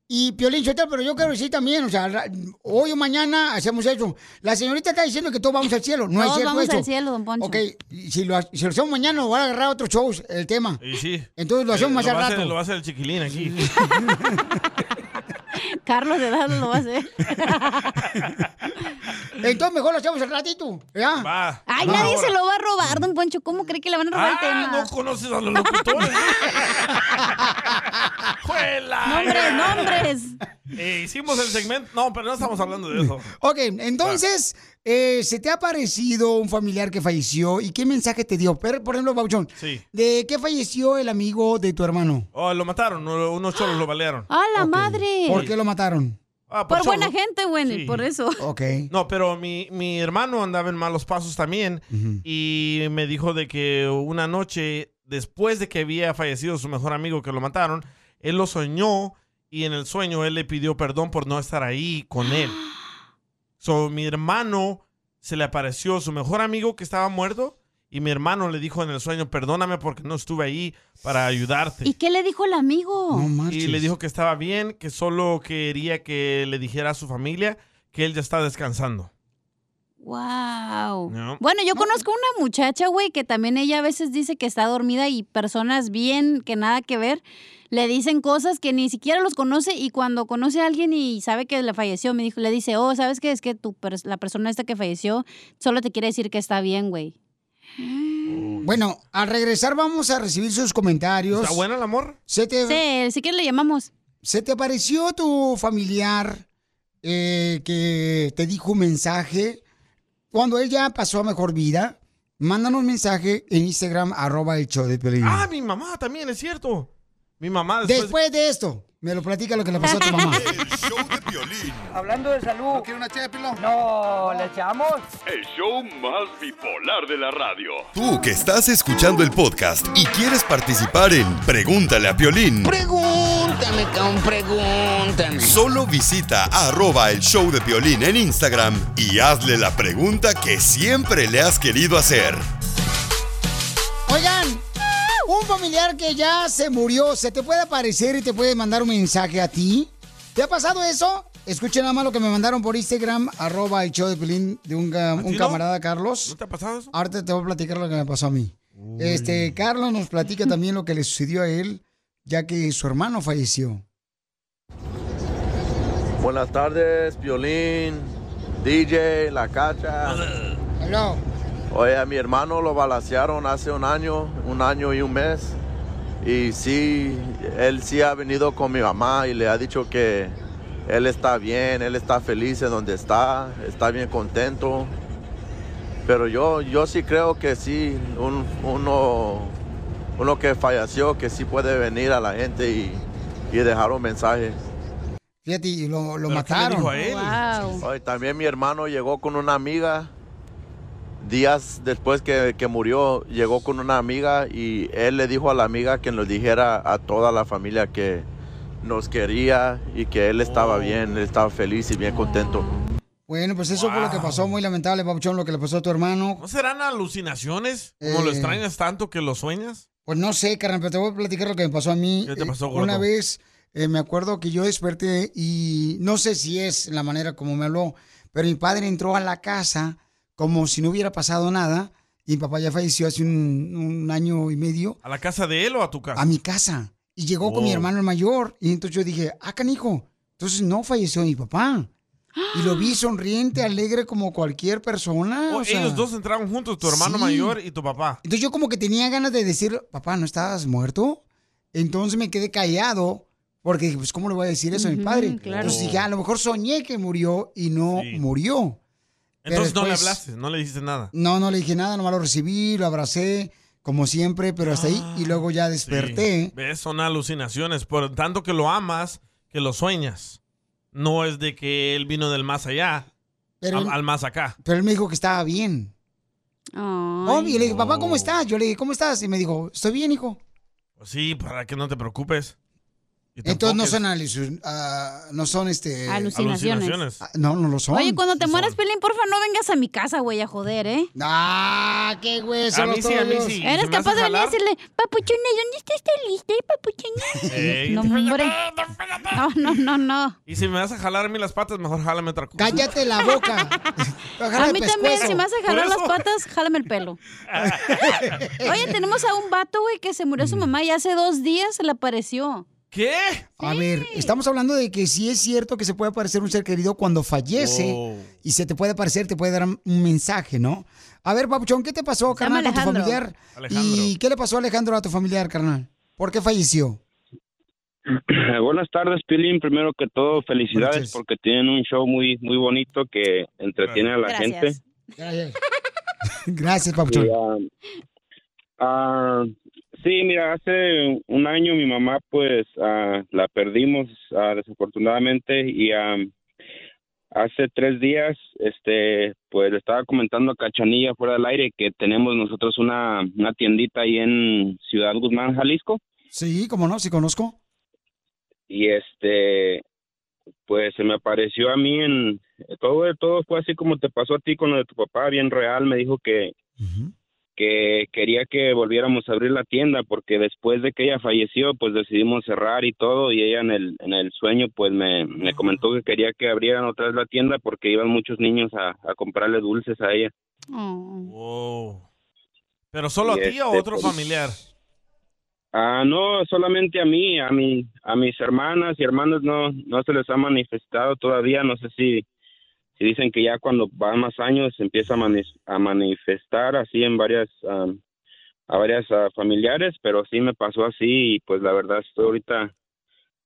Speaker 1: Y Piolín Sotelo, pero yo quiero decir también, o sea, ra- hoy o mañana hacemos eso. La señorita está diciendo que todos vamos al cielo, no es
Speaker 3: Todos
Speaker 1: cierto
Speaker 3: vamos
Speaker 1: eso.
Speaker 3: al cielo, don Poncho.
Speaker 1: Ok, y si lo, ha- si lo hacemos mañana, voy a agarrar otros shows, el tema.
Speaker 2: Y sí. Eh,
Speaker 1: Entonces lo hacemos más
Speaker 2: lo
Speaker 1: al
Speaker 2: va a hacer-
Speaker 1: rato.
Speaker 2: Lo va a hacer el chiquilín aquí.
Speaker 3: Carlos de Edad lo va a hacer.
Speaker 1: Entonces mejor lo hacemos al ratito, ¿ya?
Speaker 3: Ay,
Speaker 1: Va.
Speaker 3: nadie se lo va a robar, don Poncho. ¿Cómo cree que le van a robar el
Speaker 1: Ah,
Speaker 3: tema?
Speaker 1: no
Speaker 2: conoces a los locutores.
Speaker 3: Nombres, nombres.
Speaker 2: Eh, hicimos el segmento. No, pero no estamos hablando de eso.
Speaker 1: Ok, entonces, eh, ¿se te ha parecido un familiar que falleció? ¿Y qué mensaje te dio? Per- Por ejemplo, Bauchón,
Speaker 2: Sí.
Speaker 1: ¿de qué falleció el amigo de tu hermano?
Speaker 2: Oh, lo mataron. uno- Unos cholos lo balearon.
Speaker 3: ¡A la madre!
Speaker 1: ¿Por qué lo mataron?
Speaker 2: Ah,
Speaker 3: Por
Speaker 2: cholo.
Speaker 3: buena gente, güey,
Speaker 2: Sí.
Speaker 3: por eso.
Speaker 1: Ok.
Speaker 2: No, pero mi, mi hermano andaba en malos pasos también y me dijo de que una noche, después de que había fallecido su mejor amigo que lo mataron, él lo soñó y en el sueño él le pidió perdón por no estar ahí con él. So, mi hermano se le apareció su mejor amigo que estaba muerto y mi hermano le dijo en el sueño, perdóname porque no estuve ahí para ayudarte.
Speaker 3: ¿Y qué le dijo el amigo?
Speaker 2: Y le dijo que estaba bien, que solo quería que le dijera a su familia que él ya está descansando.
Speaker 3: Wow.
Speaker 2: No.
Speaker 3: Bueno,
Speaker 1: pues
Speaker 3: yo conozco una muchacha, güey, que también ella a veces dice que está dormida y personas bien que nada que ver le dicen cosas que ni siquiera los conoce y cuando conoce a alguien y sabe que le falleció, me dijo, le dice, "Oh, ¿sabes qué? Es que tu pers- la persona esta que falleció solo te quiere decir que está bien, güey."
Speaker 1: Bueno, al regresar vamos a recibir sus comentarios.
Speaker 2: ¿Está bueno el amor?
Speaker 1: ¿Se te,
Speaker 3: sí, si le llamamos.
Speaker 1: ¿Se te apareció tu familiar eh, que te dijo un mensaje cuando él ya pasó a mejor vida? Mándanos un mensaje en Instagram, arroba el show de Piolín.
Speaker 2: Ah, mi mamá también, es cierto. Mi mamá después...
Speaker 1: Después de esto, me lo platica lo que le pasó a tu mamá.
Speaker 8: Hablando de salud. ¿No quiere una ché de pilón? No, ¿le echamos?
Speaker 7: El show más bipolar de la radio.
Speaker 12: Tú que estás escuchando el podcast y quieres participar en Pregúntale a Piolín,
Speaker 9: Pregúntame, cabrón, pregúntame.
Speaker 12: solo visita arroba el show de Piolín en Instagram y hazle la pregunta que siempre le has querido hacer.
Speaker 1: Oigan, un familiar que ya se murió, se te puede aparecer y te puede mandar un mensaje a ti. ¿Te ha pasado eso? Escuchen nada más lo que me mandaron por Instagram, arroba el show de Piolín, de un, ca- un
Speaker 2: no?
Speaker 1: camarada, Carlos.
Speaker 2: ¿No te ha pasado eso?
Speaker 1: Ahorita te voy a platicar lo que me pasó a mí. Este, Carlos nos platica también lo que le sucedió a él, ya que su hermano falleció.
Speaker 23: Buenas tardes, Piolín, DJ, La Cacha. Oye, a mi hermano lo balacearon hace un año, un año y un mes. Y sí, él sí ha venido con mi mamá y le ha dicho que él está bien, él está feliz en donde está, está bien contento. Pero yo, yo sí creo que sí, un- uno, uno que falleció, que sí puede venir a la gente y, y dejar un mensaje.
Speaker 1: Fíjate, y lo, lo mataron.
Speaker 23: Ay, también mi hermano llegó con una amiga. Días después que, que murió, llegó con una amiga y él le dijo a la amiga que nos dijera a toda la familia que nos quería y que él estaba
Speaker 4: Oh.
Speaker 23: bien, él estaba feliz y bien contento.
Speaker 1: Bueno, pues eso fue lo que pasó, muy lamentable, Papuchón, lo que le pasó a tu hermano.
Speaker 2: ¿No serán alucinaciones? ¿Como lo
Speaker 1: Eh.
Speaker 2: extrañas tanto que lo sueñas?
Speaker 1: Pues no sé, carnal, pero te voy a platicar lo que me pasó a mí.
Speaker 2: ¿Qué te
Speaker 1: Eh,
Speaker 2: pasó, gordo?
Speaker 1: Una vez eh, me acuerdo que yo desperté y no sé si es la manera como me habló, pero mi padre entró a la casa como si no hubiera pasado nada y mi papá ya falleció hace un, un año y medio
Speaker 2: ¿A la casa de él o a tu casa?
Speaker 1: a mi casa y llegó con mi
Speaker 2: Wow.
Speaker 1: hermano el mayor y entonces yo dije, ah, canijo, entonces no falleció mi papá. Y lo vi sonriente, alegre como cualquier persona.
Speaker 2: Oh,
Speaker 1: o sea.
Speaker 2: Mm. ellos dos entraron juntos, tu hermano
Speaker 1: sí.
Speaker 2: mayor y tu papá.
Speaker 1: Entonces yo como que tenía ganas de decir, papá, ¿no estabas muerto? Entonces me quedé callado porque dije, pues ¿cómo le voy a decir eso a mi
Speaker 2: Ujú,
Speaker 1: padre?
Speaker 2: claro.
Speaker 1: Entonces dije, "Ah, a lo mejor soñé que murió y no murió. Pero
Speaker 2: Entonces no le
Speaker 1: después-
Speaker 2: hablaste, no le dijiste nada.
Speaker 1: No, no le dije nada, nomás lo recibí, lo abracé, como siempre, pero hasta ahí. Y luego ya
Speaker 2: Ah, Sí.
Speaker 1: desperté.
Speaker 2: ¿Ves? Son alucinaciones. Por tanto que lo amas, que lo sueñas. No es de que él vino del más allá
Speaker 1: Pero-
Speaker 2: al, al más acá.
Speaker 1: Pero él me dijo que estaba bien. Obvio, le dije, papá, ¿cómo estás? Yo le dije, ¿cómo estás? Y me dijo, estoy bien, hijo.
Speaker 2: Sí, para que no te preocupes. Y te
Speaker 1: Entonces no
Speaker 2: enfoques.
Speaker 1: son, alucin- ah, no son este...
Speaker 2: Alucinaciones. Alucinaciones.
Speaker 1: Ah, No, no lo son.
Speaker 3: Oye, cuando te mueras, Pelín, porfa, no vengas a mi casa, güey, a joder, ¿eh?
Speaker 1: Ah, qué güey,
Speaker 3: eso
Speaker 1: solo mí sí, a mí todos. sí.
Speaker 3: Eres
Speaker 1: ¿Se me
Speaker 3: capaz
Speaker 1: hace
Speaker 3: de venir a
Speaker 1: jalar?
Speaker 3: decirle, papuchona, ¿dónde está esta lista, papuchona?
Speaker 2: Ey.
Speaker 3: No, hombre. No, no, no, no.
Speaker 2: Y si me vas a jalar a mí las patas, mejor jálame otra cosa.
Speaker 1: Cállate la boca.
Speaker 3: A mí también, si me vas a jalar las
Speaker 2: Por
Speaker 3: patas, jálame el pelo. Oye, tenemos a un vato, güey, que se murió
Speaker 1: Mm.
Speaker 3: su mamá y hace dos días se le apareció.
Speaker 2: ¿Qué?
Speaker 1: A ver, estamos hablando de que sí es cierto que se puede aparecer un ser querido cuando fallece y se te puede aparecer, te puede dar un mensaje, ¿no? A ver, Papuchón, ¿qué te pasó,
Speaker 3: llama
Speaker 1: carnal, a tu
Speaker 3: Alejandro.
Speaker 1: familiar?
Speaker 3: Alejandro.
Speaker 1: ¿Y qué le pasó a Alejandro a tu familiar, carnal? ¿Por qué falleció?
Speaker 24: Buenas tardes, Pilín. Primero que todo, felicidades porque tienen un show muy muy bonito que entretiene a la gente.
Speaker 1: Gracias. Gracias, Papuchón.
Speaker 24: Y, ah, ah, sí, mira, hace un año mi mamá pues ah, la perdimos ah, desafortunadamente y ah, hace tres días este pues le estaba comentando a Cachanilla fuera del aire que tenemos nosotros una, una tiendita ahí en Ciudad Guzmán, Jalisco.
Speaker 1: Sí, cómo no, sí conozco.
Speaker 24: y este pues se me apareció a mí en todo todo fue así como te pasó a ti con lo de tu papá bien real me dijo que que quería que volviéramos a abrir la tienda porque después de que ella falleció pues decidimos cerrar y todo y ella en el en el sueño pues me, me comentó que quería que abrieran otra vez la tienda porque iban muchos niños a, a comprarle dulces a ella
Speaker 3: Oh.
Speaker 2: Wow. ¿Pero solo a
Speaker 24: Y
Speaker 2: ti o a
Speaker 24: este,
Speaker 2: otro
Speaker 24: pues,
Speaker 2: familiar?
Speaker 24: Ah, no, solamente a mí, a mi, a mis hermanas y hermanos no, no se les ha manifestado todavía. No sé si, si dicen que ya cuando van más años se empieza a, manis- a manifestar así en varias, am, a varias ah, familiares, pero sí me pasó así y pues la verdad estoy ahorita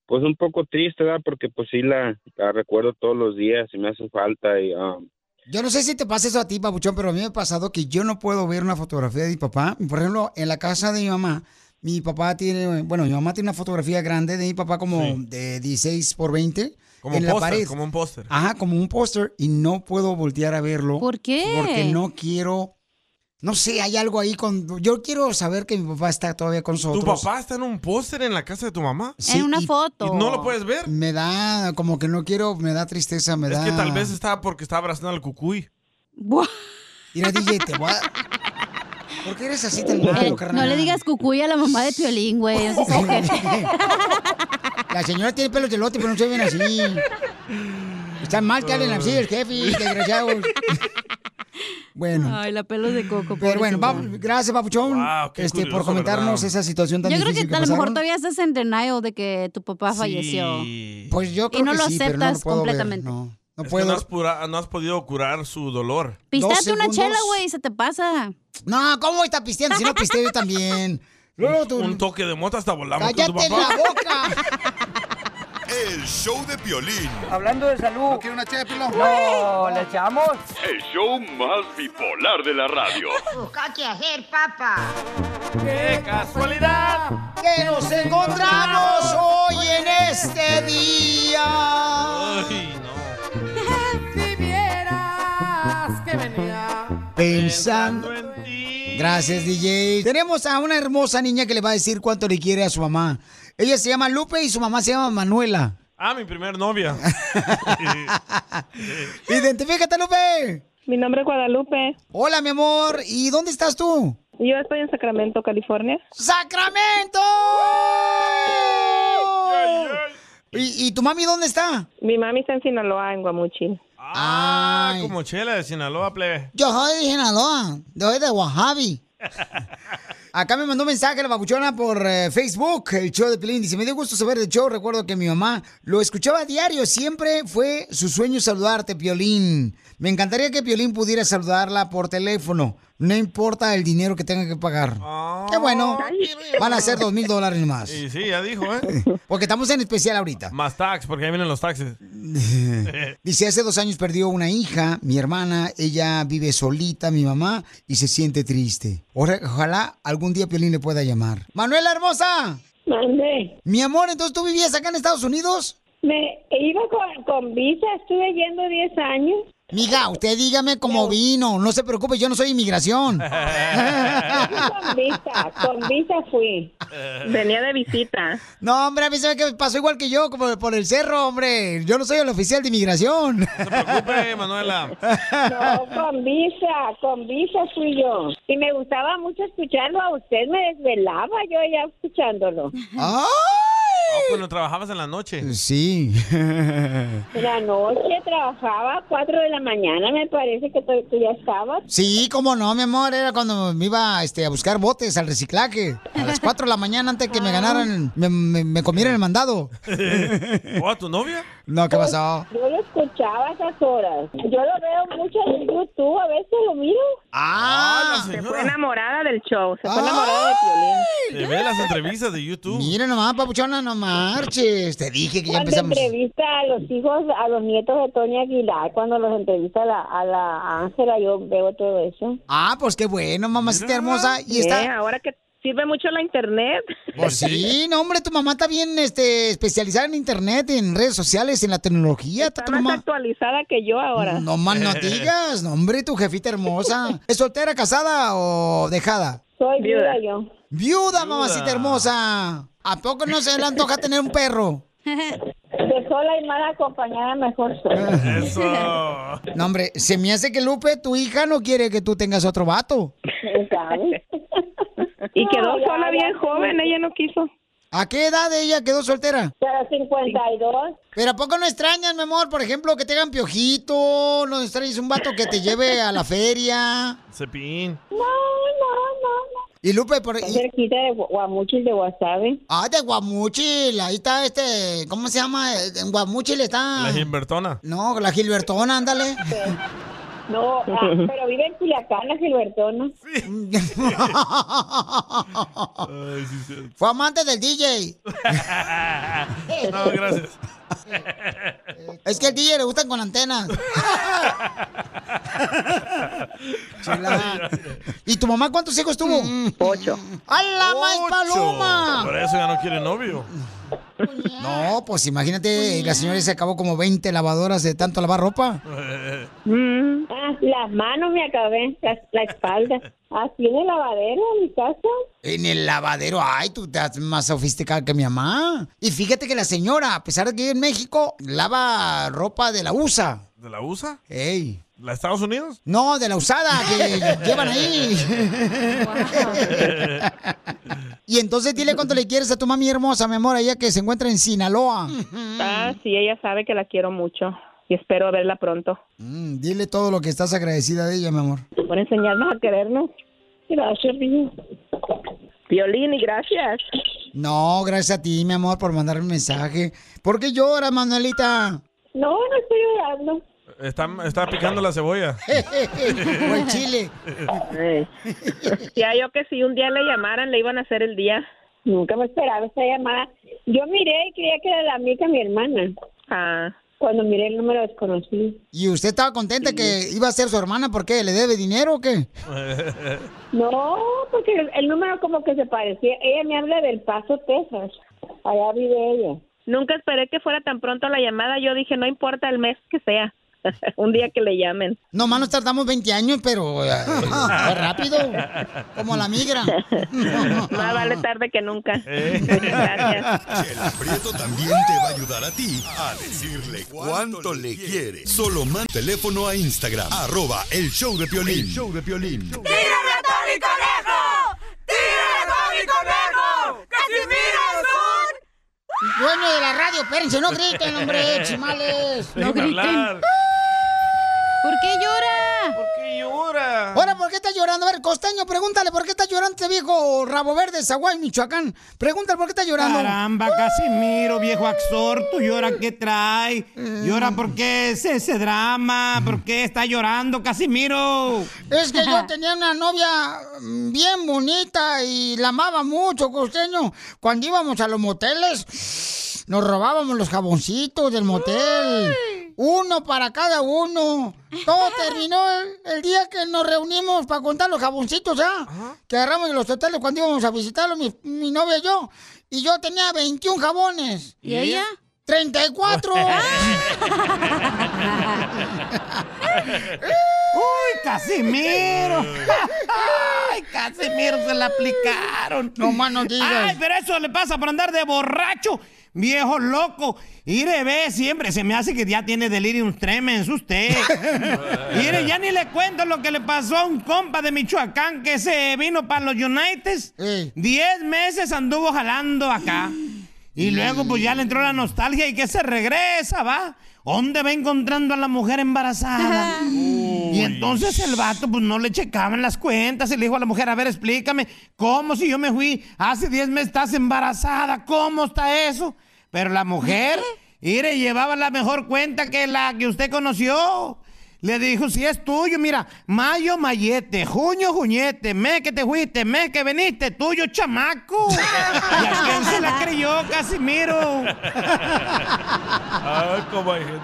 Speaker 24: pues un poco triste, ¿verdad? Porque pues sí la, la recuerdo todos los días y me hace falta y am,
Speaker 1: Yo no sé si te pasa eso a ti, Papuchón, pero a mí me ha pasado que yo no puedo ver una fotografía de mi papá. Por ejemplo, en la casa de mi mamá, mi papá tiene, bueno, mi mamá tiene una fotografía grande de mi papá como
Speaker 2: Sí.
Speaker 1: de 16 por 20
Speaker 2: Como
Speaker 1: en
Speaker 2: póster,
Speaker 1: la pared.
Speaker 2: como un póster.
Speaker 1: Ajá, como un póster y no puedo voltear a verlo.
Speaker 3: ¿Por qué?
Speaker 1: Porque no quiero, no sé, hay algo ahí con, yo quiero saber que mi papá está todavía con
Speaker 2: ¿Tu
Speaker 1: nosotros.
Speaker 2: papá está en un póster en la casa de tu mamá?
Speaker 1: Sí, y-
Speaker 2: ¿Y no lo puedes ver?
Speaker 1: Me da, como que no quiero, me da tristeza, me
Speaker 2: Es
Speaker 1: da.
Speaker 2: que tal vez estaba porque estaba abrazando al cucuy.
Speaker 1: Mira, DJ, te voy a... ¿Por qué eres así tan
Speaker 3: Eh,
Speaker 1: malo,
Speaker 3: no
Speaker 1: carnal?
Speaker 3: le digas cucuy a la mamá de Piolín, güey. no seas ojete.
Speaker 1: La señora tiene pelos de lote, pero no se ven así. Están mal que hablen así el jefe, desgraciados. Bueno.
Speaker 3: Ay, la pelos de coco.
Speaker 1: Pero bueno,
Speaker 3: pobrecita.
Speaker 1: va- gracias, Papuchón,
Speaker 2: qué
Speaker 1: este, por
Speaker 2: curioso,
Speaker 1: comentarnos
Speaker 2: ¿verdad?
Speaker 1: esa situación tan
Speaker 3: Yo creo que,
Speaker 1: difícil
Speaker 3: a lo mejor
Speaker 1: pasaron.
Speaker 3: todavía estás en denial de que tu papá falleció.
Speaker 1: Pues yo
Speaker 3: Y
Speaker 1: creo
Speaker 3: no
Speaker 1: que
Speaker 3: lo
Speaker 1: sí, pero no lo
Speaker 3: aceptas
Speaker 1: puedo ver,
Speaker 3: completamente.
Speaker 1: no. No
Speaker 2: Es que
Speaker 1: puedo.
Speaker 2: no, has pura- no has podido curar su dolor.
Speaker 3: Pistate una
Speaker 1: segundos.
Speaker 3: chela, güey, se te pasa.
Speaker 1: No, ¿cómo está pisteando? Si no pisteo yo también. Luego tú...
Speaker 2: Un toque de mota hasta volamos con tu
Speaker 1: ¡Cállate
Speaker 2: papá.
Speaker 1: la boca!
Speaker 12: El show de Piolín.
Speaker 8: Hablando de salud. ¿No quiere una No, ¿le echamos?
Speaker 7: El show más bipolar de la radio.
Speaker 8: ¡Qué casualidad!
Speaker 1: ¡Que nos encontramos hoy en este día.
Speaker 4: Si vieras que venía.
Speaker 1: Pensando en ti. Gracias, DJ. Tenemos a una hermosa niña que le va a decir cuánto le quiere a su mamá. Ella se llama Lupe y su mamá se llama Manuela.
Speaker 2: Ah, mi primer novia.
Speaker 1: Identifícate, Lupe.
Speaker 25: Mi nombre es Guadalupe.
Speaker 1: Hola, mi amor. ¿Y dónde estás tú?
Speaker 25: Yo estoy en Sacramento, California.
Speaker 1: ¡Sacramento! ¿Y, y tu mami dónde está?
Speaker 25: Mi mami está en Sinaloa, en Guamuchi.
Speaker 2: Ah, como chela de Sinaloa, plebe.
Speaker 1: Yo soy de Sinaloa, yo soy de Wasabi. Acá me mandó un mensaje la babuchona por eh, Facebook, el show de Pelín. Dice, me dio gusto saber el show. Recuerdo que mi mamá lo escuchaba a diario. Siempre fue su sueño saludarte, Piolín. Me encantaría que Piolín pudiera saludarla por teléfono. No importa el dinero que tenga que pagar. Qué bueno. Van a ser dos mil dólares más.
Speaker 2: Y sí, ya dijo, ¿eh?
Speaker 1: Porque estamos en especial ahorita. Eh,
Speaker 2: Más tax, porque ahí vienen los taxes.
Speaker 1: Dice, hace dos años perdió una hija, mi hermana, ella vive solita, mi mamá, y se siente triste. Ora- Ojalá algún día Piolín le pueda llamar. Manuela hermosa.
Speaker 14: Mande.
Speaker 1: Mi amor, entonces tú vivías acá en Estados Unidos.
Speaker 14: Me iba con, con visa, estuve yendo 10 años.
Speaker 1: Miga, usted dígame cómo vino. No se preocupe, yo no soy inmigración.
Speaker 14: Con visa, con visa fui. Venía de visita.
Speaker 1: No, hombre, a mí se ve que pasó igual que yo, como por el cerro, hombre. Yo no soy el oficial de inmigración.
Speaker 2: Ocupe, Manuela.
Speaker 14: No,
Speaker 1: Ah.
Speaker 14: con visa, con visa fui yo. Y me gustaba mucho escucharlo a usted, me desvelaba yo ya escuchándolo.
Speaker 2: Ah, cuando trabajabas en la noche.
Speaker 1: Sí.
Speaker 14: La noche trabajaba, 4 de la mañana me parece que tú tú ya estabas.
Speaker 1: Sí, cómo no, mi amor, era cuando me iba este, a buscar botes al reciclaje. A las 4 de la mañana antes que me ganaran, me, me- me comieran el mandado.
Speaker 2: ¿O a tu novia?
Speaker 1: No, ¿qué pasó?
Speaker 14: Yo lo escuchaba a esas horas. Yo lo veo mucho en YouTube, a veces lo miro.
Speaker 1: Ah,
Speaker 14: se fue enamorada del show, se fue enamorada de Piolín.
Speaker 2: Te ve las entrevistas de YouTube.
Speaker 1: Mira nomás, papuchona, no marches. Te dije que ya
Speaker 14: Cuando
Speaker 1: empezamos.
Speaker 14: entrevista a los hijos, a los nietos de Tony Aguilar, cuando los entrevista a la a la Ángela, yo veo todo eso.
Speaker 1: Ah, pues qué bueno, mamacita hermosa. Y
Speaker 14: Eh,
Speaker 1: está.
Speaker 14: ahora que sirve mucho la internet.
Speaker 1: Pues sí, no, hombre, tu mamá está bien este, especializada en internet, en redes sociales, en la tecnología. Está más
Speaker 14: actualizada que yo ahora.
Speaker 1: No más no digas, no, hombre, tu jefita hermosa. ¿Es soltera, casada o dejada?
Speaker 14: Soy viuda yo.
Speaker 1: Viuda, mamacita hermosa. ¿A poco no se le antoja tener un perro?
Speaker 14: Dejó la hermana acompañada
Speaker 1: Eh,
Speaker 14: mejor sola.
Speaker 2: Eso.
Speaker 1: No, hombre, se me hace que Lupe, tu hija, no quiere que tú tengas otro vato.
Speaker 14: Y quedó sola bien joven, ella no quiso.
Speaker 1: ¿A qué edad ella quedó soltera?
Speaker 14: Pero 52.
Speaker 1: Pero ¿a poco no extrañas, mi amor? Por ejemplo, que te hagan piojito, no extrañas un vato que te lleve a la feria.
Speaker 2: Cepillín.
Speaker 14: No, no,
Speaker 1: Y Lupe, por
Speaker 14: no. Cerquita de Gua- Guamuchil de Guasave.
Speaker 1: Ah, de Guamuchil, ahí está este, ¿cómo se llama? En Guamuchil está...
Speaker 2: La Gilbertona.
Speaker 1: No, la Gilbertona, ándale.
Speaker 14: No, ah, pero vive en Culiacán, la Gilbertona.
Speaker 1: Fue amante del DJ.
Speaker 2: no, gracias.
Speaker 1: Es que al DJ le gustan con antenas. Chela. ¿Y tu mamá cuántos hijos tuvo?
Speaker 14: Ocho.
Speaker 1: ¡Hala, más paloma!
Speaker 2: Por eso ya no quiere novio.
Speaker 1: No, pues imagínate, la señora se acabó como 20 lavadoras de tanto lavar ropa.
Speaker 14: Ah, las manos me acabé, las- la, espalda. Así en el lavadero en mi casa.
Speaker 1: En el lavadero, ay, tú estás más sofisticada que mi mamá. Y fíjate que la señora, a pesar de que vive en México, lava ropa de la USA.
Speaker 2: ¿De la USA?
Speaker 1: Ey.
Speaker 2: ¿La Estados Unidos?
Speaker 1: No, de la usada que llevan ahí. y entonces dile cuánto le quieres a tu mami hermosa, mi amor, ella que se encuentra en Sinaloa.
Speaker 14: Ah, sí, ella sabe que la quiero mucho y espero verla pronto.
Speaker 1: Mm, dile todo lo que estás agradecida de ella, mi amor.
Speaker 14: Por enseñarnos a querernos. Gracias, niño. Violín y gracias.
Speaker 1: No, gracias a ti, mi amor, por mandarme un mensaje. ¿Por qué lloras, Manuelita?
Speaker 14: No, no estoy llorando.
Speaker 2: Está, está picando la cebolla.
Speaker 1: o el chile.
Speaker 14: Decía yo que si un día le llamaran, le iban a hacer el día. Nunca me esperaba esa llamada. Yo miré y creía que era la amiga de mi hermana. Ah. Cuando miré el número desconocido.
Speaker 1: ¿Y usted estaba contenta que iba a ser su hermana? ¿Por qué? ¿Le debe dinero o qué?
Speaker 14: No, porque el, el número como que se parecía. Ella me habla del Paso, Texas. Allá vive ella. Nunca esperé que fuera tan pronto la llamada. Yo dije, no importa el mes que sea, un día que le llamen.
Speaker 1: Nomás nos tardamos 20 años, pero eh, fue rápido, como la migra.
Speaker 14: Más vale tarde que nunca.
Speaker 12: Eh. Chela Prieto también te va a ayudar a ti a decirle cuánto le quiere. Solo manda teléfono a Instagram, arroba el show de Piolín. show de Piolín.
Speaker 13: ¡Tírame a Tony Conejo! ¡Tírame a Tony Conejo! ¡Casimiro es un...
Speaker 1: Dueño de la radio, espérense, no griten, hombre, chimales.
Speaker 2: Dejen hablar.
Speaker 1: ¿Por qué llora?
Speaker 2: ¿Por qué llora?
Speaker 1: Ahora, ¿por qué está llorando? A ver, Costeño, pregúntale, ¿por qué está llorando este viejo rabo verde, Zaguay, Michoacán? Pregúntale, ¿por qué está llorando?
Speaker 15: Caramba, Casimiro, viejo axor, tú llora qué trae. Llora porque es ese drama, porque está llorando, Casimiro.
Speaker 1: Es que yo tenía una novia mm, bien bonita y la amaba mucho, costeño. Cuando íbamos a los moteles, nos robábamos los jaboncitos del motel. Uno para cada uno. Todo terminó el, el día que nos reunimos para contar los jaboncitos, ¿ya? Que agarramos de los hoteles cuando íbamos a visitarlo, mi, mi novia y yo. Y yo tenía 21 jabones.
Speaker 13: ¿Y ella?
Speaker 1: 34.
Speaker 15: ¡Uy, Casimiro! ¡Ay, Casimiro, se la aplicaron!
Speaker 1: No más no digas.
Speaker 15: ¡Ay, pero eso le pasa por andar de borracho! Viejo loco, Ire, ve, siempre se me hace que ya tiene delirium tremens usted. Mire, ya ni le cuento lo que le pasó a un compa de Michoacán que se vino para los Uniteds. Diez meses anduvo jalando acá. Y luego pues ya le entró la nostalgia y que se regresa, va. ¿Dónde va encontrando a la mujer embarazada? y entonces el vato pues no le checaban las cuentas y le dijo a la mujer, a ver, explícame, ¿cómo si yo me fui hace 10 meses estás embarazada? ¿Cómo está eso? Pero la mujer, mire, llevaba la mejor cuenta que la que usted conoció. Le dijo, si es tuyo, mira, mayo, mayete, junio, juñete, mes que te fuiste, mes que veniste, tuyo, chamaco. ¿Y a quién se la creyó, Casimiro?
Speaker 2: Ah, cómo hay gente.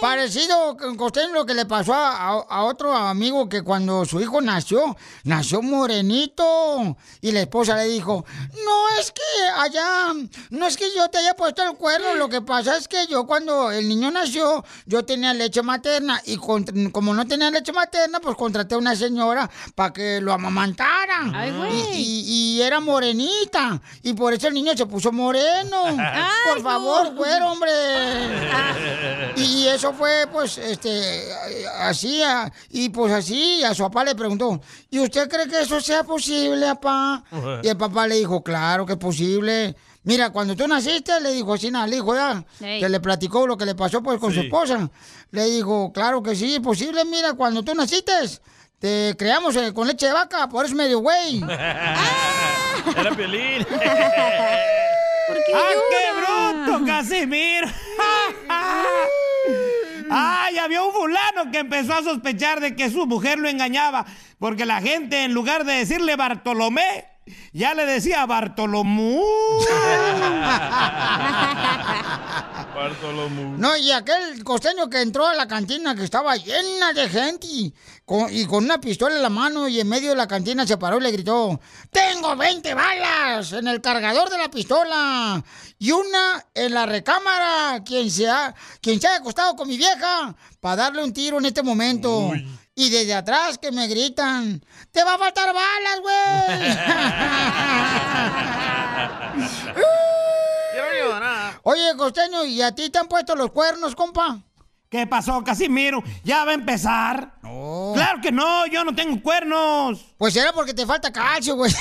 Speaker 1: Parecido, con Costeño, lo que le pasó a, a- a otro amigo que cuando su hijo nació, nació morenito. Y la esposa le dijo, no es que allá, no es que yo te haya puesto el cuerno, lo que pasa es que yo cuando el niño nació, yo tenía leche materna. Y contr- como no tenía leche materna, pues contraté a una señora para que lo amamantara. Y, y- y era morenita. Y por eso el niño se puso moreno. por favor, güero, hombre. Y eso fue, pues, este, así, a- y pues así, a su papá le preguntó, ¿y usted cree que eso sea posible, papá? Y el papá le dijo, claro que es posible. Mira, cuando tú naciste, le dijo así nada, al hijo, ya,
Speaker 13: Ey.
Speaker 1: que le platicó lo que le pasó, pues, con su
Speaker 13: Sí.
Speaker 1: esposa. Le dijo, claro que sí, es posible, mira, cuando tú naciste, te creamos eh, con leche de vaca, por eso medio güey.
Speaker 2: Era Piolín.
Speaker 15: ¡Ah, qué bruto, Casimiro! ¡Ay, había un fulano que empezó a sospechar de que su mujer lo engañaba! Porque la gente, en lugar de decirle Bartolomé, ya le decía Bartolomú.
Speaker 2: Bartolomé.
Speaker 1: No, y aquel costeño que entró a la cantina que estaba llena de gente y con, y con una pistola en la mano y en medio de la cantina se paró y le gritó, tengo 20 balas en el cargador de la pistola y una en la recámara, quien se ha, quien se ha acostado con mi vieja para darle un tiro en este momento. Y desde atrás que me gritan, te va a faltar balas, güey.
Speaker 2: Quiero llorar.
Speaker 1: Oye, costeño, ¿y a ti te han puesto los cuernos, compa?
Speaker 15: ¿Qué pasó, Casimiro? ¿Ya va a empezar? ¡Claro que no! ¡Yo no tengo cuernos!
Speaker 1: Pues era porque te falta calcio, güey.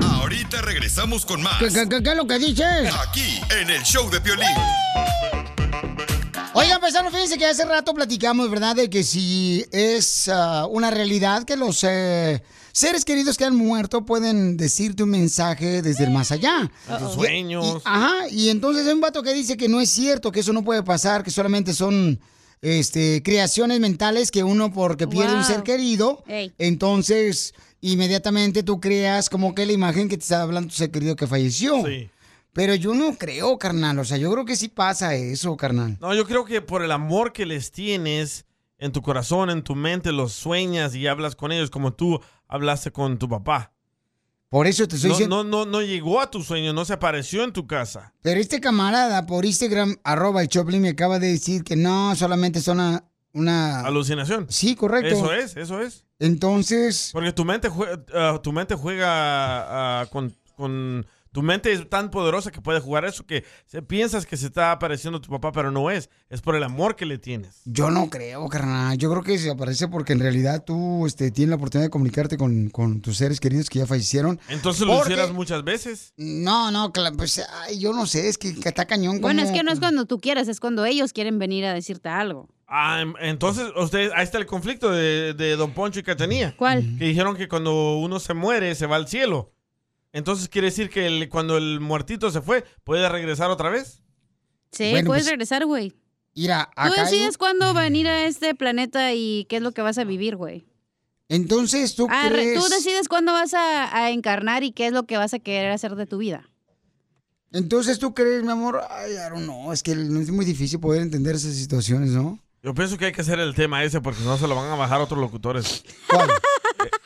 Speaker 12: Ahorita regresamos con más.
Speaker 1: ¿Qué, qué, qué- qué es lo que dices?
Speaker 12: Aquí, en el show de Piolín.
Speaker 1: Oigan, paisanos, fíjense que hace rato platicamos, ¿verdad? De que si es ah, una realidad que los eh, seres queridos que han muerto pueden decirte un mensaje desde el más allá.
Speaker 2: Tus
Speaker 1: Y-
Speaker 2: sueños.
Speaker 1: y- ajá, y entonces hay un vato que dice que no es cierto, que eso no puede pasar, que solamente son este, creaciones mentales que uno porque pierde un
Speaker 3: Wow.
Speaker 1: ser querido,
Speaker 3: Ey.
Speaker 1: entonces inmediatamente tú creas como que la imagen que te está hablando tu ser querido que falleció. Pero yo no creo, carnal. O sea, yo creo que sí pasa eso, carnal.
Speaker 2: No, yo creo que por el amor que les tienes, en tu corazón, en tu mente, los sueñas y hablas con ellos como tú hablaste con tu papá.
Speaker 1: Por eso te estoy
Speaker 2: no,
Speaker 1: diciendo.
Speaker 2: No, no, no llegó a tu sueño, no se apareció en tu casa.
Speaker 1: Pero este camarada por Instagram, arroba el Choplin, me acaba de decir que no, solamente son una. una-
Speaker 2: Alucinación.
Speaker 1: Ah. Sí, correcto.
Speaker 2: Eso es, eso es.
Speaker 1: Entonces,
Speaker 2: Porque tu mente juega, ah, tu mente juega ah, con, con- Tu mente es tan poderosa que puede jugar eso que se- piensas que se está apareciendo tu papá, pero no es. Es por el amor que le tienes.
Speaker 1: yo no creo, carnal. Yo creo que se aparece porque en realidad tú este, tienes la oportunidad de comunicarte con, con tus seres queridos que ya fallecieron.
Speaker 2: Entonces lo
Speaker 1: Porque-
Speaker 2: hicieras muchas veces.
Speaker 1: No, no, cla- pues ay, yo no sé, es que, que está cañón.
Speaker 3: Bueno,
Speaker 1: como-
Speaker 3: es que no es cuando tú quieres, es cuando ellos quieren venir a decirte algo.
Speaker 2: Ah, em- entonces, ustedes, ahí está el conflicto de, de Don Poncho y Cachanía.
Speaker 3: ¿Cuál?
Speaker 2: Que dijeron que cuando uno se muere, se va al cielo. Entonces, ¿quiere decir que el- cuando el muertito se fue, puede regresar otra vez?
Speaker 3: Sí,
Speaker 2: Bueno,
Speaker 3: puedes
Speaker 2: pues,
Speaker 3: regresar, güey.
Speaker 1: Mira,
Speaker 3: Tú
Speaker 1: acá hay-
Speaker 3: decides cuándo venir a este planeta y qué es lo que vas a vivir, güey.
Speaker 1: Entonces tú
Speaker 3: Ah, re-
Speaker 1: crees.
Speaker 3: Tú decides cuándo vas a, a encarnar y qué es lo que vas a querer hacer de tu vida.
Speaker 1: Entonces tú crees, mi amor. Ay, I don't know, es que es muy difícil poder entender esas situaciones, ¿no?
Speaker 2: Yo pienso que hay que hacer el tema ese porque si no se lo van a bajar otros locutores.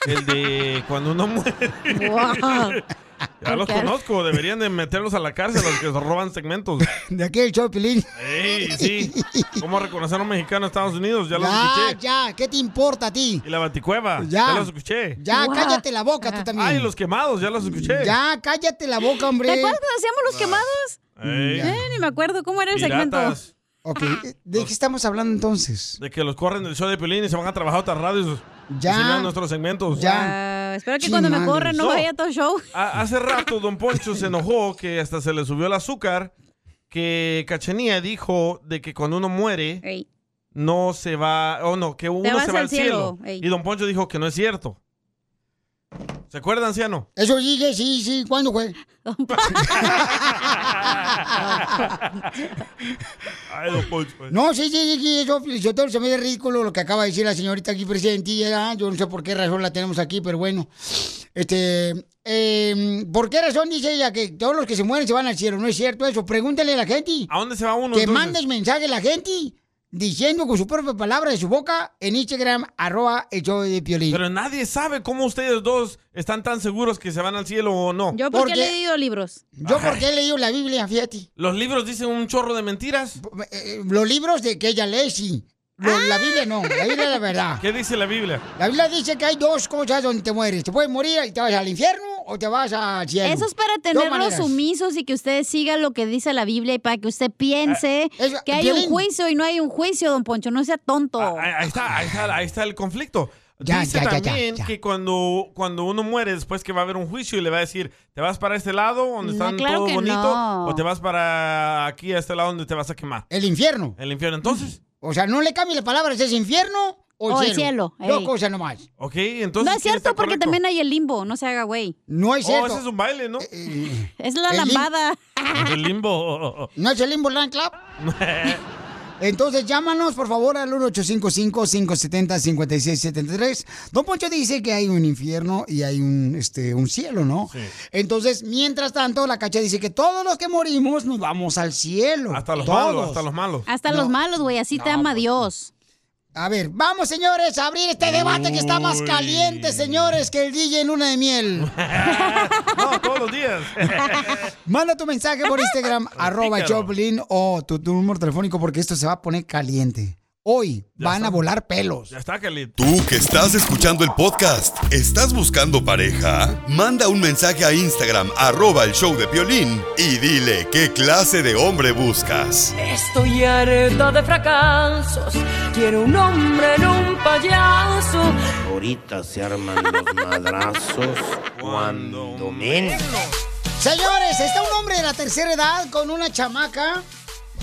Speaker 2: E, El de cuando uno muere.
Speaker 13: Wow.
Speaker 2: Ya los conozco, deberían de meterlos a la cárcel los que roban segmentos.
Speaker 1: De aquí el show, Pilín.
Speaker 2: Ey, sí. ¿Cómo reconocer a un mexicano en Estados Unidos? Ya los
Speaker 1: Ya,
Speaker 2: escuché.
Speaker 1: ya, ¿qué te importa a ti?
Speaker 2: Y la baticueva.
Speaker 1: Ya.
Speaker 2: Ya. los escuché.
Speaker 1: Ya, cállate la boca
Speaker 3: Ah.
Speaker 1: tú también.
Speaker 2: Ay, los quemados, ya los escuché.
Speaker 1: Ya, cállate la boca, hombre.
Speaker 3: ¿Te acuerdas cuando hacíamos
Speaker 2: Ah.
Speaker 3: los quemados?
Speaker 2: Ey.
Speaker 3: Eh, ni me acuerdo cómo era el
Speaker 2: Piratas.
Speaker 3: segmento.
Speaker 1: Ok, ¿de qué estamos hablando entonces?
Speaker 2: De que los corren del show de Pelín y se van a trabajar a otras radios.
Speaker 1: Ya.
Speaker 2: Y se vean nuestros segmentos.
Speaker 3: Ah, espero que cuando me
Speaker 2: Chimales.
Speaker 3: corran no
Speaker 2: No.
Speaker 3: vaya a todo show.
Speaker 2: A- hace rato Don Poncho se enojó que hasta se le subió el azúcar. Que Cachenía dijo de que cuando uno muere
Speaker 3: Ey.
Speaker 2: no se va, o no, que uno
Speaker 3: vas
Speaker 2: se va
Speaker 3: al
Speaker 2: al,
Speaker 3: cielo,
Speaker 2: cielo.
Speaker 3: ey.
Speaker 2: Y Don Poncho dijo que no es cierto. ¿Se acuerda, anciano?
Speaker 1: Eso dije, sí, sí, ¿cuándo fue?
Speaker 2: Ay, Don Poncho. pues.
Speaker 1: No, sí, sí, sí, sí, eso, Felicitero, se me hace ridículo lo que acaba de decir la señorita aquí presente. y era, Yo no sé por qué razón la tenemos aquí, pero bueno. Este, eh, ¿por qué razón dice ella que todos los que se mueren se van al cielo? No es cierto eso. Pregúntale a la gente.
Speaker 2: ¿A dónde se va uno?
Speaker 1: Que
Speaker 2: entonces?
Speaker 1: mandes mensaje a la gente diciendo con su propia palabra de su boca en Instagram, arroba el show de Piolín.
Speaker 2: Pero nadie sabe cómo ustedes dos están tan seguros que se van al cielo o no.
Speaker 3: Yo porque, he leído libros.
Speaker 1: Yo porque he leído la Biblia, fíjate.
Speaker 2: Los libros dicen un chorro de mentiras.
Speaker 1: Eh, Los libros de que ella lee, sí. Lo-
Speaker 3: Ah.
Speaker 1: La Biblia no, la Biblia es la verdad.
Speaker 2: ¿Qué dice la Biblia?
Speaker 1: La Biblia dice que hay dos cosas donde te mueres. Te puedes morir y te vas al infierno o te vas al cielo.
Speaker 3: Eso es para
Speaker 1: Dos
Speaker 3: tenerlos
Speaker 1: maneras.
Speaker 3: sumisos y que usted siga lo que dice la Biblia y para que usted piense
Speaker 1: Ah,
Speaker 3: que hay un
Speaker 2: Piolín.
Speaker 3: juicio y no hay un juicio, don Poncho. No sea tonto.
Speaker 2: Ahí, Ah, ahí está, ahí está, ahí está el conflicto.
Speaker 3: Ya,
Speaker 2: Dice
Speaker 3: ya, ya, ya,
Speaker 2: también
Speaker 3: ya.
Speaker 2: que cuando, cuando uno muere, después que va a haber un juicio y le va a decir, ¿te vas para este lado donde
Speaker 1: No,
Speaker 2: está
Speaker 1: claro
Speaker 2: todo
Speaker 1: que
Speaker 2: bonito?
Speaker 1: no.
Speaker 2: ¿O te vas para aquí, a este lado donde te vas a quemar?
Speaker 1: El infierno.
Speaker 2: El infierno, entonces.
Speaker 1: O sea, no le cambie la palabra, es infierno o,
Speaker 3: O el cielo,
Speaker 1: Dos
Speaker 3: ey.
Speaker 1: cosas nomás.
Speaker 2: Ok, entonces.
Speaker 3: no es
Speaker 2: ¿quién está
Speaker 3: cierto porque
Speaker 2: correcto?
Speaker 3: también hay el limbo, no se haga güey.
Speaker 1: No Eh,
Speaker 2: Oh, ese es un baile, ¿no?
Speaker 3: Es la
Speaker 1: El lim-
Speaker 3: lambada.
Speaker 2: El limbo.
Speaker 1: ¿No es el Limbo Land Club? Entonces llámanos por favor al 1-855-570-5673. Don Poncho dice que hay un infierno y hay un, este, un cielo, ¿no?
Speaker 13: Sí.
Speaker 1: Entonces, mientras tanto, la cacha dice que todos los que morimos nos vamos al cielo. Hasta
Speaker 2: los malos, hasta los malos.
Speaker 3: Hasta los malos, güey, así te ama Dios.
Speaker 1: pues, A ver, vamos señores a abrir este debate que está más
Speaker 3: Uy.
Speaker 1: caliente, señores, que el DJ en luna de miel.
Speaker 2: no, todos los días.
Speaker 1: Manda tu mensaje por Instagram, arroba
Speaker 2: pícaro.
Speaker 1: Choplin o tu, tu número telefónico porque esto se va a poner caliente. Hoy van a volar pelos.
Speaker 2: ya está, Kelly.
Speaker 12: Tú que estás escuchando el podcast, ¿estás buscando pareja? Manda un mensaje a Instagram, arroba el show de violín, y dile qué clase de hombre buscas.
Speaker 13: Estoy harta de fracasos. Quiero un hombre en un payaso.
Speaker 17: Ahorita se arman los madrazos cuando menos.
Speaker 1: Señores, está un hombre de la tercera edad con una chamaca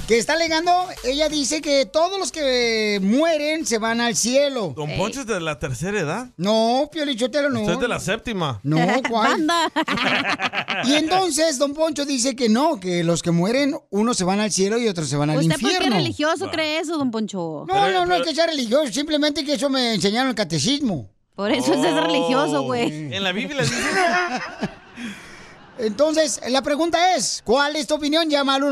Speaker 1: que está alegando. Ella dice que todos los que mueren se van al cielo. Eh,
Speaker 2: Don Poncho es de la tercera edad.
Speaker 1: No, Piolichotero, no.
Speaker 2: Usted es de la séptima.
Speaker 1: No, ¿cuál? Y entonces Don Poncho dice que no, que los que mueren, unos se van al cielo y otros se van al
Speaker 3: ¿Usted por qué
Speaker 1: infierno.
Speaker 3: religioso cree eso, don Poncho?
Speaker 1: No, no, no es que sea religioso, simplemente que eso me enseñaron el catecismo.
Speaker 3: Por eso es
Speaker 1: Oh.
Speaker 3: religioso, güey.
Speaker 2: En la Biblia dice.
Speaker 1: Entonces, la pregunta es, ¿cuál es tu opinión? Llama al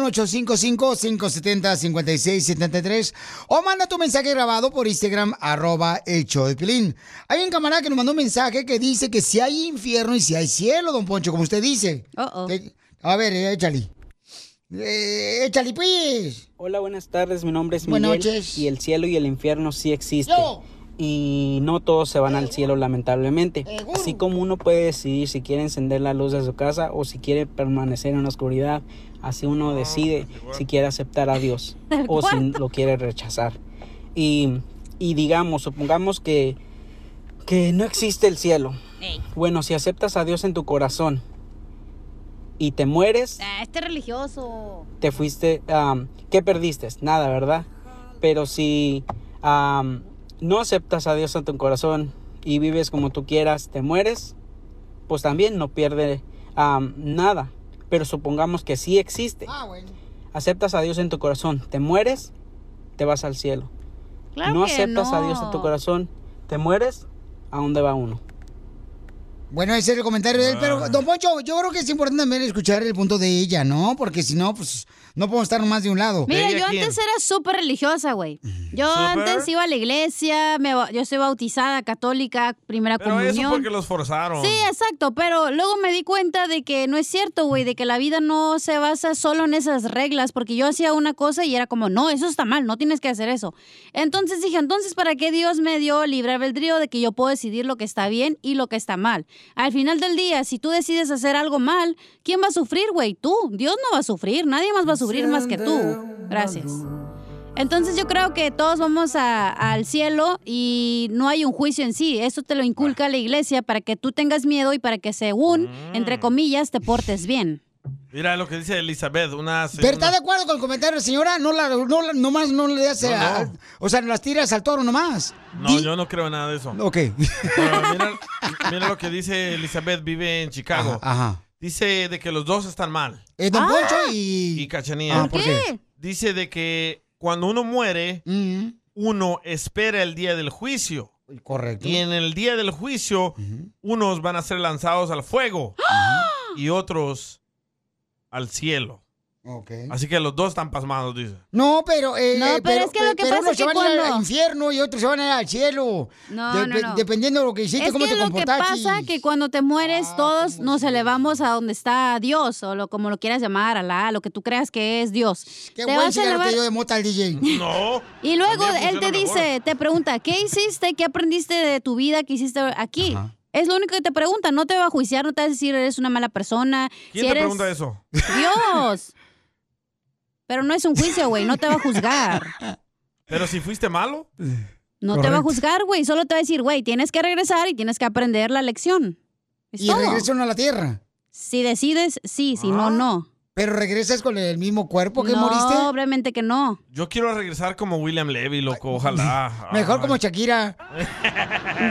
Speaker 1: 1-855-570-5673 o manda tu mensaje grabado por Instagram, arroba el show de Piolín. Hay un camarada que nos mandó un mensaje que dice que si hay infierno y si hay cielo, don Poncho, como usted dice. Que- A ver, eh, échale. Eh, échale, pues.
Speaker 13: Hola, buenas tardes. Mi nombre es Miguel.
Speaker 1: Buenas
Speaker 13: Y el cielo y el infierno sí existen.
Speaker 1: Yo.
Speaker 13: Y no todos se van al cielo, lamentablemente.
Speaker 1: Seguro.
Speaker 13: Así como uno puede decidir si quiere encender la luz de su casa o si quiere permanecer en la oscuridad. Así
Speaker 1: Ah,
Speaker 13: uno decide si quiere aceptar a Dios Del o si cuarto. lo quiere rechazar. Y, y digamos, supongamos que, que no existe el cielo. Bueno, si aceptas a Dios en tu corazón y te mueres,
Speaker 3: Ah, este religioso.
Speaker 13: te fuiste, am, ¿qué perdiste? Nada, ¿verdad? Pero si am, no aceptas a Dios en tu corazón y vives como tú quieras, te mueres, pues también no pierde am, nada. Pero supongamos que sí existe. Aceptas a Dios en tu corazón, te mueres, te vas al cielo.
Speaker 26: Claro
Speaker 13: no
Speaker 26: que
Speaker 13: aceptas a Dios en tu
Speaker 26: no.
Speaker 13: corazón, te mueres, ¿a dónde va uno?
Speaker 1: Bueno, ese es el comentario de él,
Speaker 2: Ah.
Speaker 1: pero don Poncho, yo creo que es importante también escuchar el punto de ella, ¿no? Porque si no, pues no podemos estar más de un lado.
Speaker 3: Mira, yo antes era súper religiosa, güey. Yo
Speaker 2: Mm. ¿Súper?
Speaker 3: antes iba a la iglesia, me ba- yo soy bautizada, católica, primera
Speaker 2: Pero eso
Speaker 3: comunión.
Speaker 2: porque los forzaron.
Speaker 3: Sí, exacto, pero luego me di cuenta de que no es cierto, güey, de que la vida no se basa solo en esas reglas, porque yo hacía una cosa y era como, no, eso está mal, no tienes que hacer eso. Entonces dije, entonces, ¿para qué Dios me dio libre albedrío de que yo puedo decidir lo que está bien y lo que está mal? Al final del día, si tú decides hacer algo mal, ¿quién va a sufrir, güey? Tú, Dios no va a sufrir, nadie más va a sufrir más que tú. Gracias. Entonces yo creo que todos vamos a- al cielo y no hay un juicio en sí. Eso te lo inculca la iglesia para que tú tengas miedo y para que según, entre comillas, te portes bien.
Speaker 2: Mira lo que dice Elizabeth, una...
Speaker 1: Pero está de acuerdo con el comentario, señora, no la, no la- nomás no le das
Speaker 2: No,
Speaker 1: a-
Speaker 2: no.
Speaker 1: o sea, las tiras al toro nomás.
Speaker 2: No, yo no creo en nada de eso.
Speaker 1: Ok.
Speaker 2: Pero mira, mira lo que dice Elizabeth, vive en Chicago.
Speaker 1: Ajá.
Speaker 2: Dice de que los dos están mal.
Speaker 1: Eh, don Ah. Poncho y...
Speaker 2: Y Cachanilla.
Speaker 1: Ah, ¿por ¿Por qué? Mm. qué?
Speaker 2: Dice de que cuando uno muere, uno espera el día del juicio.
Speaker 1: Correcto.
Speaker 2: Y en el día del juicio, unos van a ser lanzados al fuego y otros al cielo. Así que los dos están pasmados, dice.
Speaker 1: No, pero... eh,
Speaker 3: No,
Speaker 1: eh,
Speaker 3: pero es que lo que
Speaker 1: pero
Speaker 3: pasa
Speaker 1: unos
Speaker 3: es
Speaker 1: se
Speaker 3: que
Speaker 1: van a ir
Speaker 3: cuando-
Speaker 1: al infierno y otros se van a ir al cielo.
Speaker 3: No, no, no.
Speaker 1: Dependiendo de lo que hiciste,
Speaker 3: es
Speaker 1: cómo
Speaker 3: que
Speaker 1: te Ah,
Speaker 3: lo que
Speaker 1: comportaste.
Speaker 3: pasa que cuando te mueres todos nos elevamos a donde está Dios o lo, como lo quieras llamar, Alá, lo que tú creas que es Dios.
Speaker 1: Qué
Speaker 3: Te
Speaker 1: buen
Speaker 3: vas a
Speaker 1: cigarro te
Speaker 3: elevar-
Speaker 1: dio de mota al DJ.
Speaker 2: No.
Speaker 3: Y luego
Speaker 1: También
Speaker 3: él te
Speaker 1: funciona
Speaker 3: dice, te pregunta, ¿qué hiciste? ¿Qué aprendiste de tu vida que hiciste aquí? Es lo único que te pregunta, no te va a juiciar, no te va a decir eres una mala persona.
Speaker 2: ¿Quién
Speaker 3: si
Speaker 2: te
Speaker 3: eres-
Speaker 2: pregunta eso?
Speaker 3: Dios. Pero no es un juicio, güey, no te va a juzgar.
Speaker 2: Pero si fuiste malo.
Speaker 3: No te va a juzgar, güey, solo te va a decir, güey, tienes que regresar y tienes que aprender la lección. Es
Speaker 1: Y
Speaker 3: todo.
Speaker 1: regresa uno a la tierra.
Speaker 3: Si decides, sí, si
Speaker 2: Ah.
Speaker 3: no, no.
Speaker 1: Pero regresas con el mismo cuerpo que
Speaker 3: no,
Speaker 1: moriste.
Speaker 3: obviamente que no.
Speaker 2: Yo quiero regresar como William Levy, loco, ojalá.
Speaker 1: Mejor
Speaker 2: Ay,
Speaker 1: como Shakira.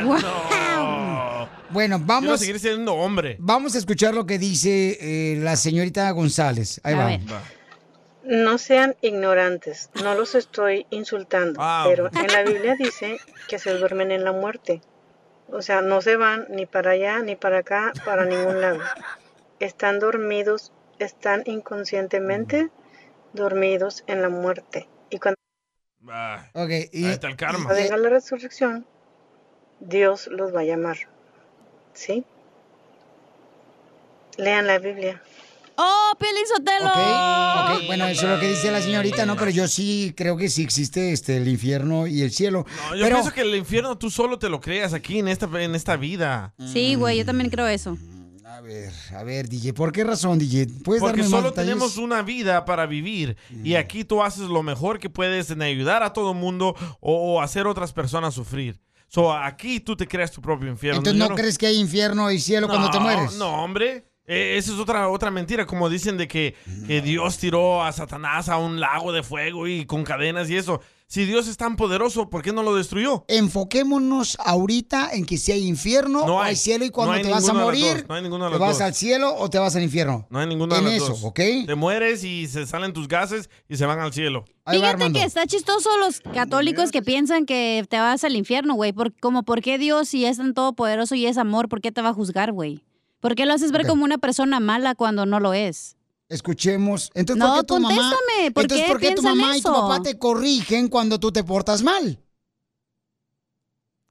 Speaker 2: no.
Speaker 1: Bueno,
Speaker 2: Quiero
Speaker 1: vamos,
Speaker 2: seguir siendo hombre.
Speaker 1: vamos a escuchar lo que dice eh, la señorita González. Ahí
Speaker 2: A
Speaker 1: va.
Speaker 2: ver.
Speaker 27: No sean ignorantes, no los estoy insultando,
Speaker 20: Ah,
Speaker 27: pero en la Biblia dice que se duermen en la muerte. O sea, no se van ni para allá, ni para acá, para ningún lado. Están dormidos, están inconscientemente dormidos en la muerte. Y cuando
Speaker 2: Ah,
Speaker 1: ahí
Speaker 2: está el karma.
Speaker 27: venga la resurrección, Dios los va a llamar. ¿Sí? Lean la Biblia.
Speaker 3: ¡Oh, Piolín Sotelo!
Speaker 1: Ok, bueno, eso es lo que dice la señorita, ¿no? Pero yo sí creo que sí existe este, el infierno y el cielo.
Speaker 2: No, yo
Speaker 1: Pero-
Speaker 2: pienso que el infierno tú solo te lo creas aquí en esta, en esta vida.
Speaker 1: Mm.
Speaker 3: Sí, güey, yo también creo eso.
Speaker 1: A ver, a ver, DJ, ¿por qué razón, DJ? ¿Puedes darme
Speaker 2: Porque
Speaker 1: más
Speaker 2: solo
Speaker 1: detalles? Mm.
Speaker 2: tenemos una vida para vivir y aquí tú haces lo mejor que puedes en ayudar a todo mundo o, o hacer otras personas sufrir. So, aquí tú te creas tu propio infierno.
Speaker 1: Entonces,
Speaker 2: Yo
Speaker 1: ¿no, crees que hay infierno y cielo cuando te
Speaker 2: No,
Speaker 1: mueres?
Speaker 2: No, hombre. Eh, esa es otra, otra mentira, como dicen de que,
Speaker 1: Mm.
Speaker 2: que Dios tiró a Satanás a un lago de fuego y con cadenas y eso. Si Dios es tan poderoso, ¿por qué no lo destruyó?
Speaker 1: Enfoquémonos ahorita en que si hay infierno
Speaker 2: No
Speaker 1: o
Speaker 2: hay.
Speaker 1: hay cielo y
Speaker 2: No
Speaker 1: cuando
Speaker 2: hay
Speaker 1: te vas a
Speaker 2: ninguna de las
Speaker 1: morir,
Speaker 2: dos, no hay ninguna de
Speaker 1: te
Speaker 2: las
Speaker 1: vas
Speaker 2: dos.
Speaker 1: al cielo o te vas al infierno.
Speaker 2: No hay ninguna
Speaker 1: En
Speaker 2: de las
Speaker 1: eso,
Speaker 2: dos.
Speaker 1: ¿ok?
Speaker 2: Te mueres y se salen tus gases y se van al cielo.
Speaker 3: Fíjate que está chistoso los católicos que piensan que te vas al infierno, güey. por- como, ¿por qué Dios, si es tan todopoderoso y es amor, por qué te va a juzgar, güey? ¿Por qué lo haces ver como una persona mala cuando no lo es?
Speaker 1: Escuchemos. Entonces,
Speaker 3: No,
Speaker 1: ¿por qué tu mamá,
Speaker 3: contéstame, ¿por
Speaker 1: entonces,
Speaker 3: qué
Speaker 1: ¿por qué tu
Speaker 3: piensan
Speaker 1: mamá y tu
Speaker 3: eso?
Speaker 1: papá te corrigen cuando tú te portas mal?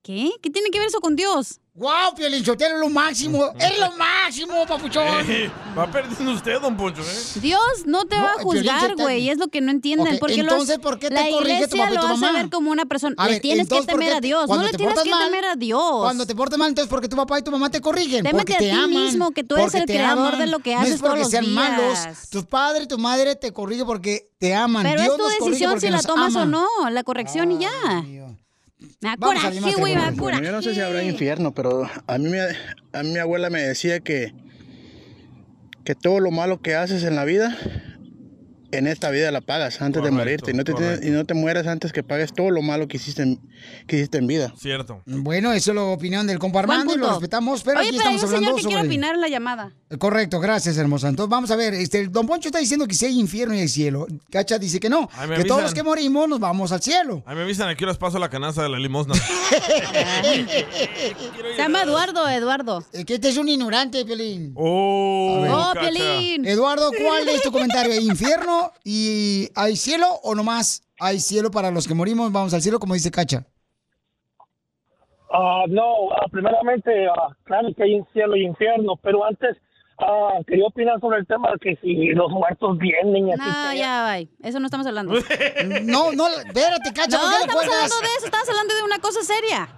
Speaker 3: ¿Qué? ¿Qué tiene que ver eso con Dios?
Speaker 1: ¡Wow, Pielinchotero, lo máximo! ¡Es lo máximo, papuchón!
Speaker 2: Eh, va perdiendo usted, don Poncho, ¿eh?
Speaker 3: Dios no te
Speaker 2: No,
Speaker 3: va a
Speaker 2: Piolín se
Speaker 3: juzgar,
Speaker 2: está-
Speaker 3: güey. y Es lo que no entienden.
Speaker 1: Ok,
Speaker 3: ¿Por qué lo
Speaker 1: entonces,
Speaker 3: hace-
Speaker 1: ¿por qué te
Speaker 3: la
Speaker 1: corrige tu
Speaker 3: iglesia
Speaker 1: papá y tu
Speaker 3: lo hace
Speaker 1: mamá?
Speaker 3: ver como una persona.
Speaker 1: A
Speaker 3: le
Speaker 1: ver,
Speaker 3: tienes que
Speaker 1: entonces, ¿por
Speaker 3: temer
Speaker 1: qué
Speaker 3: a
Speaker 1: te-
Speaker 3: Dios. No
Speaker 1: cuando
Speaker 3: le
Speaker 1: te
Speaker 3: tienes
Speaker 1: portas
Speaker 3: que
Speaker 1: mal,
Speaker 3: temer a Dios.
Speaker 1: Cuando te portas mal, entonces porque tu papá y tu mamá te corrigen.
Speaker 3: Témete
Speaker 1: porque
Speaker 3: a
Speaker 1: te
Speaker 3: ti
Speaker 1: aman,
Speaker 3: mismo, que tú eres
Speaker 1: porque
Speaker 3: el
Speaker 1: te
Speaker 3: creador
Speaker 1: aman.
Speaker 3: de lo que
Speaker 1: No
Speaker 3: haces
Speaker 1: es porque
Speaker 3: todos los
Speaker 1: sean malos.
Speaker 3: días.
Speaker 1: Tu padre y tu madre te corrigen porque te aman.
Speaker 3: Pero
Speaker 1: Dios
Speaker 3: es tu
Speaker 1: nos corrige
Speaker 3: decisión
Speaker 1: porque
Speaker 3: si la
Speaker 1: nos
Speaker 3: tomas
Speaker 1: ama.
Speaker 3: o no. La corrección y ya. Me da
Speaker 1: Vamos a alguien
Speaker 3: coraje,
Speaker 1: más,
Speaker 3: güey. Me da
Speaker 1: tenemos.
Speaker 3: coraje.
Speaker 4: Bueno, yo no sé si habrá infierno, pero a mí, me- a mí mi abuela me decía que, que todo lo malo que haces en la vida, en esta vida la pagas antes de morirte. Y no, te tienes- y no te mueras antes que pagues todo lo malo que hiciste en, que hiciste en vida.
Speaker 2: Cierto.
Speaker 1: Bueno, eso es la opinión del compa
Speaker 3: Buen
Speaker 1: Armando y lo
Speaker 3: punto.
Speaker 1: respetamos, pero
Speaker 3: Oye,
Speaker 1: aquí
Speaker 3: pero hay
Speaker 1: estamos
Speaker 3: un señor
Speaker 1: hablando
Speaker 3: que
Speaker 1: sobre...
Speaker 3: quiere opinar en la llamada.
Speaker 1: Correcto, gracias, hermosa. Entonces, vamos a ver. Este, el don Poncho está diciendo que si hay infierno y hay cielo. Cacha dice que no.
Speaker 2: Ay, me
Speaker 1: que todos
Speaker 2: avisan.
Speaker 1: los que morimos nos vamos al cielo.
Speaker 2: Ahí me avisan, aquí les paso la canasta de la limosna.
Speaker 3: Se llama Eduardo, Eduardo.
Speaker 1: que este es un ignorante, Piolín.
Speaker 2: ¡Oh!
Speaker 3: ¡Oh,
Speaker 1: Cacha.
Speaker 3: Piolín!
Speaker 1: Eduardo, ¿cuál es tu comentario? ¿Hay infierno y hay cielo o nomás hay cielo para los que morimos? Vamos al cielo, como dice Cacha.
Speaker 20: Ah, no, ah, primeramente, ah, claro que hay un cielo y infierno, pero antes ah, quería opinar sobre el tema de que si los muertos vienen y así.
Speaker 3: No, ya, bye. Eso no estamos hablando.
Speaker 1: No, no, espérate, Cacha,
Speaker 3: No,
Speaker 1: ¿por qué le
Speaker 3: estamos
Speaker 1: cuelgas?
Speaker 3: hablando de eso. Estamos hablando de una cosa seria.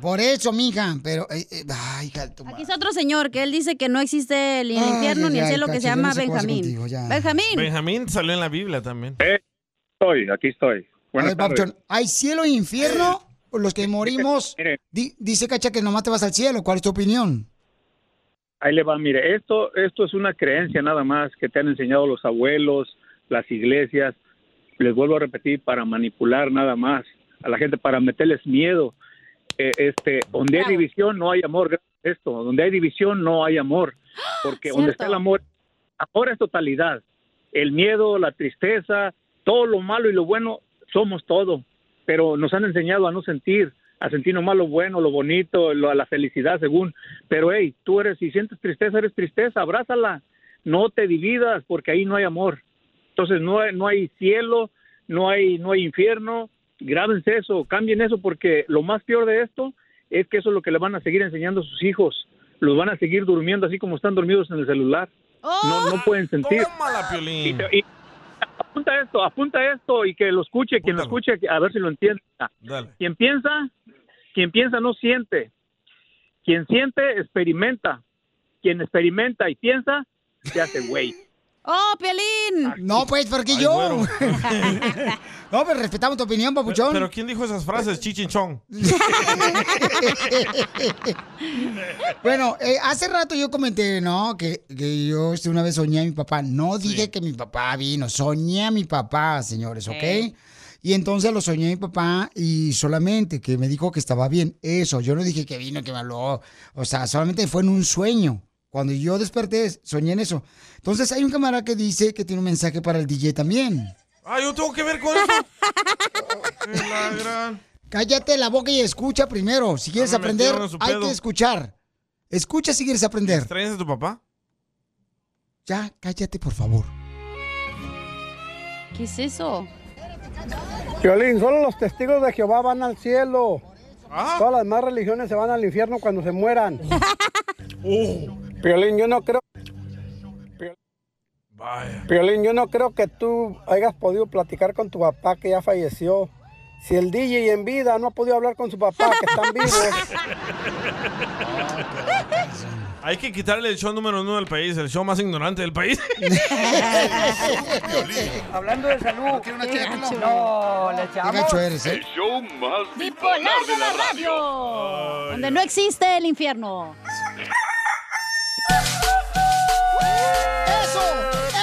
Speaker 1: Por eso, mija, pero... eh, eh, ay, hija de tu madre.
Speaker 3: Aquí es otro señor que él dice que no existe el infierno
Speaker 1: Ay,
Speaker 3: ni el
Speaker 1: ay,
Speaker 3: cielo que
Speaker 1: Cacha,
Speaker 3: se
Speaker 1: yo
Speaker 3: llama
Speaker 1: no sé cómo hacer
Speaker 3: Benjamín.
Speaker 1: contigo, ya.
Speaker 3: Benjamín.
Speaker 2: Benjamín salió en la Biblia también.
Speaker 21: Eh, Estoy, aquí estoy.
Speaker 1: A
Speaker 21: Buenas
Speaker 1: ver, Papuchón,
Speaker 21: tardes. Eh,
Speaker 1: ¿hay cielo e infierno? o Los que morimos, Di- dice Cacha que nomás te vas al cielo. ¿Cuál es tu opinión?
Speaker 21: Ahí le va, mire, esto, esto es una creencia nada más que te han enseñado los abuelos, las iglesias, les vuelvo a repetir, para manipular nada más a la gente, para meterles miedo. Eh, este, donde hay división no hay amor, gracias a esto, donde hay división no hay amor, porque donde está el amor, amor es totalidad, el miedo, la tristeza, todo lo malo y lo bueno somos todo, pero nos han enseñado a no sentir, a sentir nomás lo bueno, lo bonito, lo- la felicidad según, pero hey, tú eres, si sientes tristeza, eres tristeza, abrázala, no te dividas porque ahí no hay amor. Entonces no hay, no hay cielo, no hay, no hay infierno. Grábense eso, cambien eso, porque lo más peor de esto es que eso es lo que le van a seguir enseñando a sus hijos. Los van a seguir durmiendo así como están dormidos en el celular. No,
Speaker 3: Oh.
Speaker 21: no pueden sentir.
Speaker 2: Tómala, Piolín.
Speaker 21: Y- y- apunta esto, apunta esto y que lo escuche, quien lo escuche, a ver si lo entienda.
Speaker 2: Dale.
Speaker 21: Quien piensa, quien piensa no siente. Quien siente, experimenta. Quien experimenta y piensa, se hace güey.
Speaker 3: ¡Oh, Piolín!
Speaker 1: No, pues, porque yo. no, pero respetamos tu opinión, papuchón.
Speaker 2: Pero ¿quién dijo esas frases? Chichinchón.
Speaker 1: bueno, eh, hace rato yo comenté, ¿no? Que, que yo este, una vez soñé a mi papá. No dije que mi papá vino, soñé a mi papá, señores, ¿ok?
Speaker 13: Ey.
Speaker 1: Y entonces lo soñé a mi papá y solamente que me dijo que estaba bien. Eso, yo no dije que vino, que me habló. O sea, solamente fue en un sueño. Cuando yo desperté, soñé en eso. Entonces hay un camarada que dice que tiene un mensaje para el DJ también.
Speaker 2: Ah, yo tengo que ver con eso. Eh, la gran-
Speaker 1: Cállate la boca y escucha primero. Si quieres
Speaker 2: me
Speaker 1: aprender,
Speaker 2: metieron en su
Speaker 1: hay
Speaker 2: pedo.
Speaker 1: que escuchar. Escucha si quieres aprender.
Speaker 2: ¿Extrañas a tu papá?
Speaker 1: Ya, cállate, por favor.
Speaker 3: ¿Qué es eso?
Speaker 28: Violín, solo los testigos de Jehová van al cielo. Todas las demás religiones se van al infierno cuando se mueran. Violín, yo no creo. Violín, yo no creo que tú hayas podido platicar con tu papá que ya falleció. Si el DJ en vida no ha podido hablar con su papá, que están vivos.
Speaker 2: Hay que quitarle el show número uno del país, el show más ignorante del país.
Speaker 8: Hablando de salud. ¿Quiere una No, le echamos. eh?
Speaker 7: El show más bipolar
Speaker 3: de la radio! Donde no existe el infierno.
Speaker 1: ¡Eso!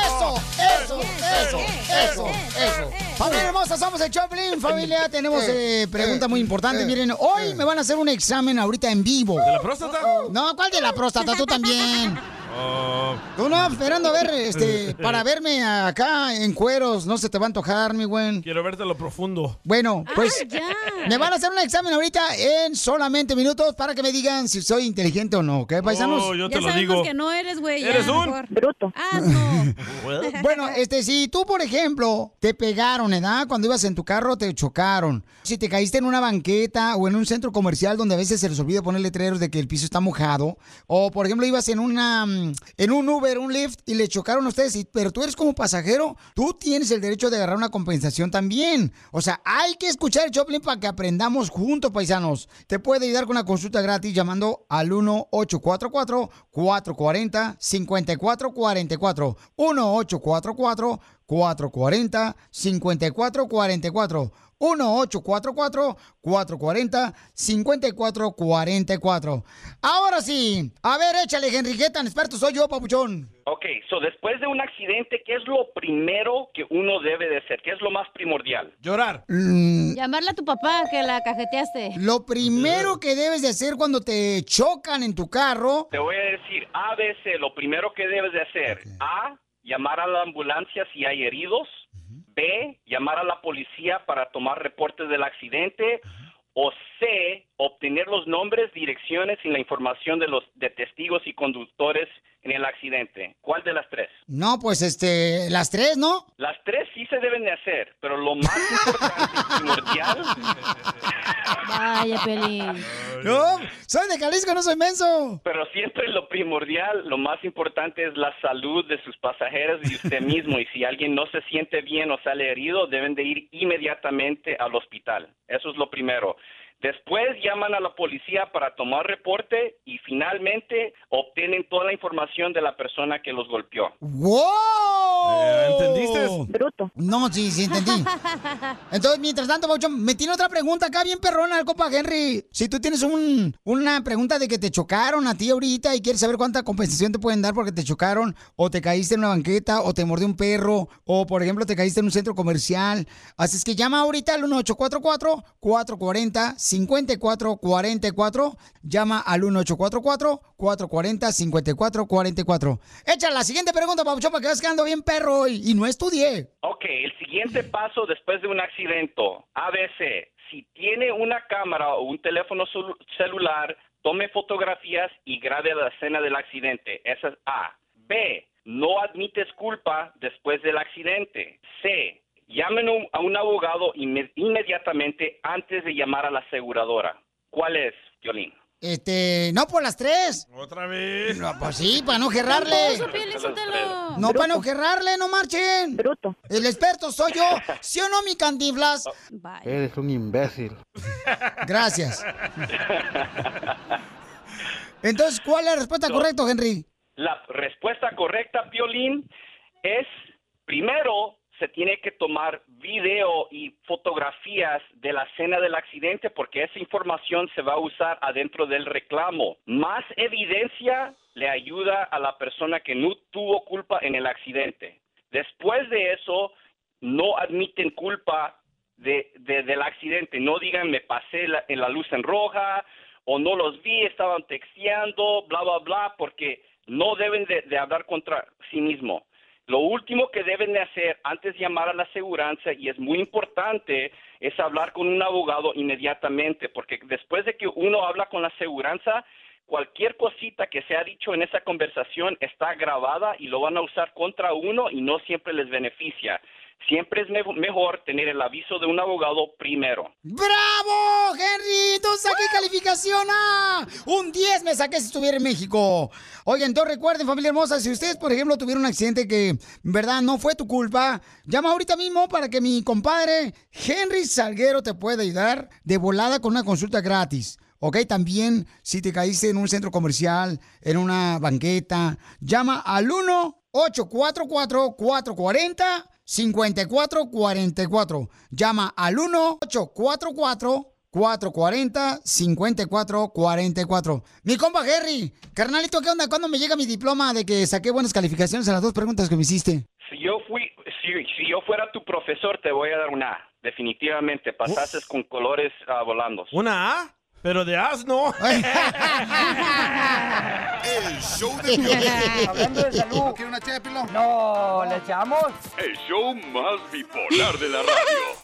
Speaker 1: ¡Eso! ¡Eso! ¡Eso! ¡Eso! ¡Eso! Familia hermosa, somos el Choplin, familia. Tenemos
Speaker 13: eh,
Speaker 1: eh, preguntas muy importantes. Miren, hoy me van a hacer un examen ahorita en vivo.
Speaker 2: ¿De la próstata?
Speaker 1: No, ¿cuál de la próstata? Tú también. Tú no, esperando a ver, este, para verme acá en cueros, no se te va a antojar, mi güey.
Speaker 2: Quiero verte lo profundo.
Speaker 1: Bueno,
Speaker 3: Ah,
Speaker 1: pues me van a hacer un examen ahorita en solamente minutos para que me digan si soy inteligente o no, ¿ok, paisanos?
Speaker 2: Oh, yo
Speaker 3: ya sabemos que no eres, güey. ya,
Speaker 1: Eres un
Speaker 3: mejor. Ah,
Speaker 1: Bueno, este, si tú, por ejemplo, te pegaron, ¿edad? Cuando ibas en tu carro, te chocaron. Si te caíste en una banqueta o en un centro comercial donde a veces se les olvida poner letreros de que el piso está mojado. O, por ejemplo, ibas en una mm, en un Uber, un Lyft y le chocaron a ustedes. y- pero tú eres como pasajero, tú tienes el derecho de agarrar una compensación también. O sea, hay que escuchar el Choplin para que aprendamos juntos, paisanos. Te puede ayudar con una consulta gratis llamando al 1-844-440-5444. 1-844-440-5444. 1-844-440-5444. 1-844-440-5444. Ahora sí. A ver, échale, Enriqueta, en experto soy yo, papuchón.
Speaker 11: Ok, so después de un accidente, ¿qué es lo primero que uno debe de hacer? ¿Qué es lo más primordial?
Speaker 2: Llorar.
Speaker 3: Mm. Llamarle a tu papá que la cajeteaste.
Speaker 1: Lo primero que debes de hacer cuando te chocan en tu carro,
Speaker 11: Te voy a decir A, B, C, lo primero que debes de hacer. A, llamar a la ambulancia si hay heridos. B, llamar a la policía para tomar reportes del accidente. O C, obtener los nombres, direcciones y la información de los de testigos y conductores en el accidente. ¿Cuál de las tres?
Speaker 1: no, pues este, las tres, ¿no?
Speaker 11: Las tres sí se deben de hacer, pero lo más importante y primordial
Speaker 3: Vaya, Pelín.
Speaker 1: No, soy de Jalisco, no soy menso.
Speaker 11: Pero siempre lo primordial, lo más importante es la salud de sus pasajeros y usted mismo. Y si alguien no se siente bien o sale herido, deben de ir inmediatamente al hospital. Eso es lo primero. Después llaman a la policía para tomar reporte y finalmente obtienen toda la información de la persona que los golpeó.
Speaker 2: Eh,
Speaker 1: ¡Wow!
Speaker 11: ¿entendiste?
Speaker 1: Bruto. No, sí, sí, entendí. Entonces, mientras tanto, Papuchón, me tiene otra pregunta acá bien perrona al copa Henry. Si tú tienes un, una pregunta de que te chocaron a ti ahorita y quieres saber cuánta compensación te pueden dar porque te chocaron o te caíste en una banqueta o te mordió un perro o, por ejemplo, te caíste en un centro comercial. Así es que llama ahorita al 1844-440-5444. Llama al 1844-440-5444. Echa la siguiente pregunta, Papuchón, para que vas quedando bien perro hoy. Y no estudié.
Speaker 11: Ok, el siguiente paso después de un accidente, ABC, si tiene una cámara o un teléfono celu- celular, tome fotografías y grabe la escena del accidente. Esa es A. B, no admites culpa después del accidente. C, llamen un- a un abogado inme- inmediatamente antes de llamar a la aseguradora. ¿Cuál es, Violín?
Speaker 1: Este, no por las tres.
Speaker 2: Otra vez.
Speaker 1: No, pues sí, para no gerrarle. No, para no gerrarle, no marchen. Bruto. El experto soy yo. ¿Sí o no, mi cantinflas?
Speaker 4: Eres un imbécil.
Speaker 1: Gracias. Entonces, ¿cuál es la respuesta correcta, Henry?
Speaker 11: La respuesta correcta, Violín, es primero se tiene que tomar video y fotografías de la escena del accidente porque esa información se va a usar adentro del reclamo. Más evidencia le ayuda a la persona que no tuvo culpa en el accidente. Después de eso, no admiten culpa de, de- del accidente. No digan me pasé la- en la luz en roja o no los vi, estaban texteando, bla, bla, bla, porque no deben de, de hablar contra sí mismo. Lo último que deben de hacer antes de llamar a la aseguranza, y es muy importante, es hablar con un abogado inmediatamente, porque después de que uno habla con la aseguranza, cualquier cosita que se ha dicho en esa conversación está grabada y lo van a usar contra uno y no siempre les beneficia. Siempre es me- mejor tener el aviso de un abogado primero.
Speaker 1: ¡Bravo, Henry! Entonces saqué calificación A. Un 10 me saqué si estuviera en México. Oigan, entonces recuerden, familia hermosa, si ustedes, por ejemplo, tuvieron un accidente que, en verdad, no fue tu culpa, llama ahorita mismo para que mi compadre Henry Salguero te pueda ayudar de volada con una consulta gratis. ¿Ok? También, si te caíste en un centro comercial, en una banqueta, llama al 1-844-440. 5444. Llama al 1-844-440-5444. Mi compa Jerry, carnalito, ¿qué onda? ¿Cuándo me llega mi diploma de que saqué buenas calificaciones en las dos preguntas que me hiciste?
Speaker 11: Si yo, fui, si, si yo fuera tu profesor, te voy a dar una A. Definitivamente, pasaste con colores ah, volando.
Speaker 2: ¿Una A? Pero de asno.
Speaker 12: El show de Piolín.
Speaker 8: Hablando de salud. ¿No quiere una No, ¿le echamos?
Speaker 7: El show más bipolar de la radio.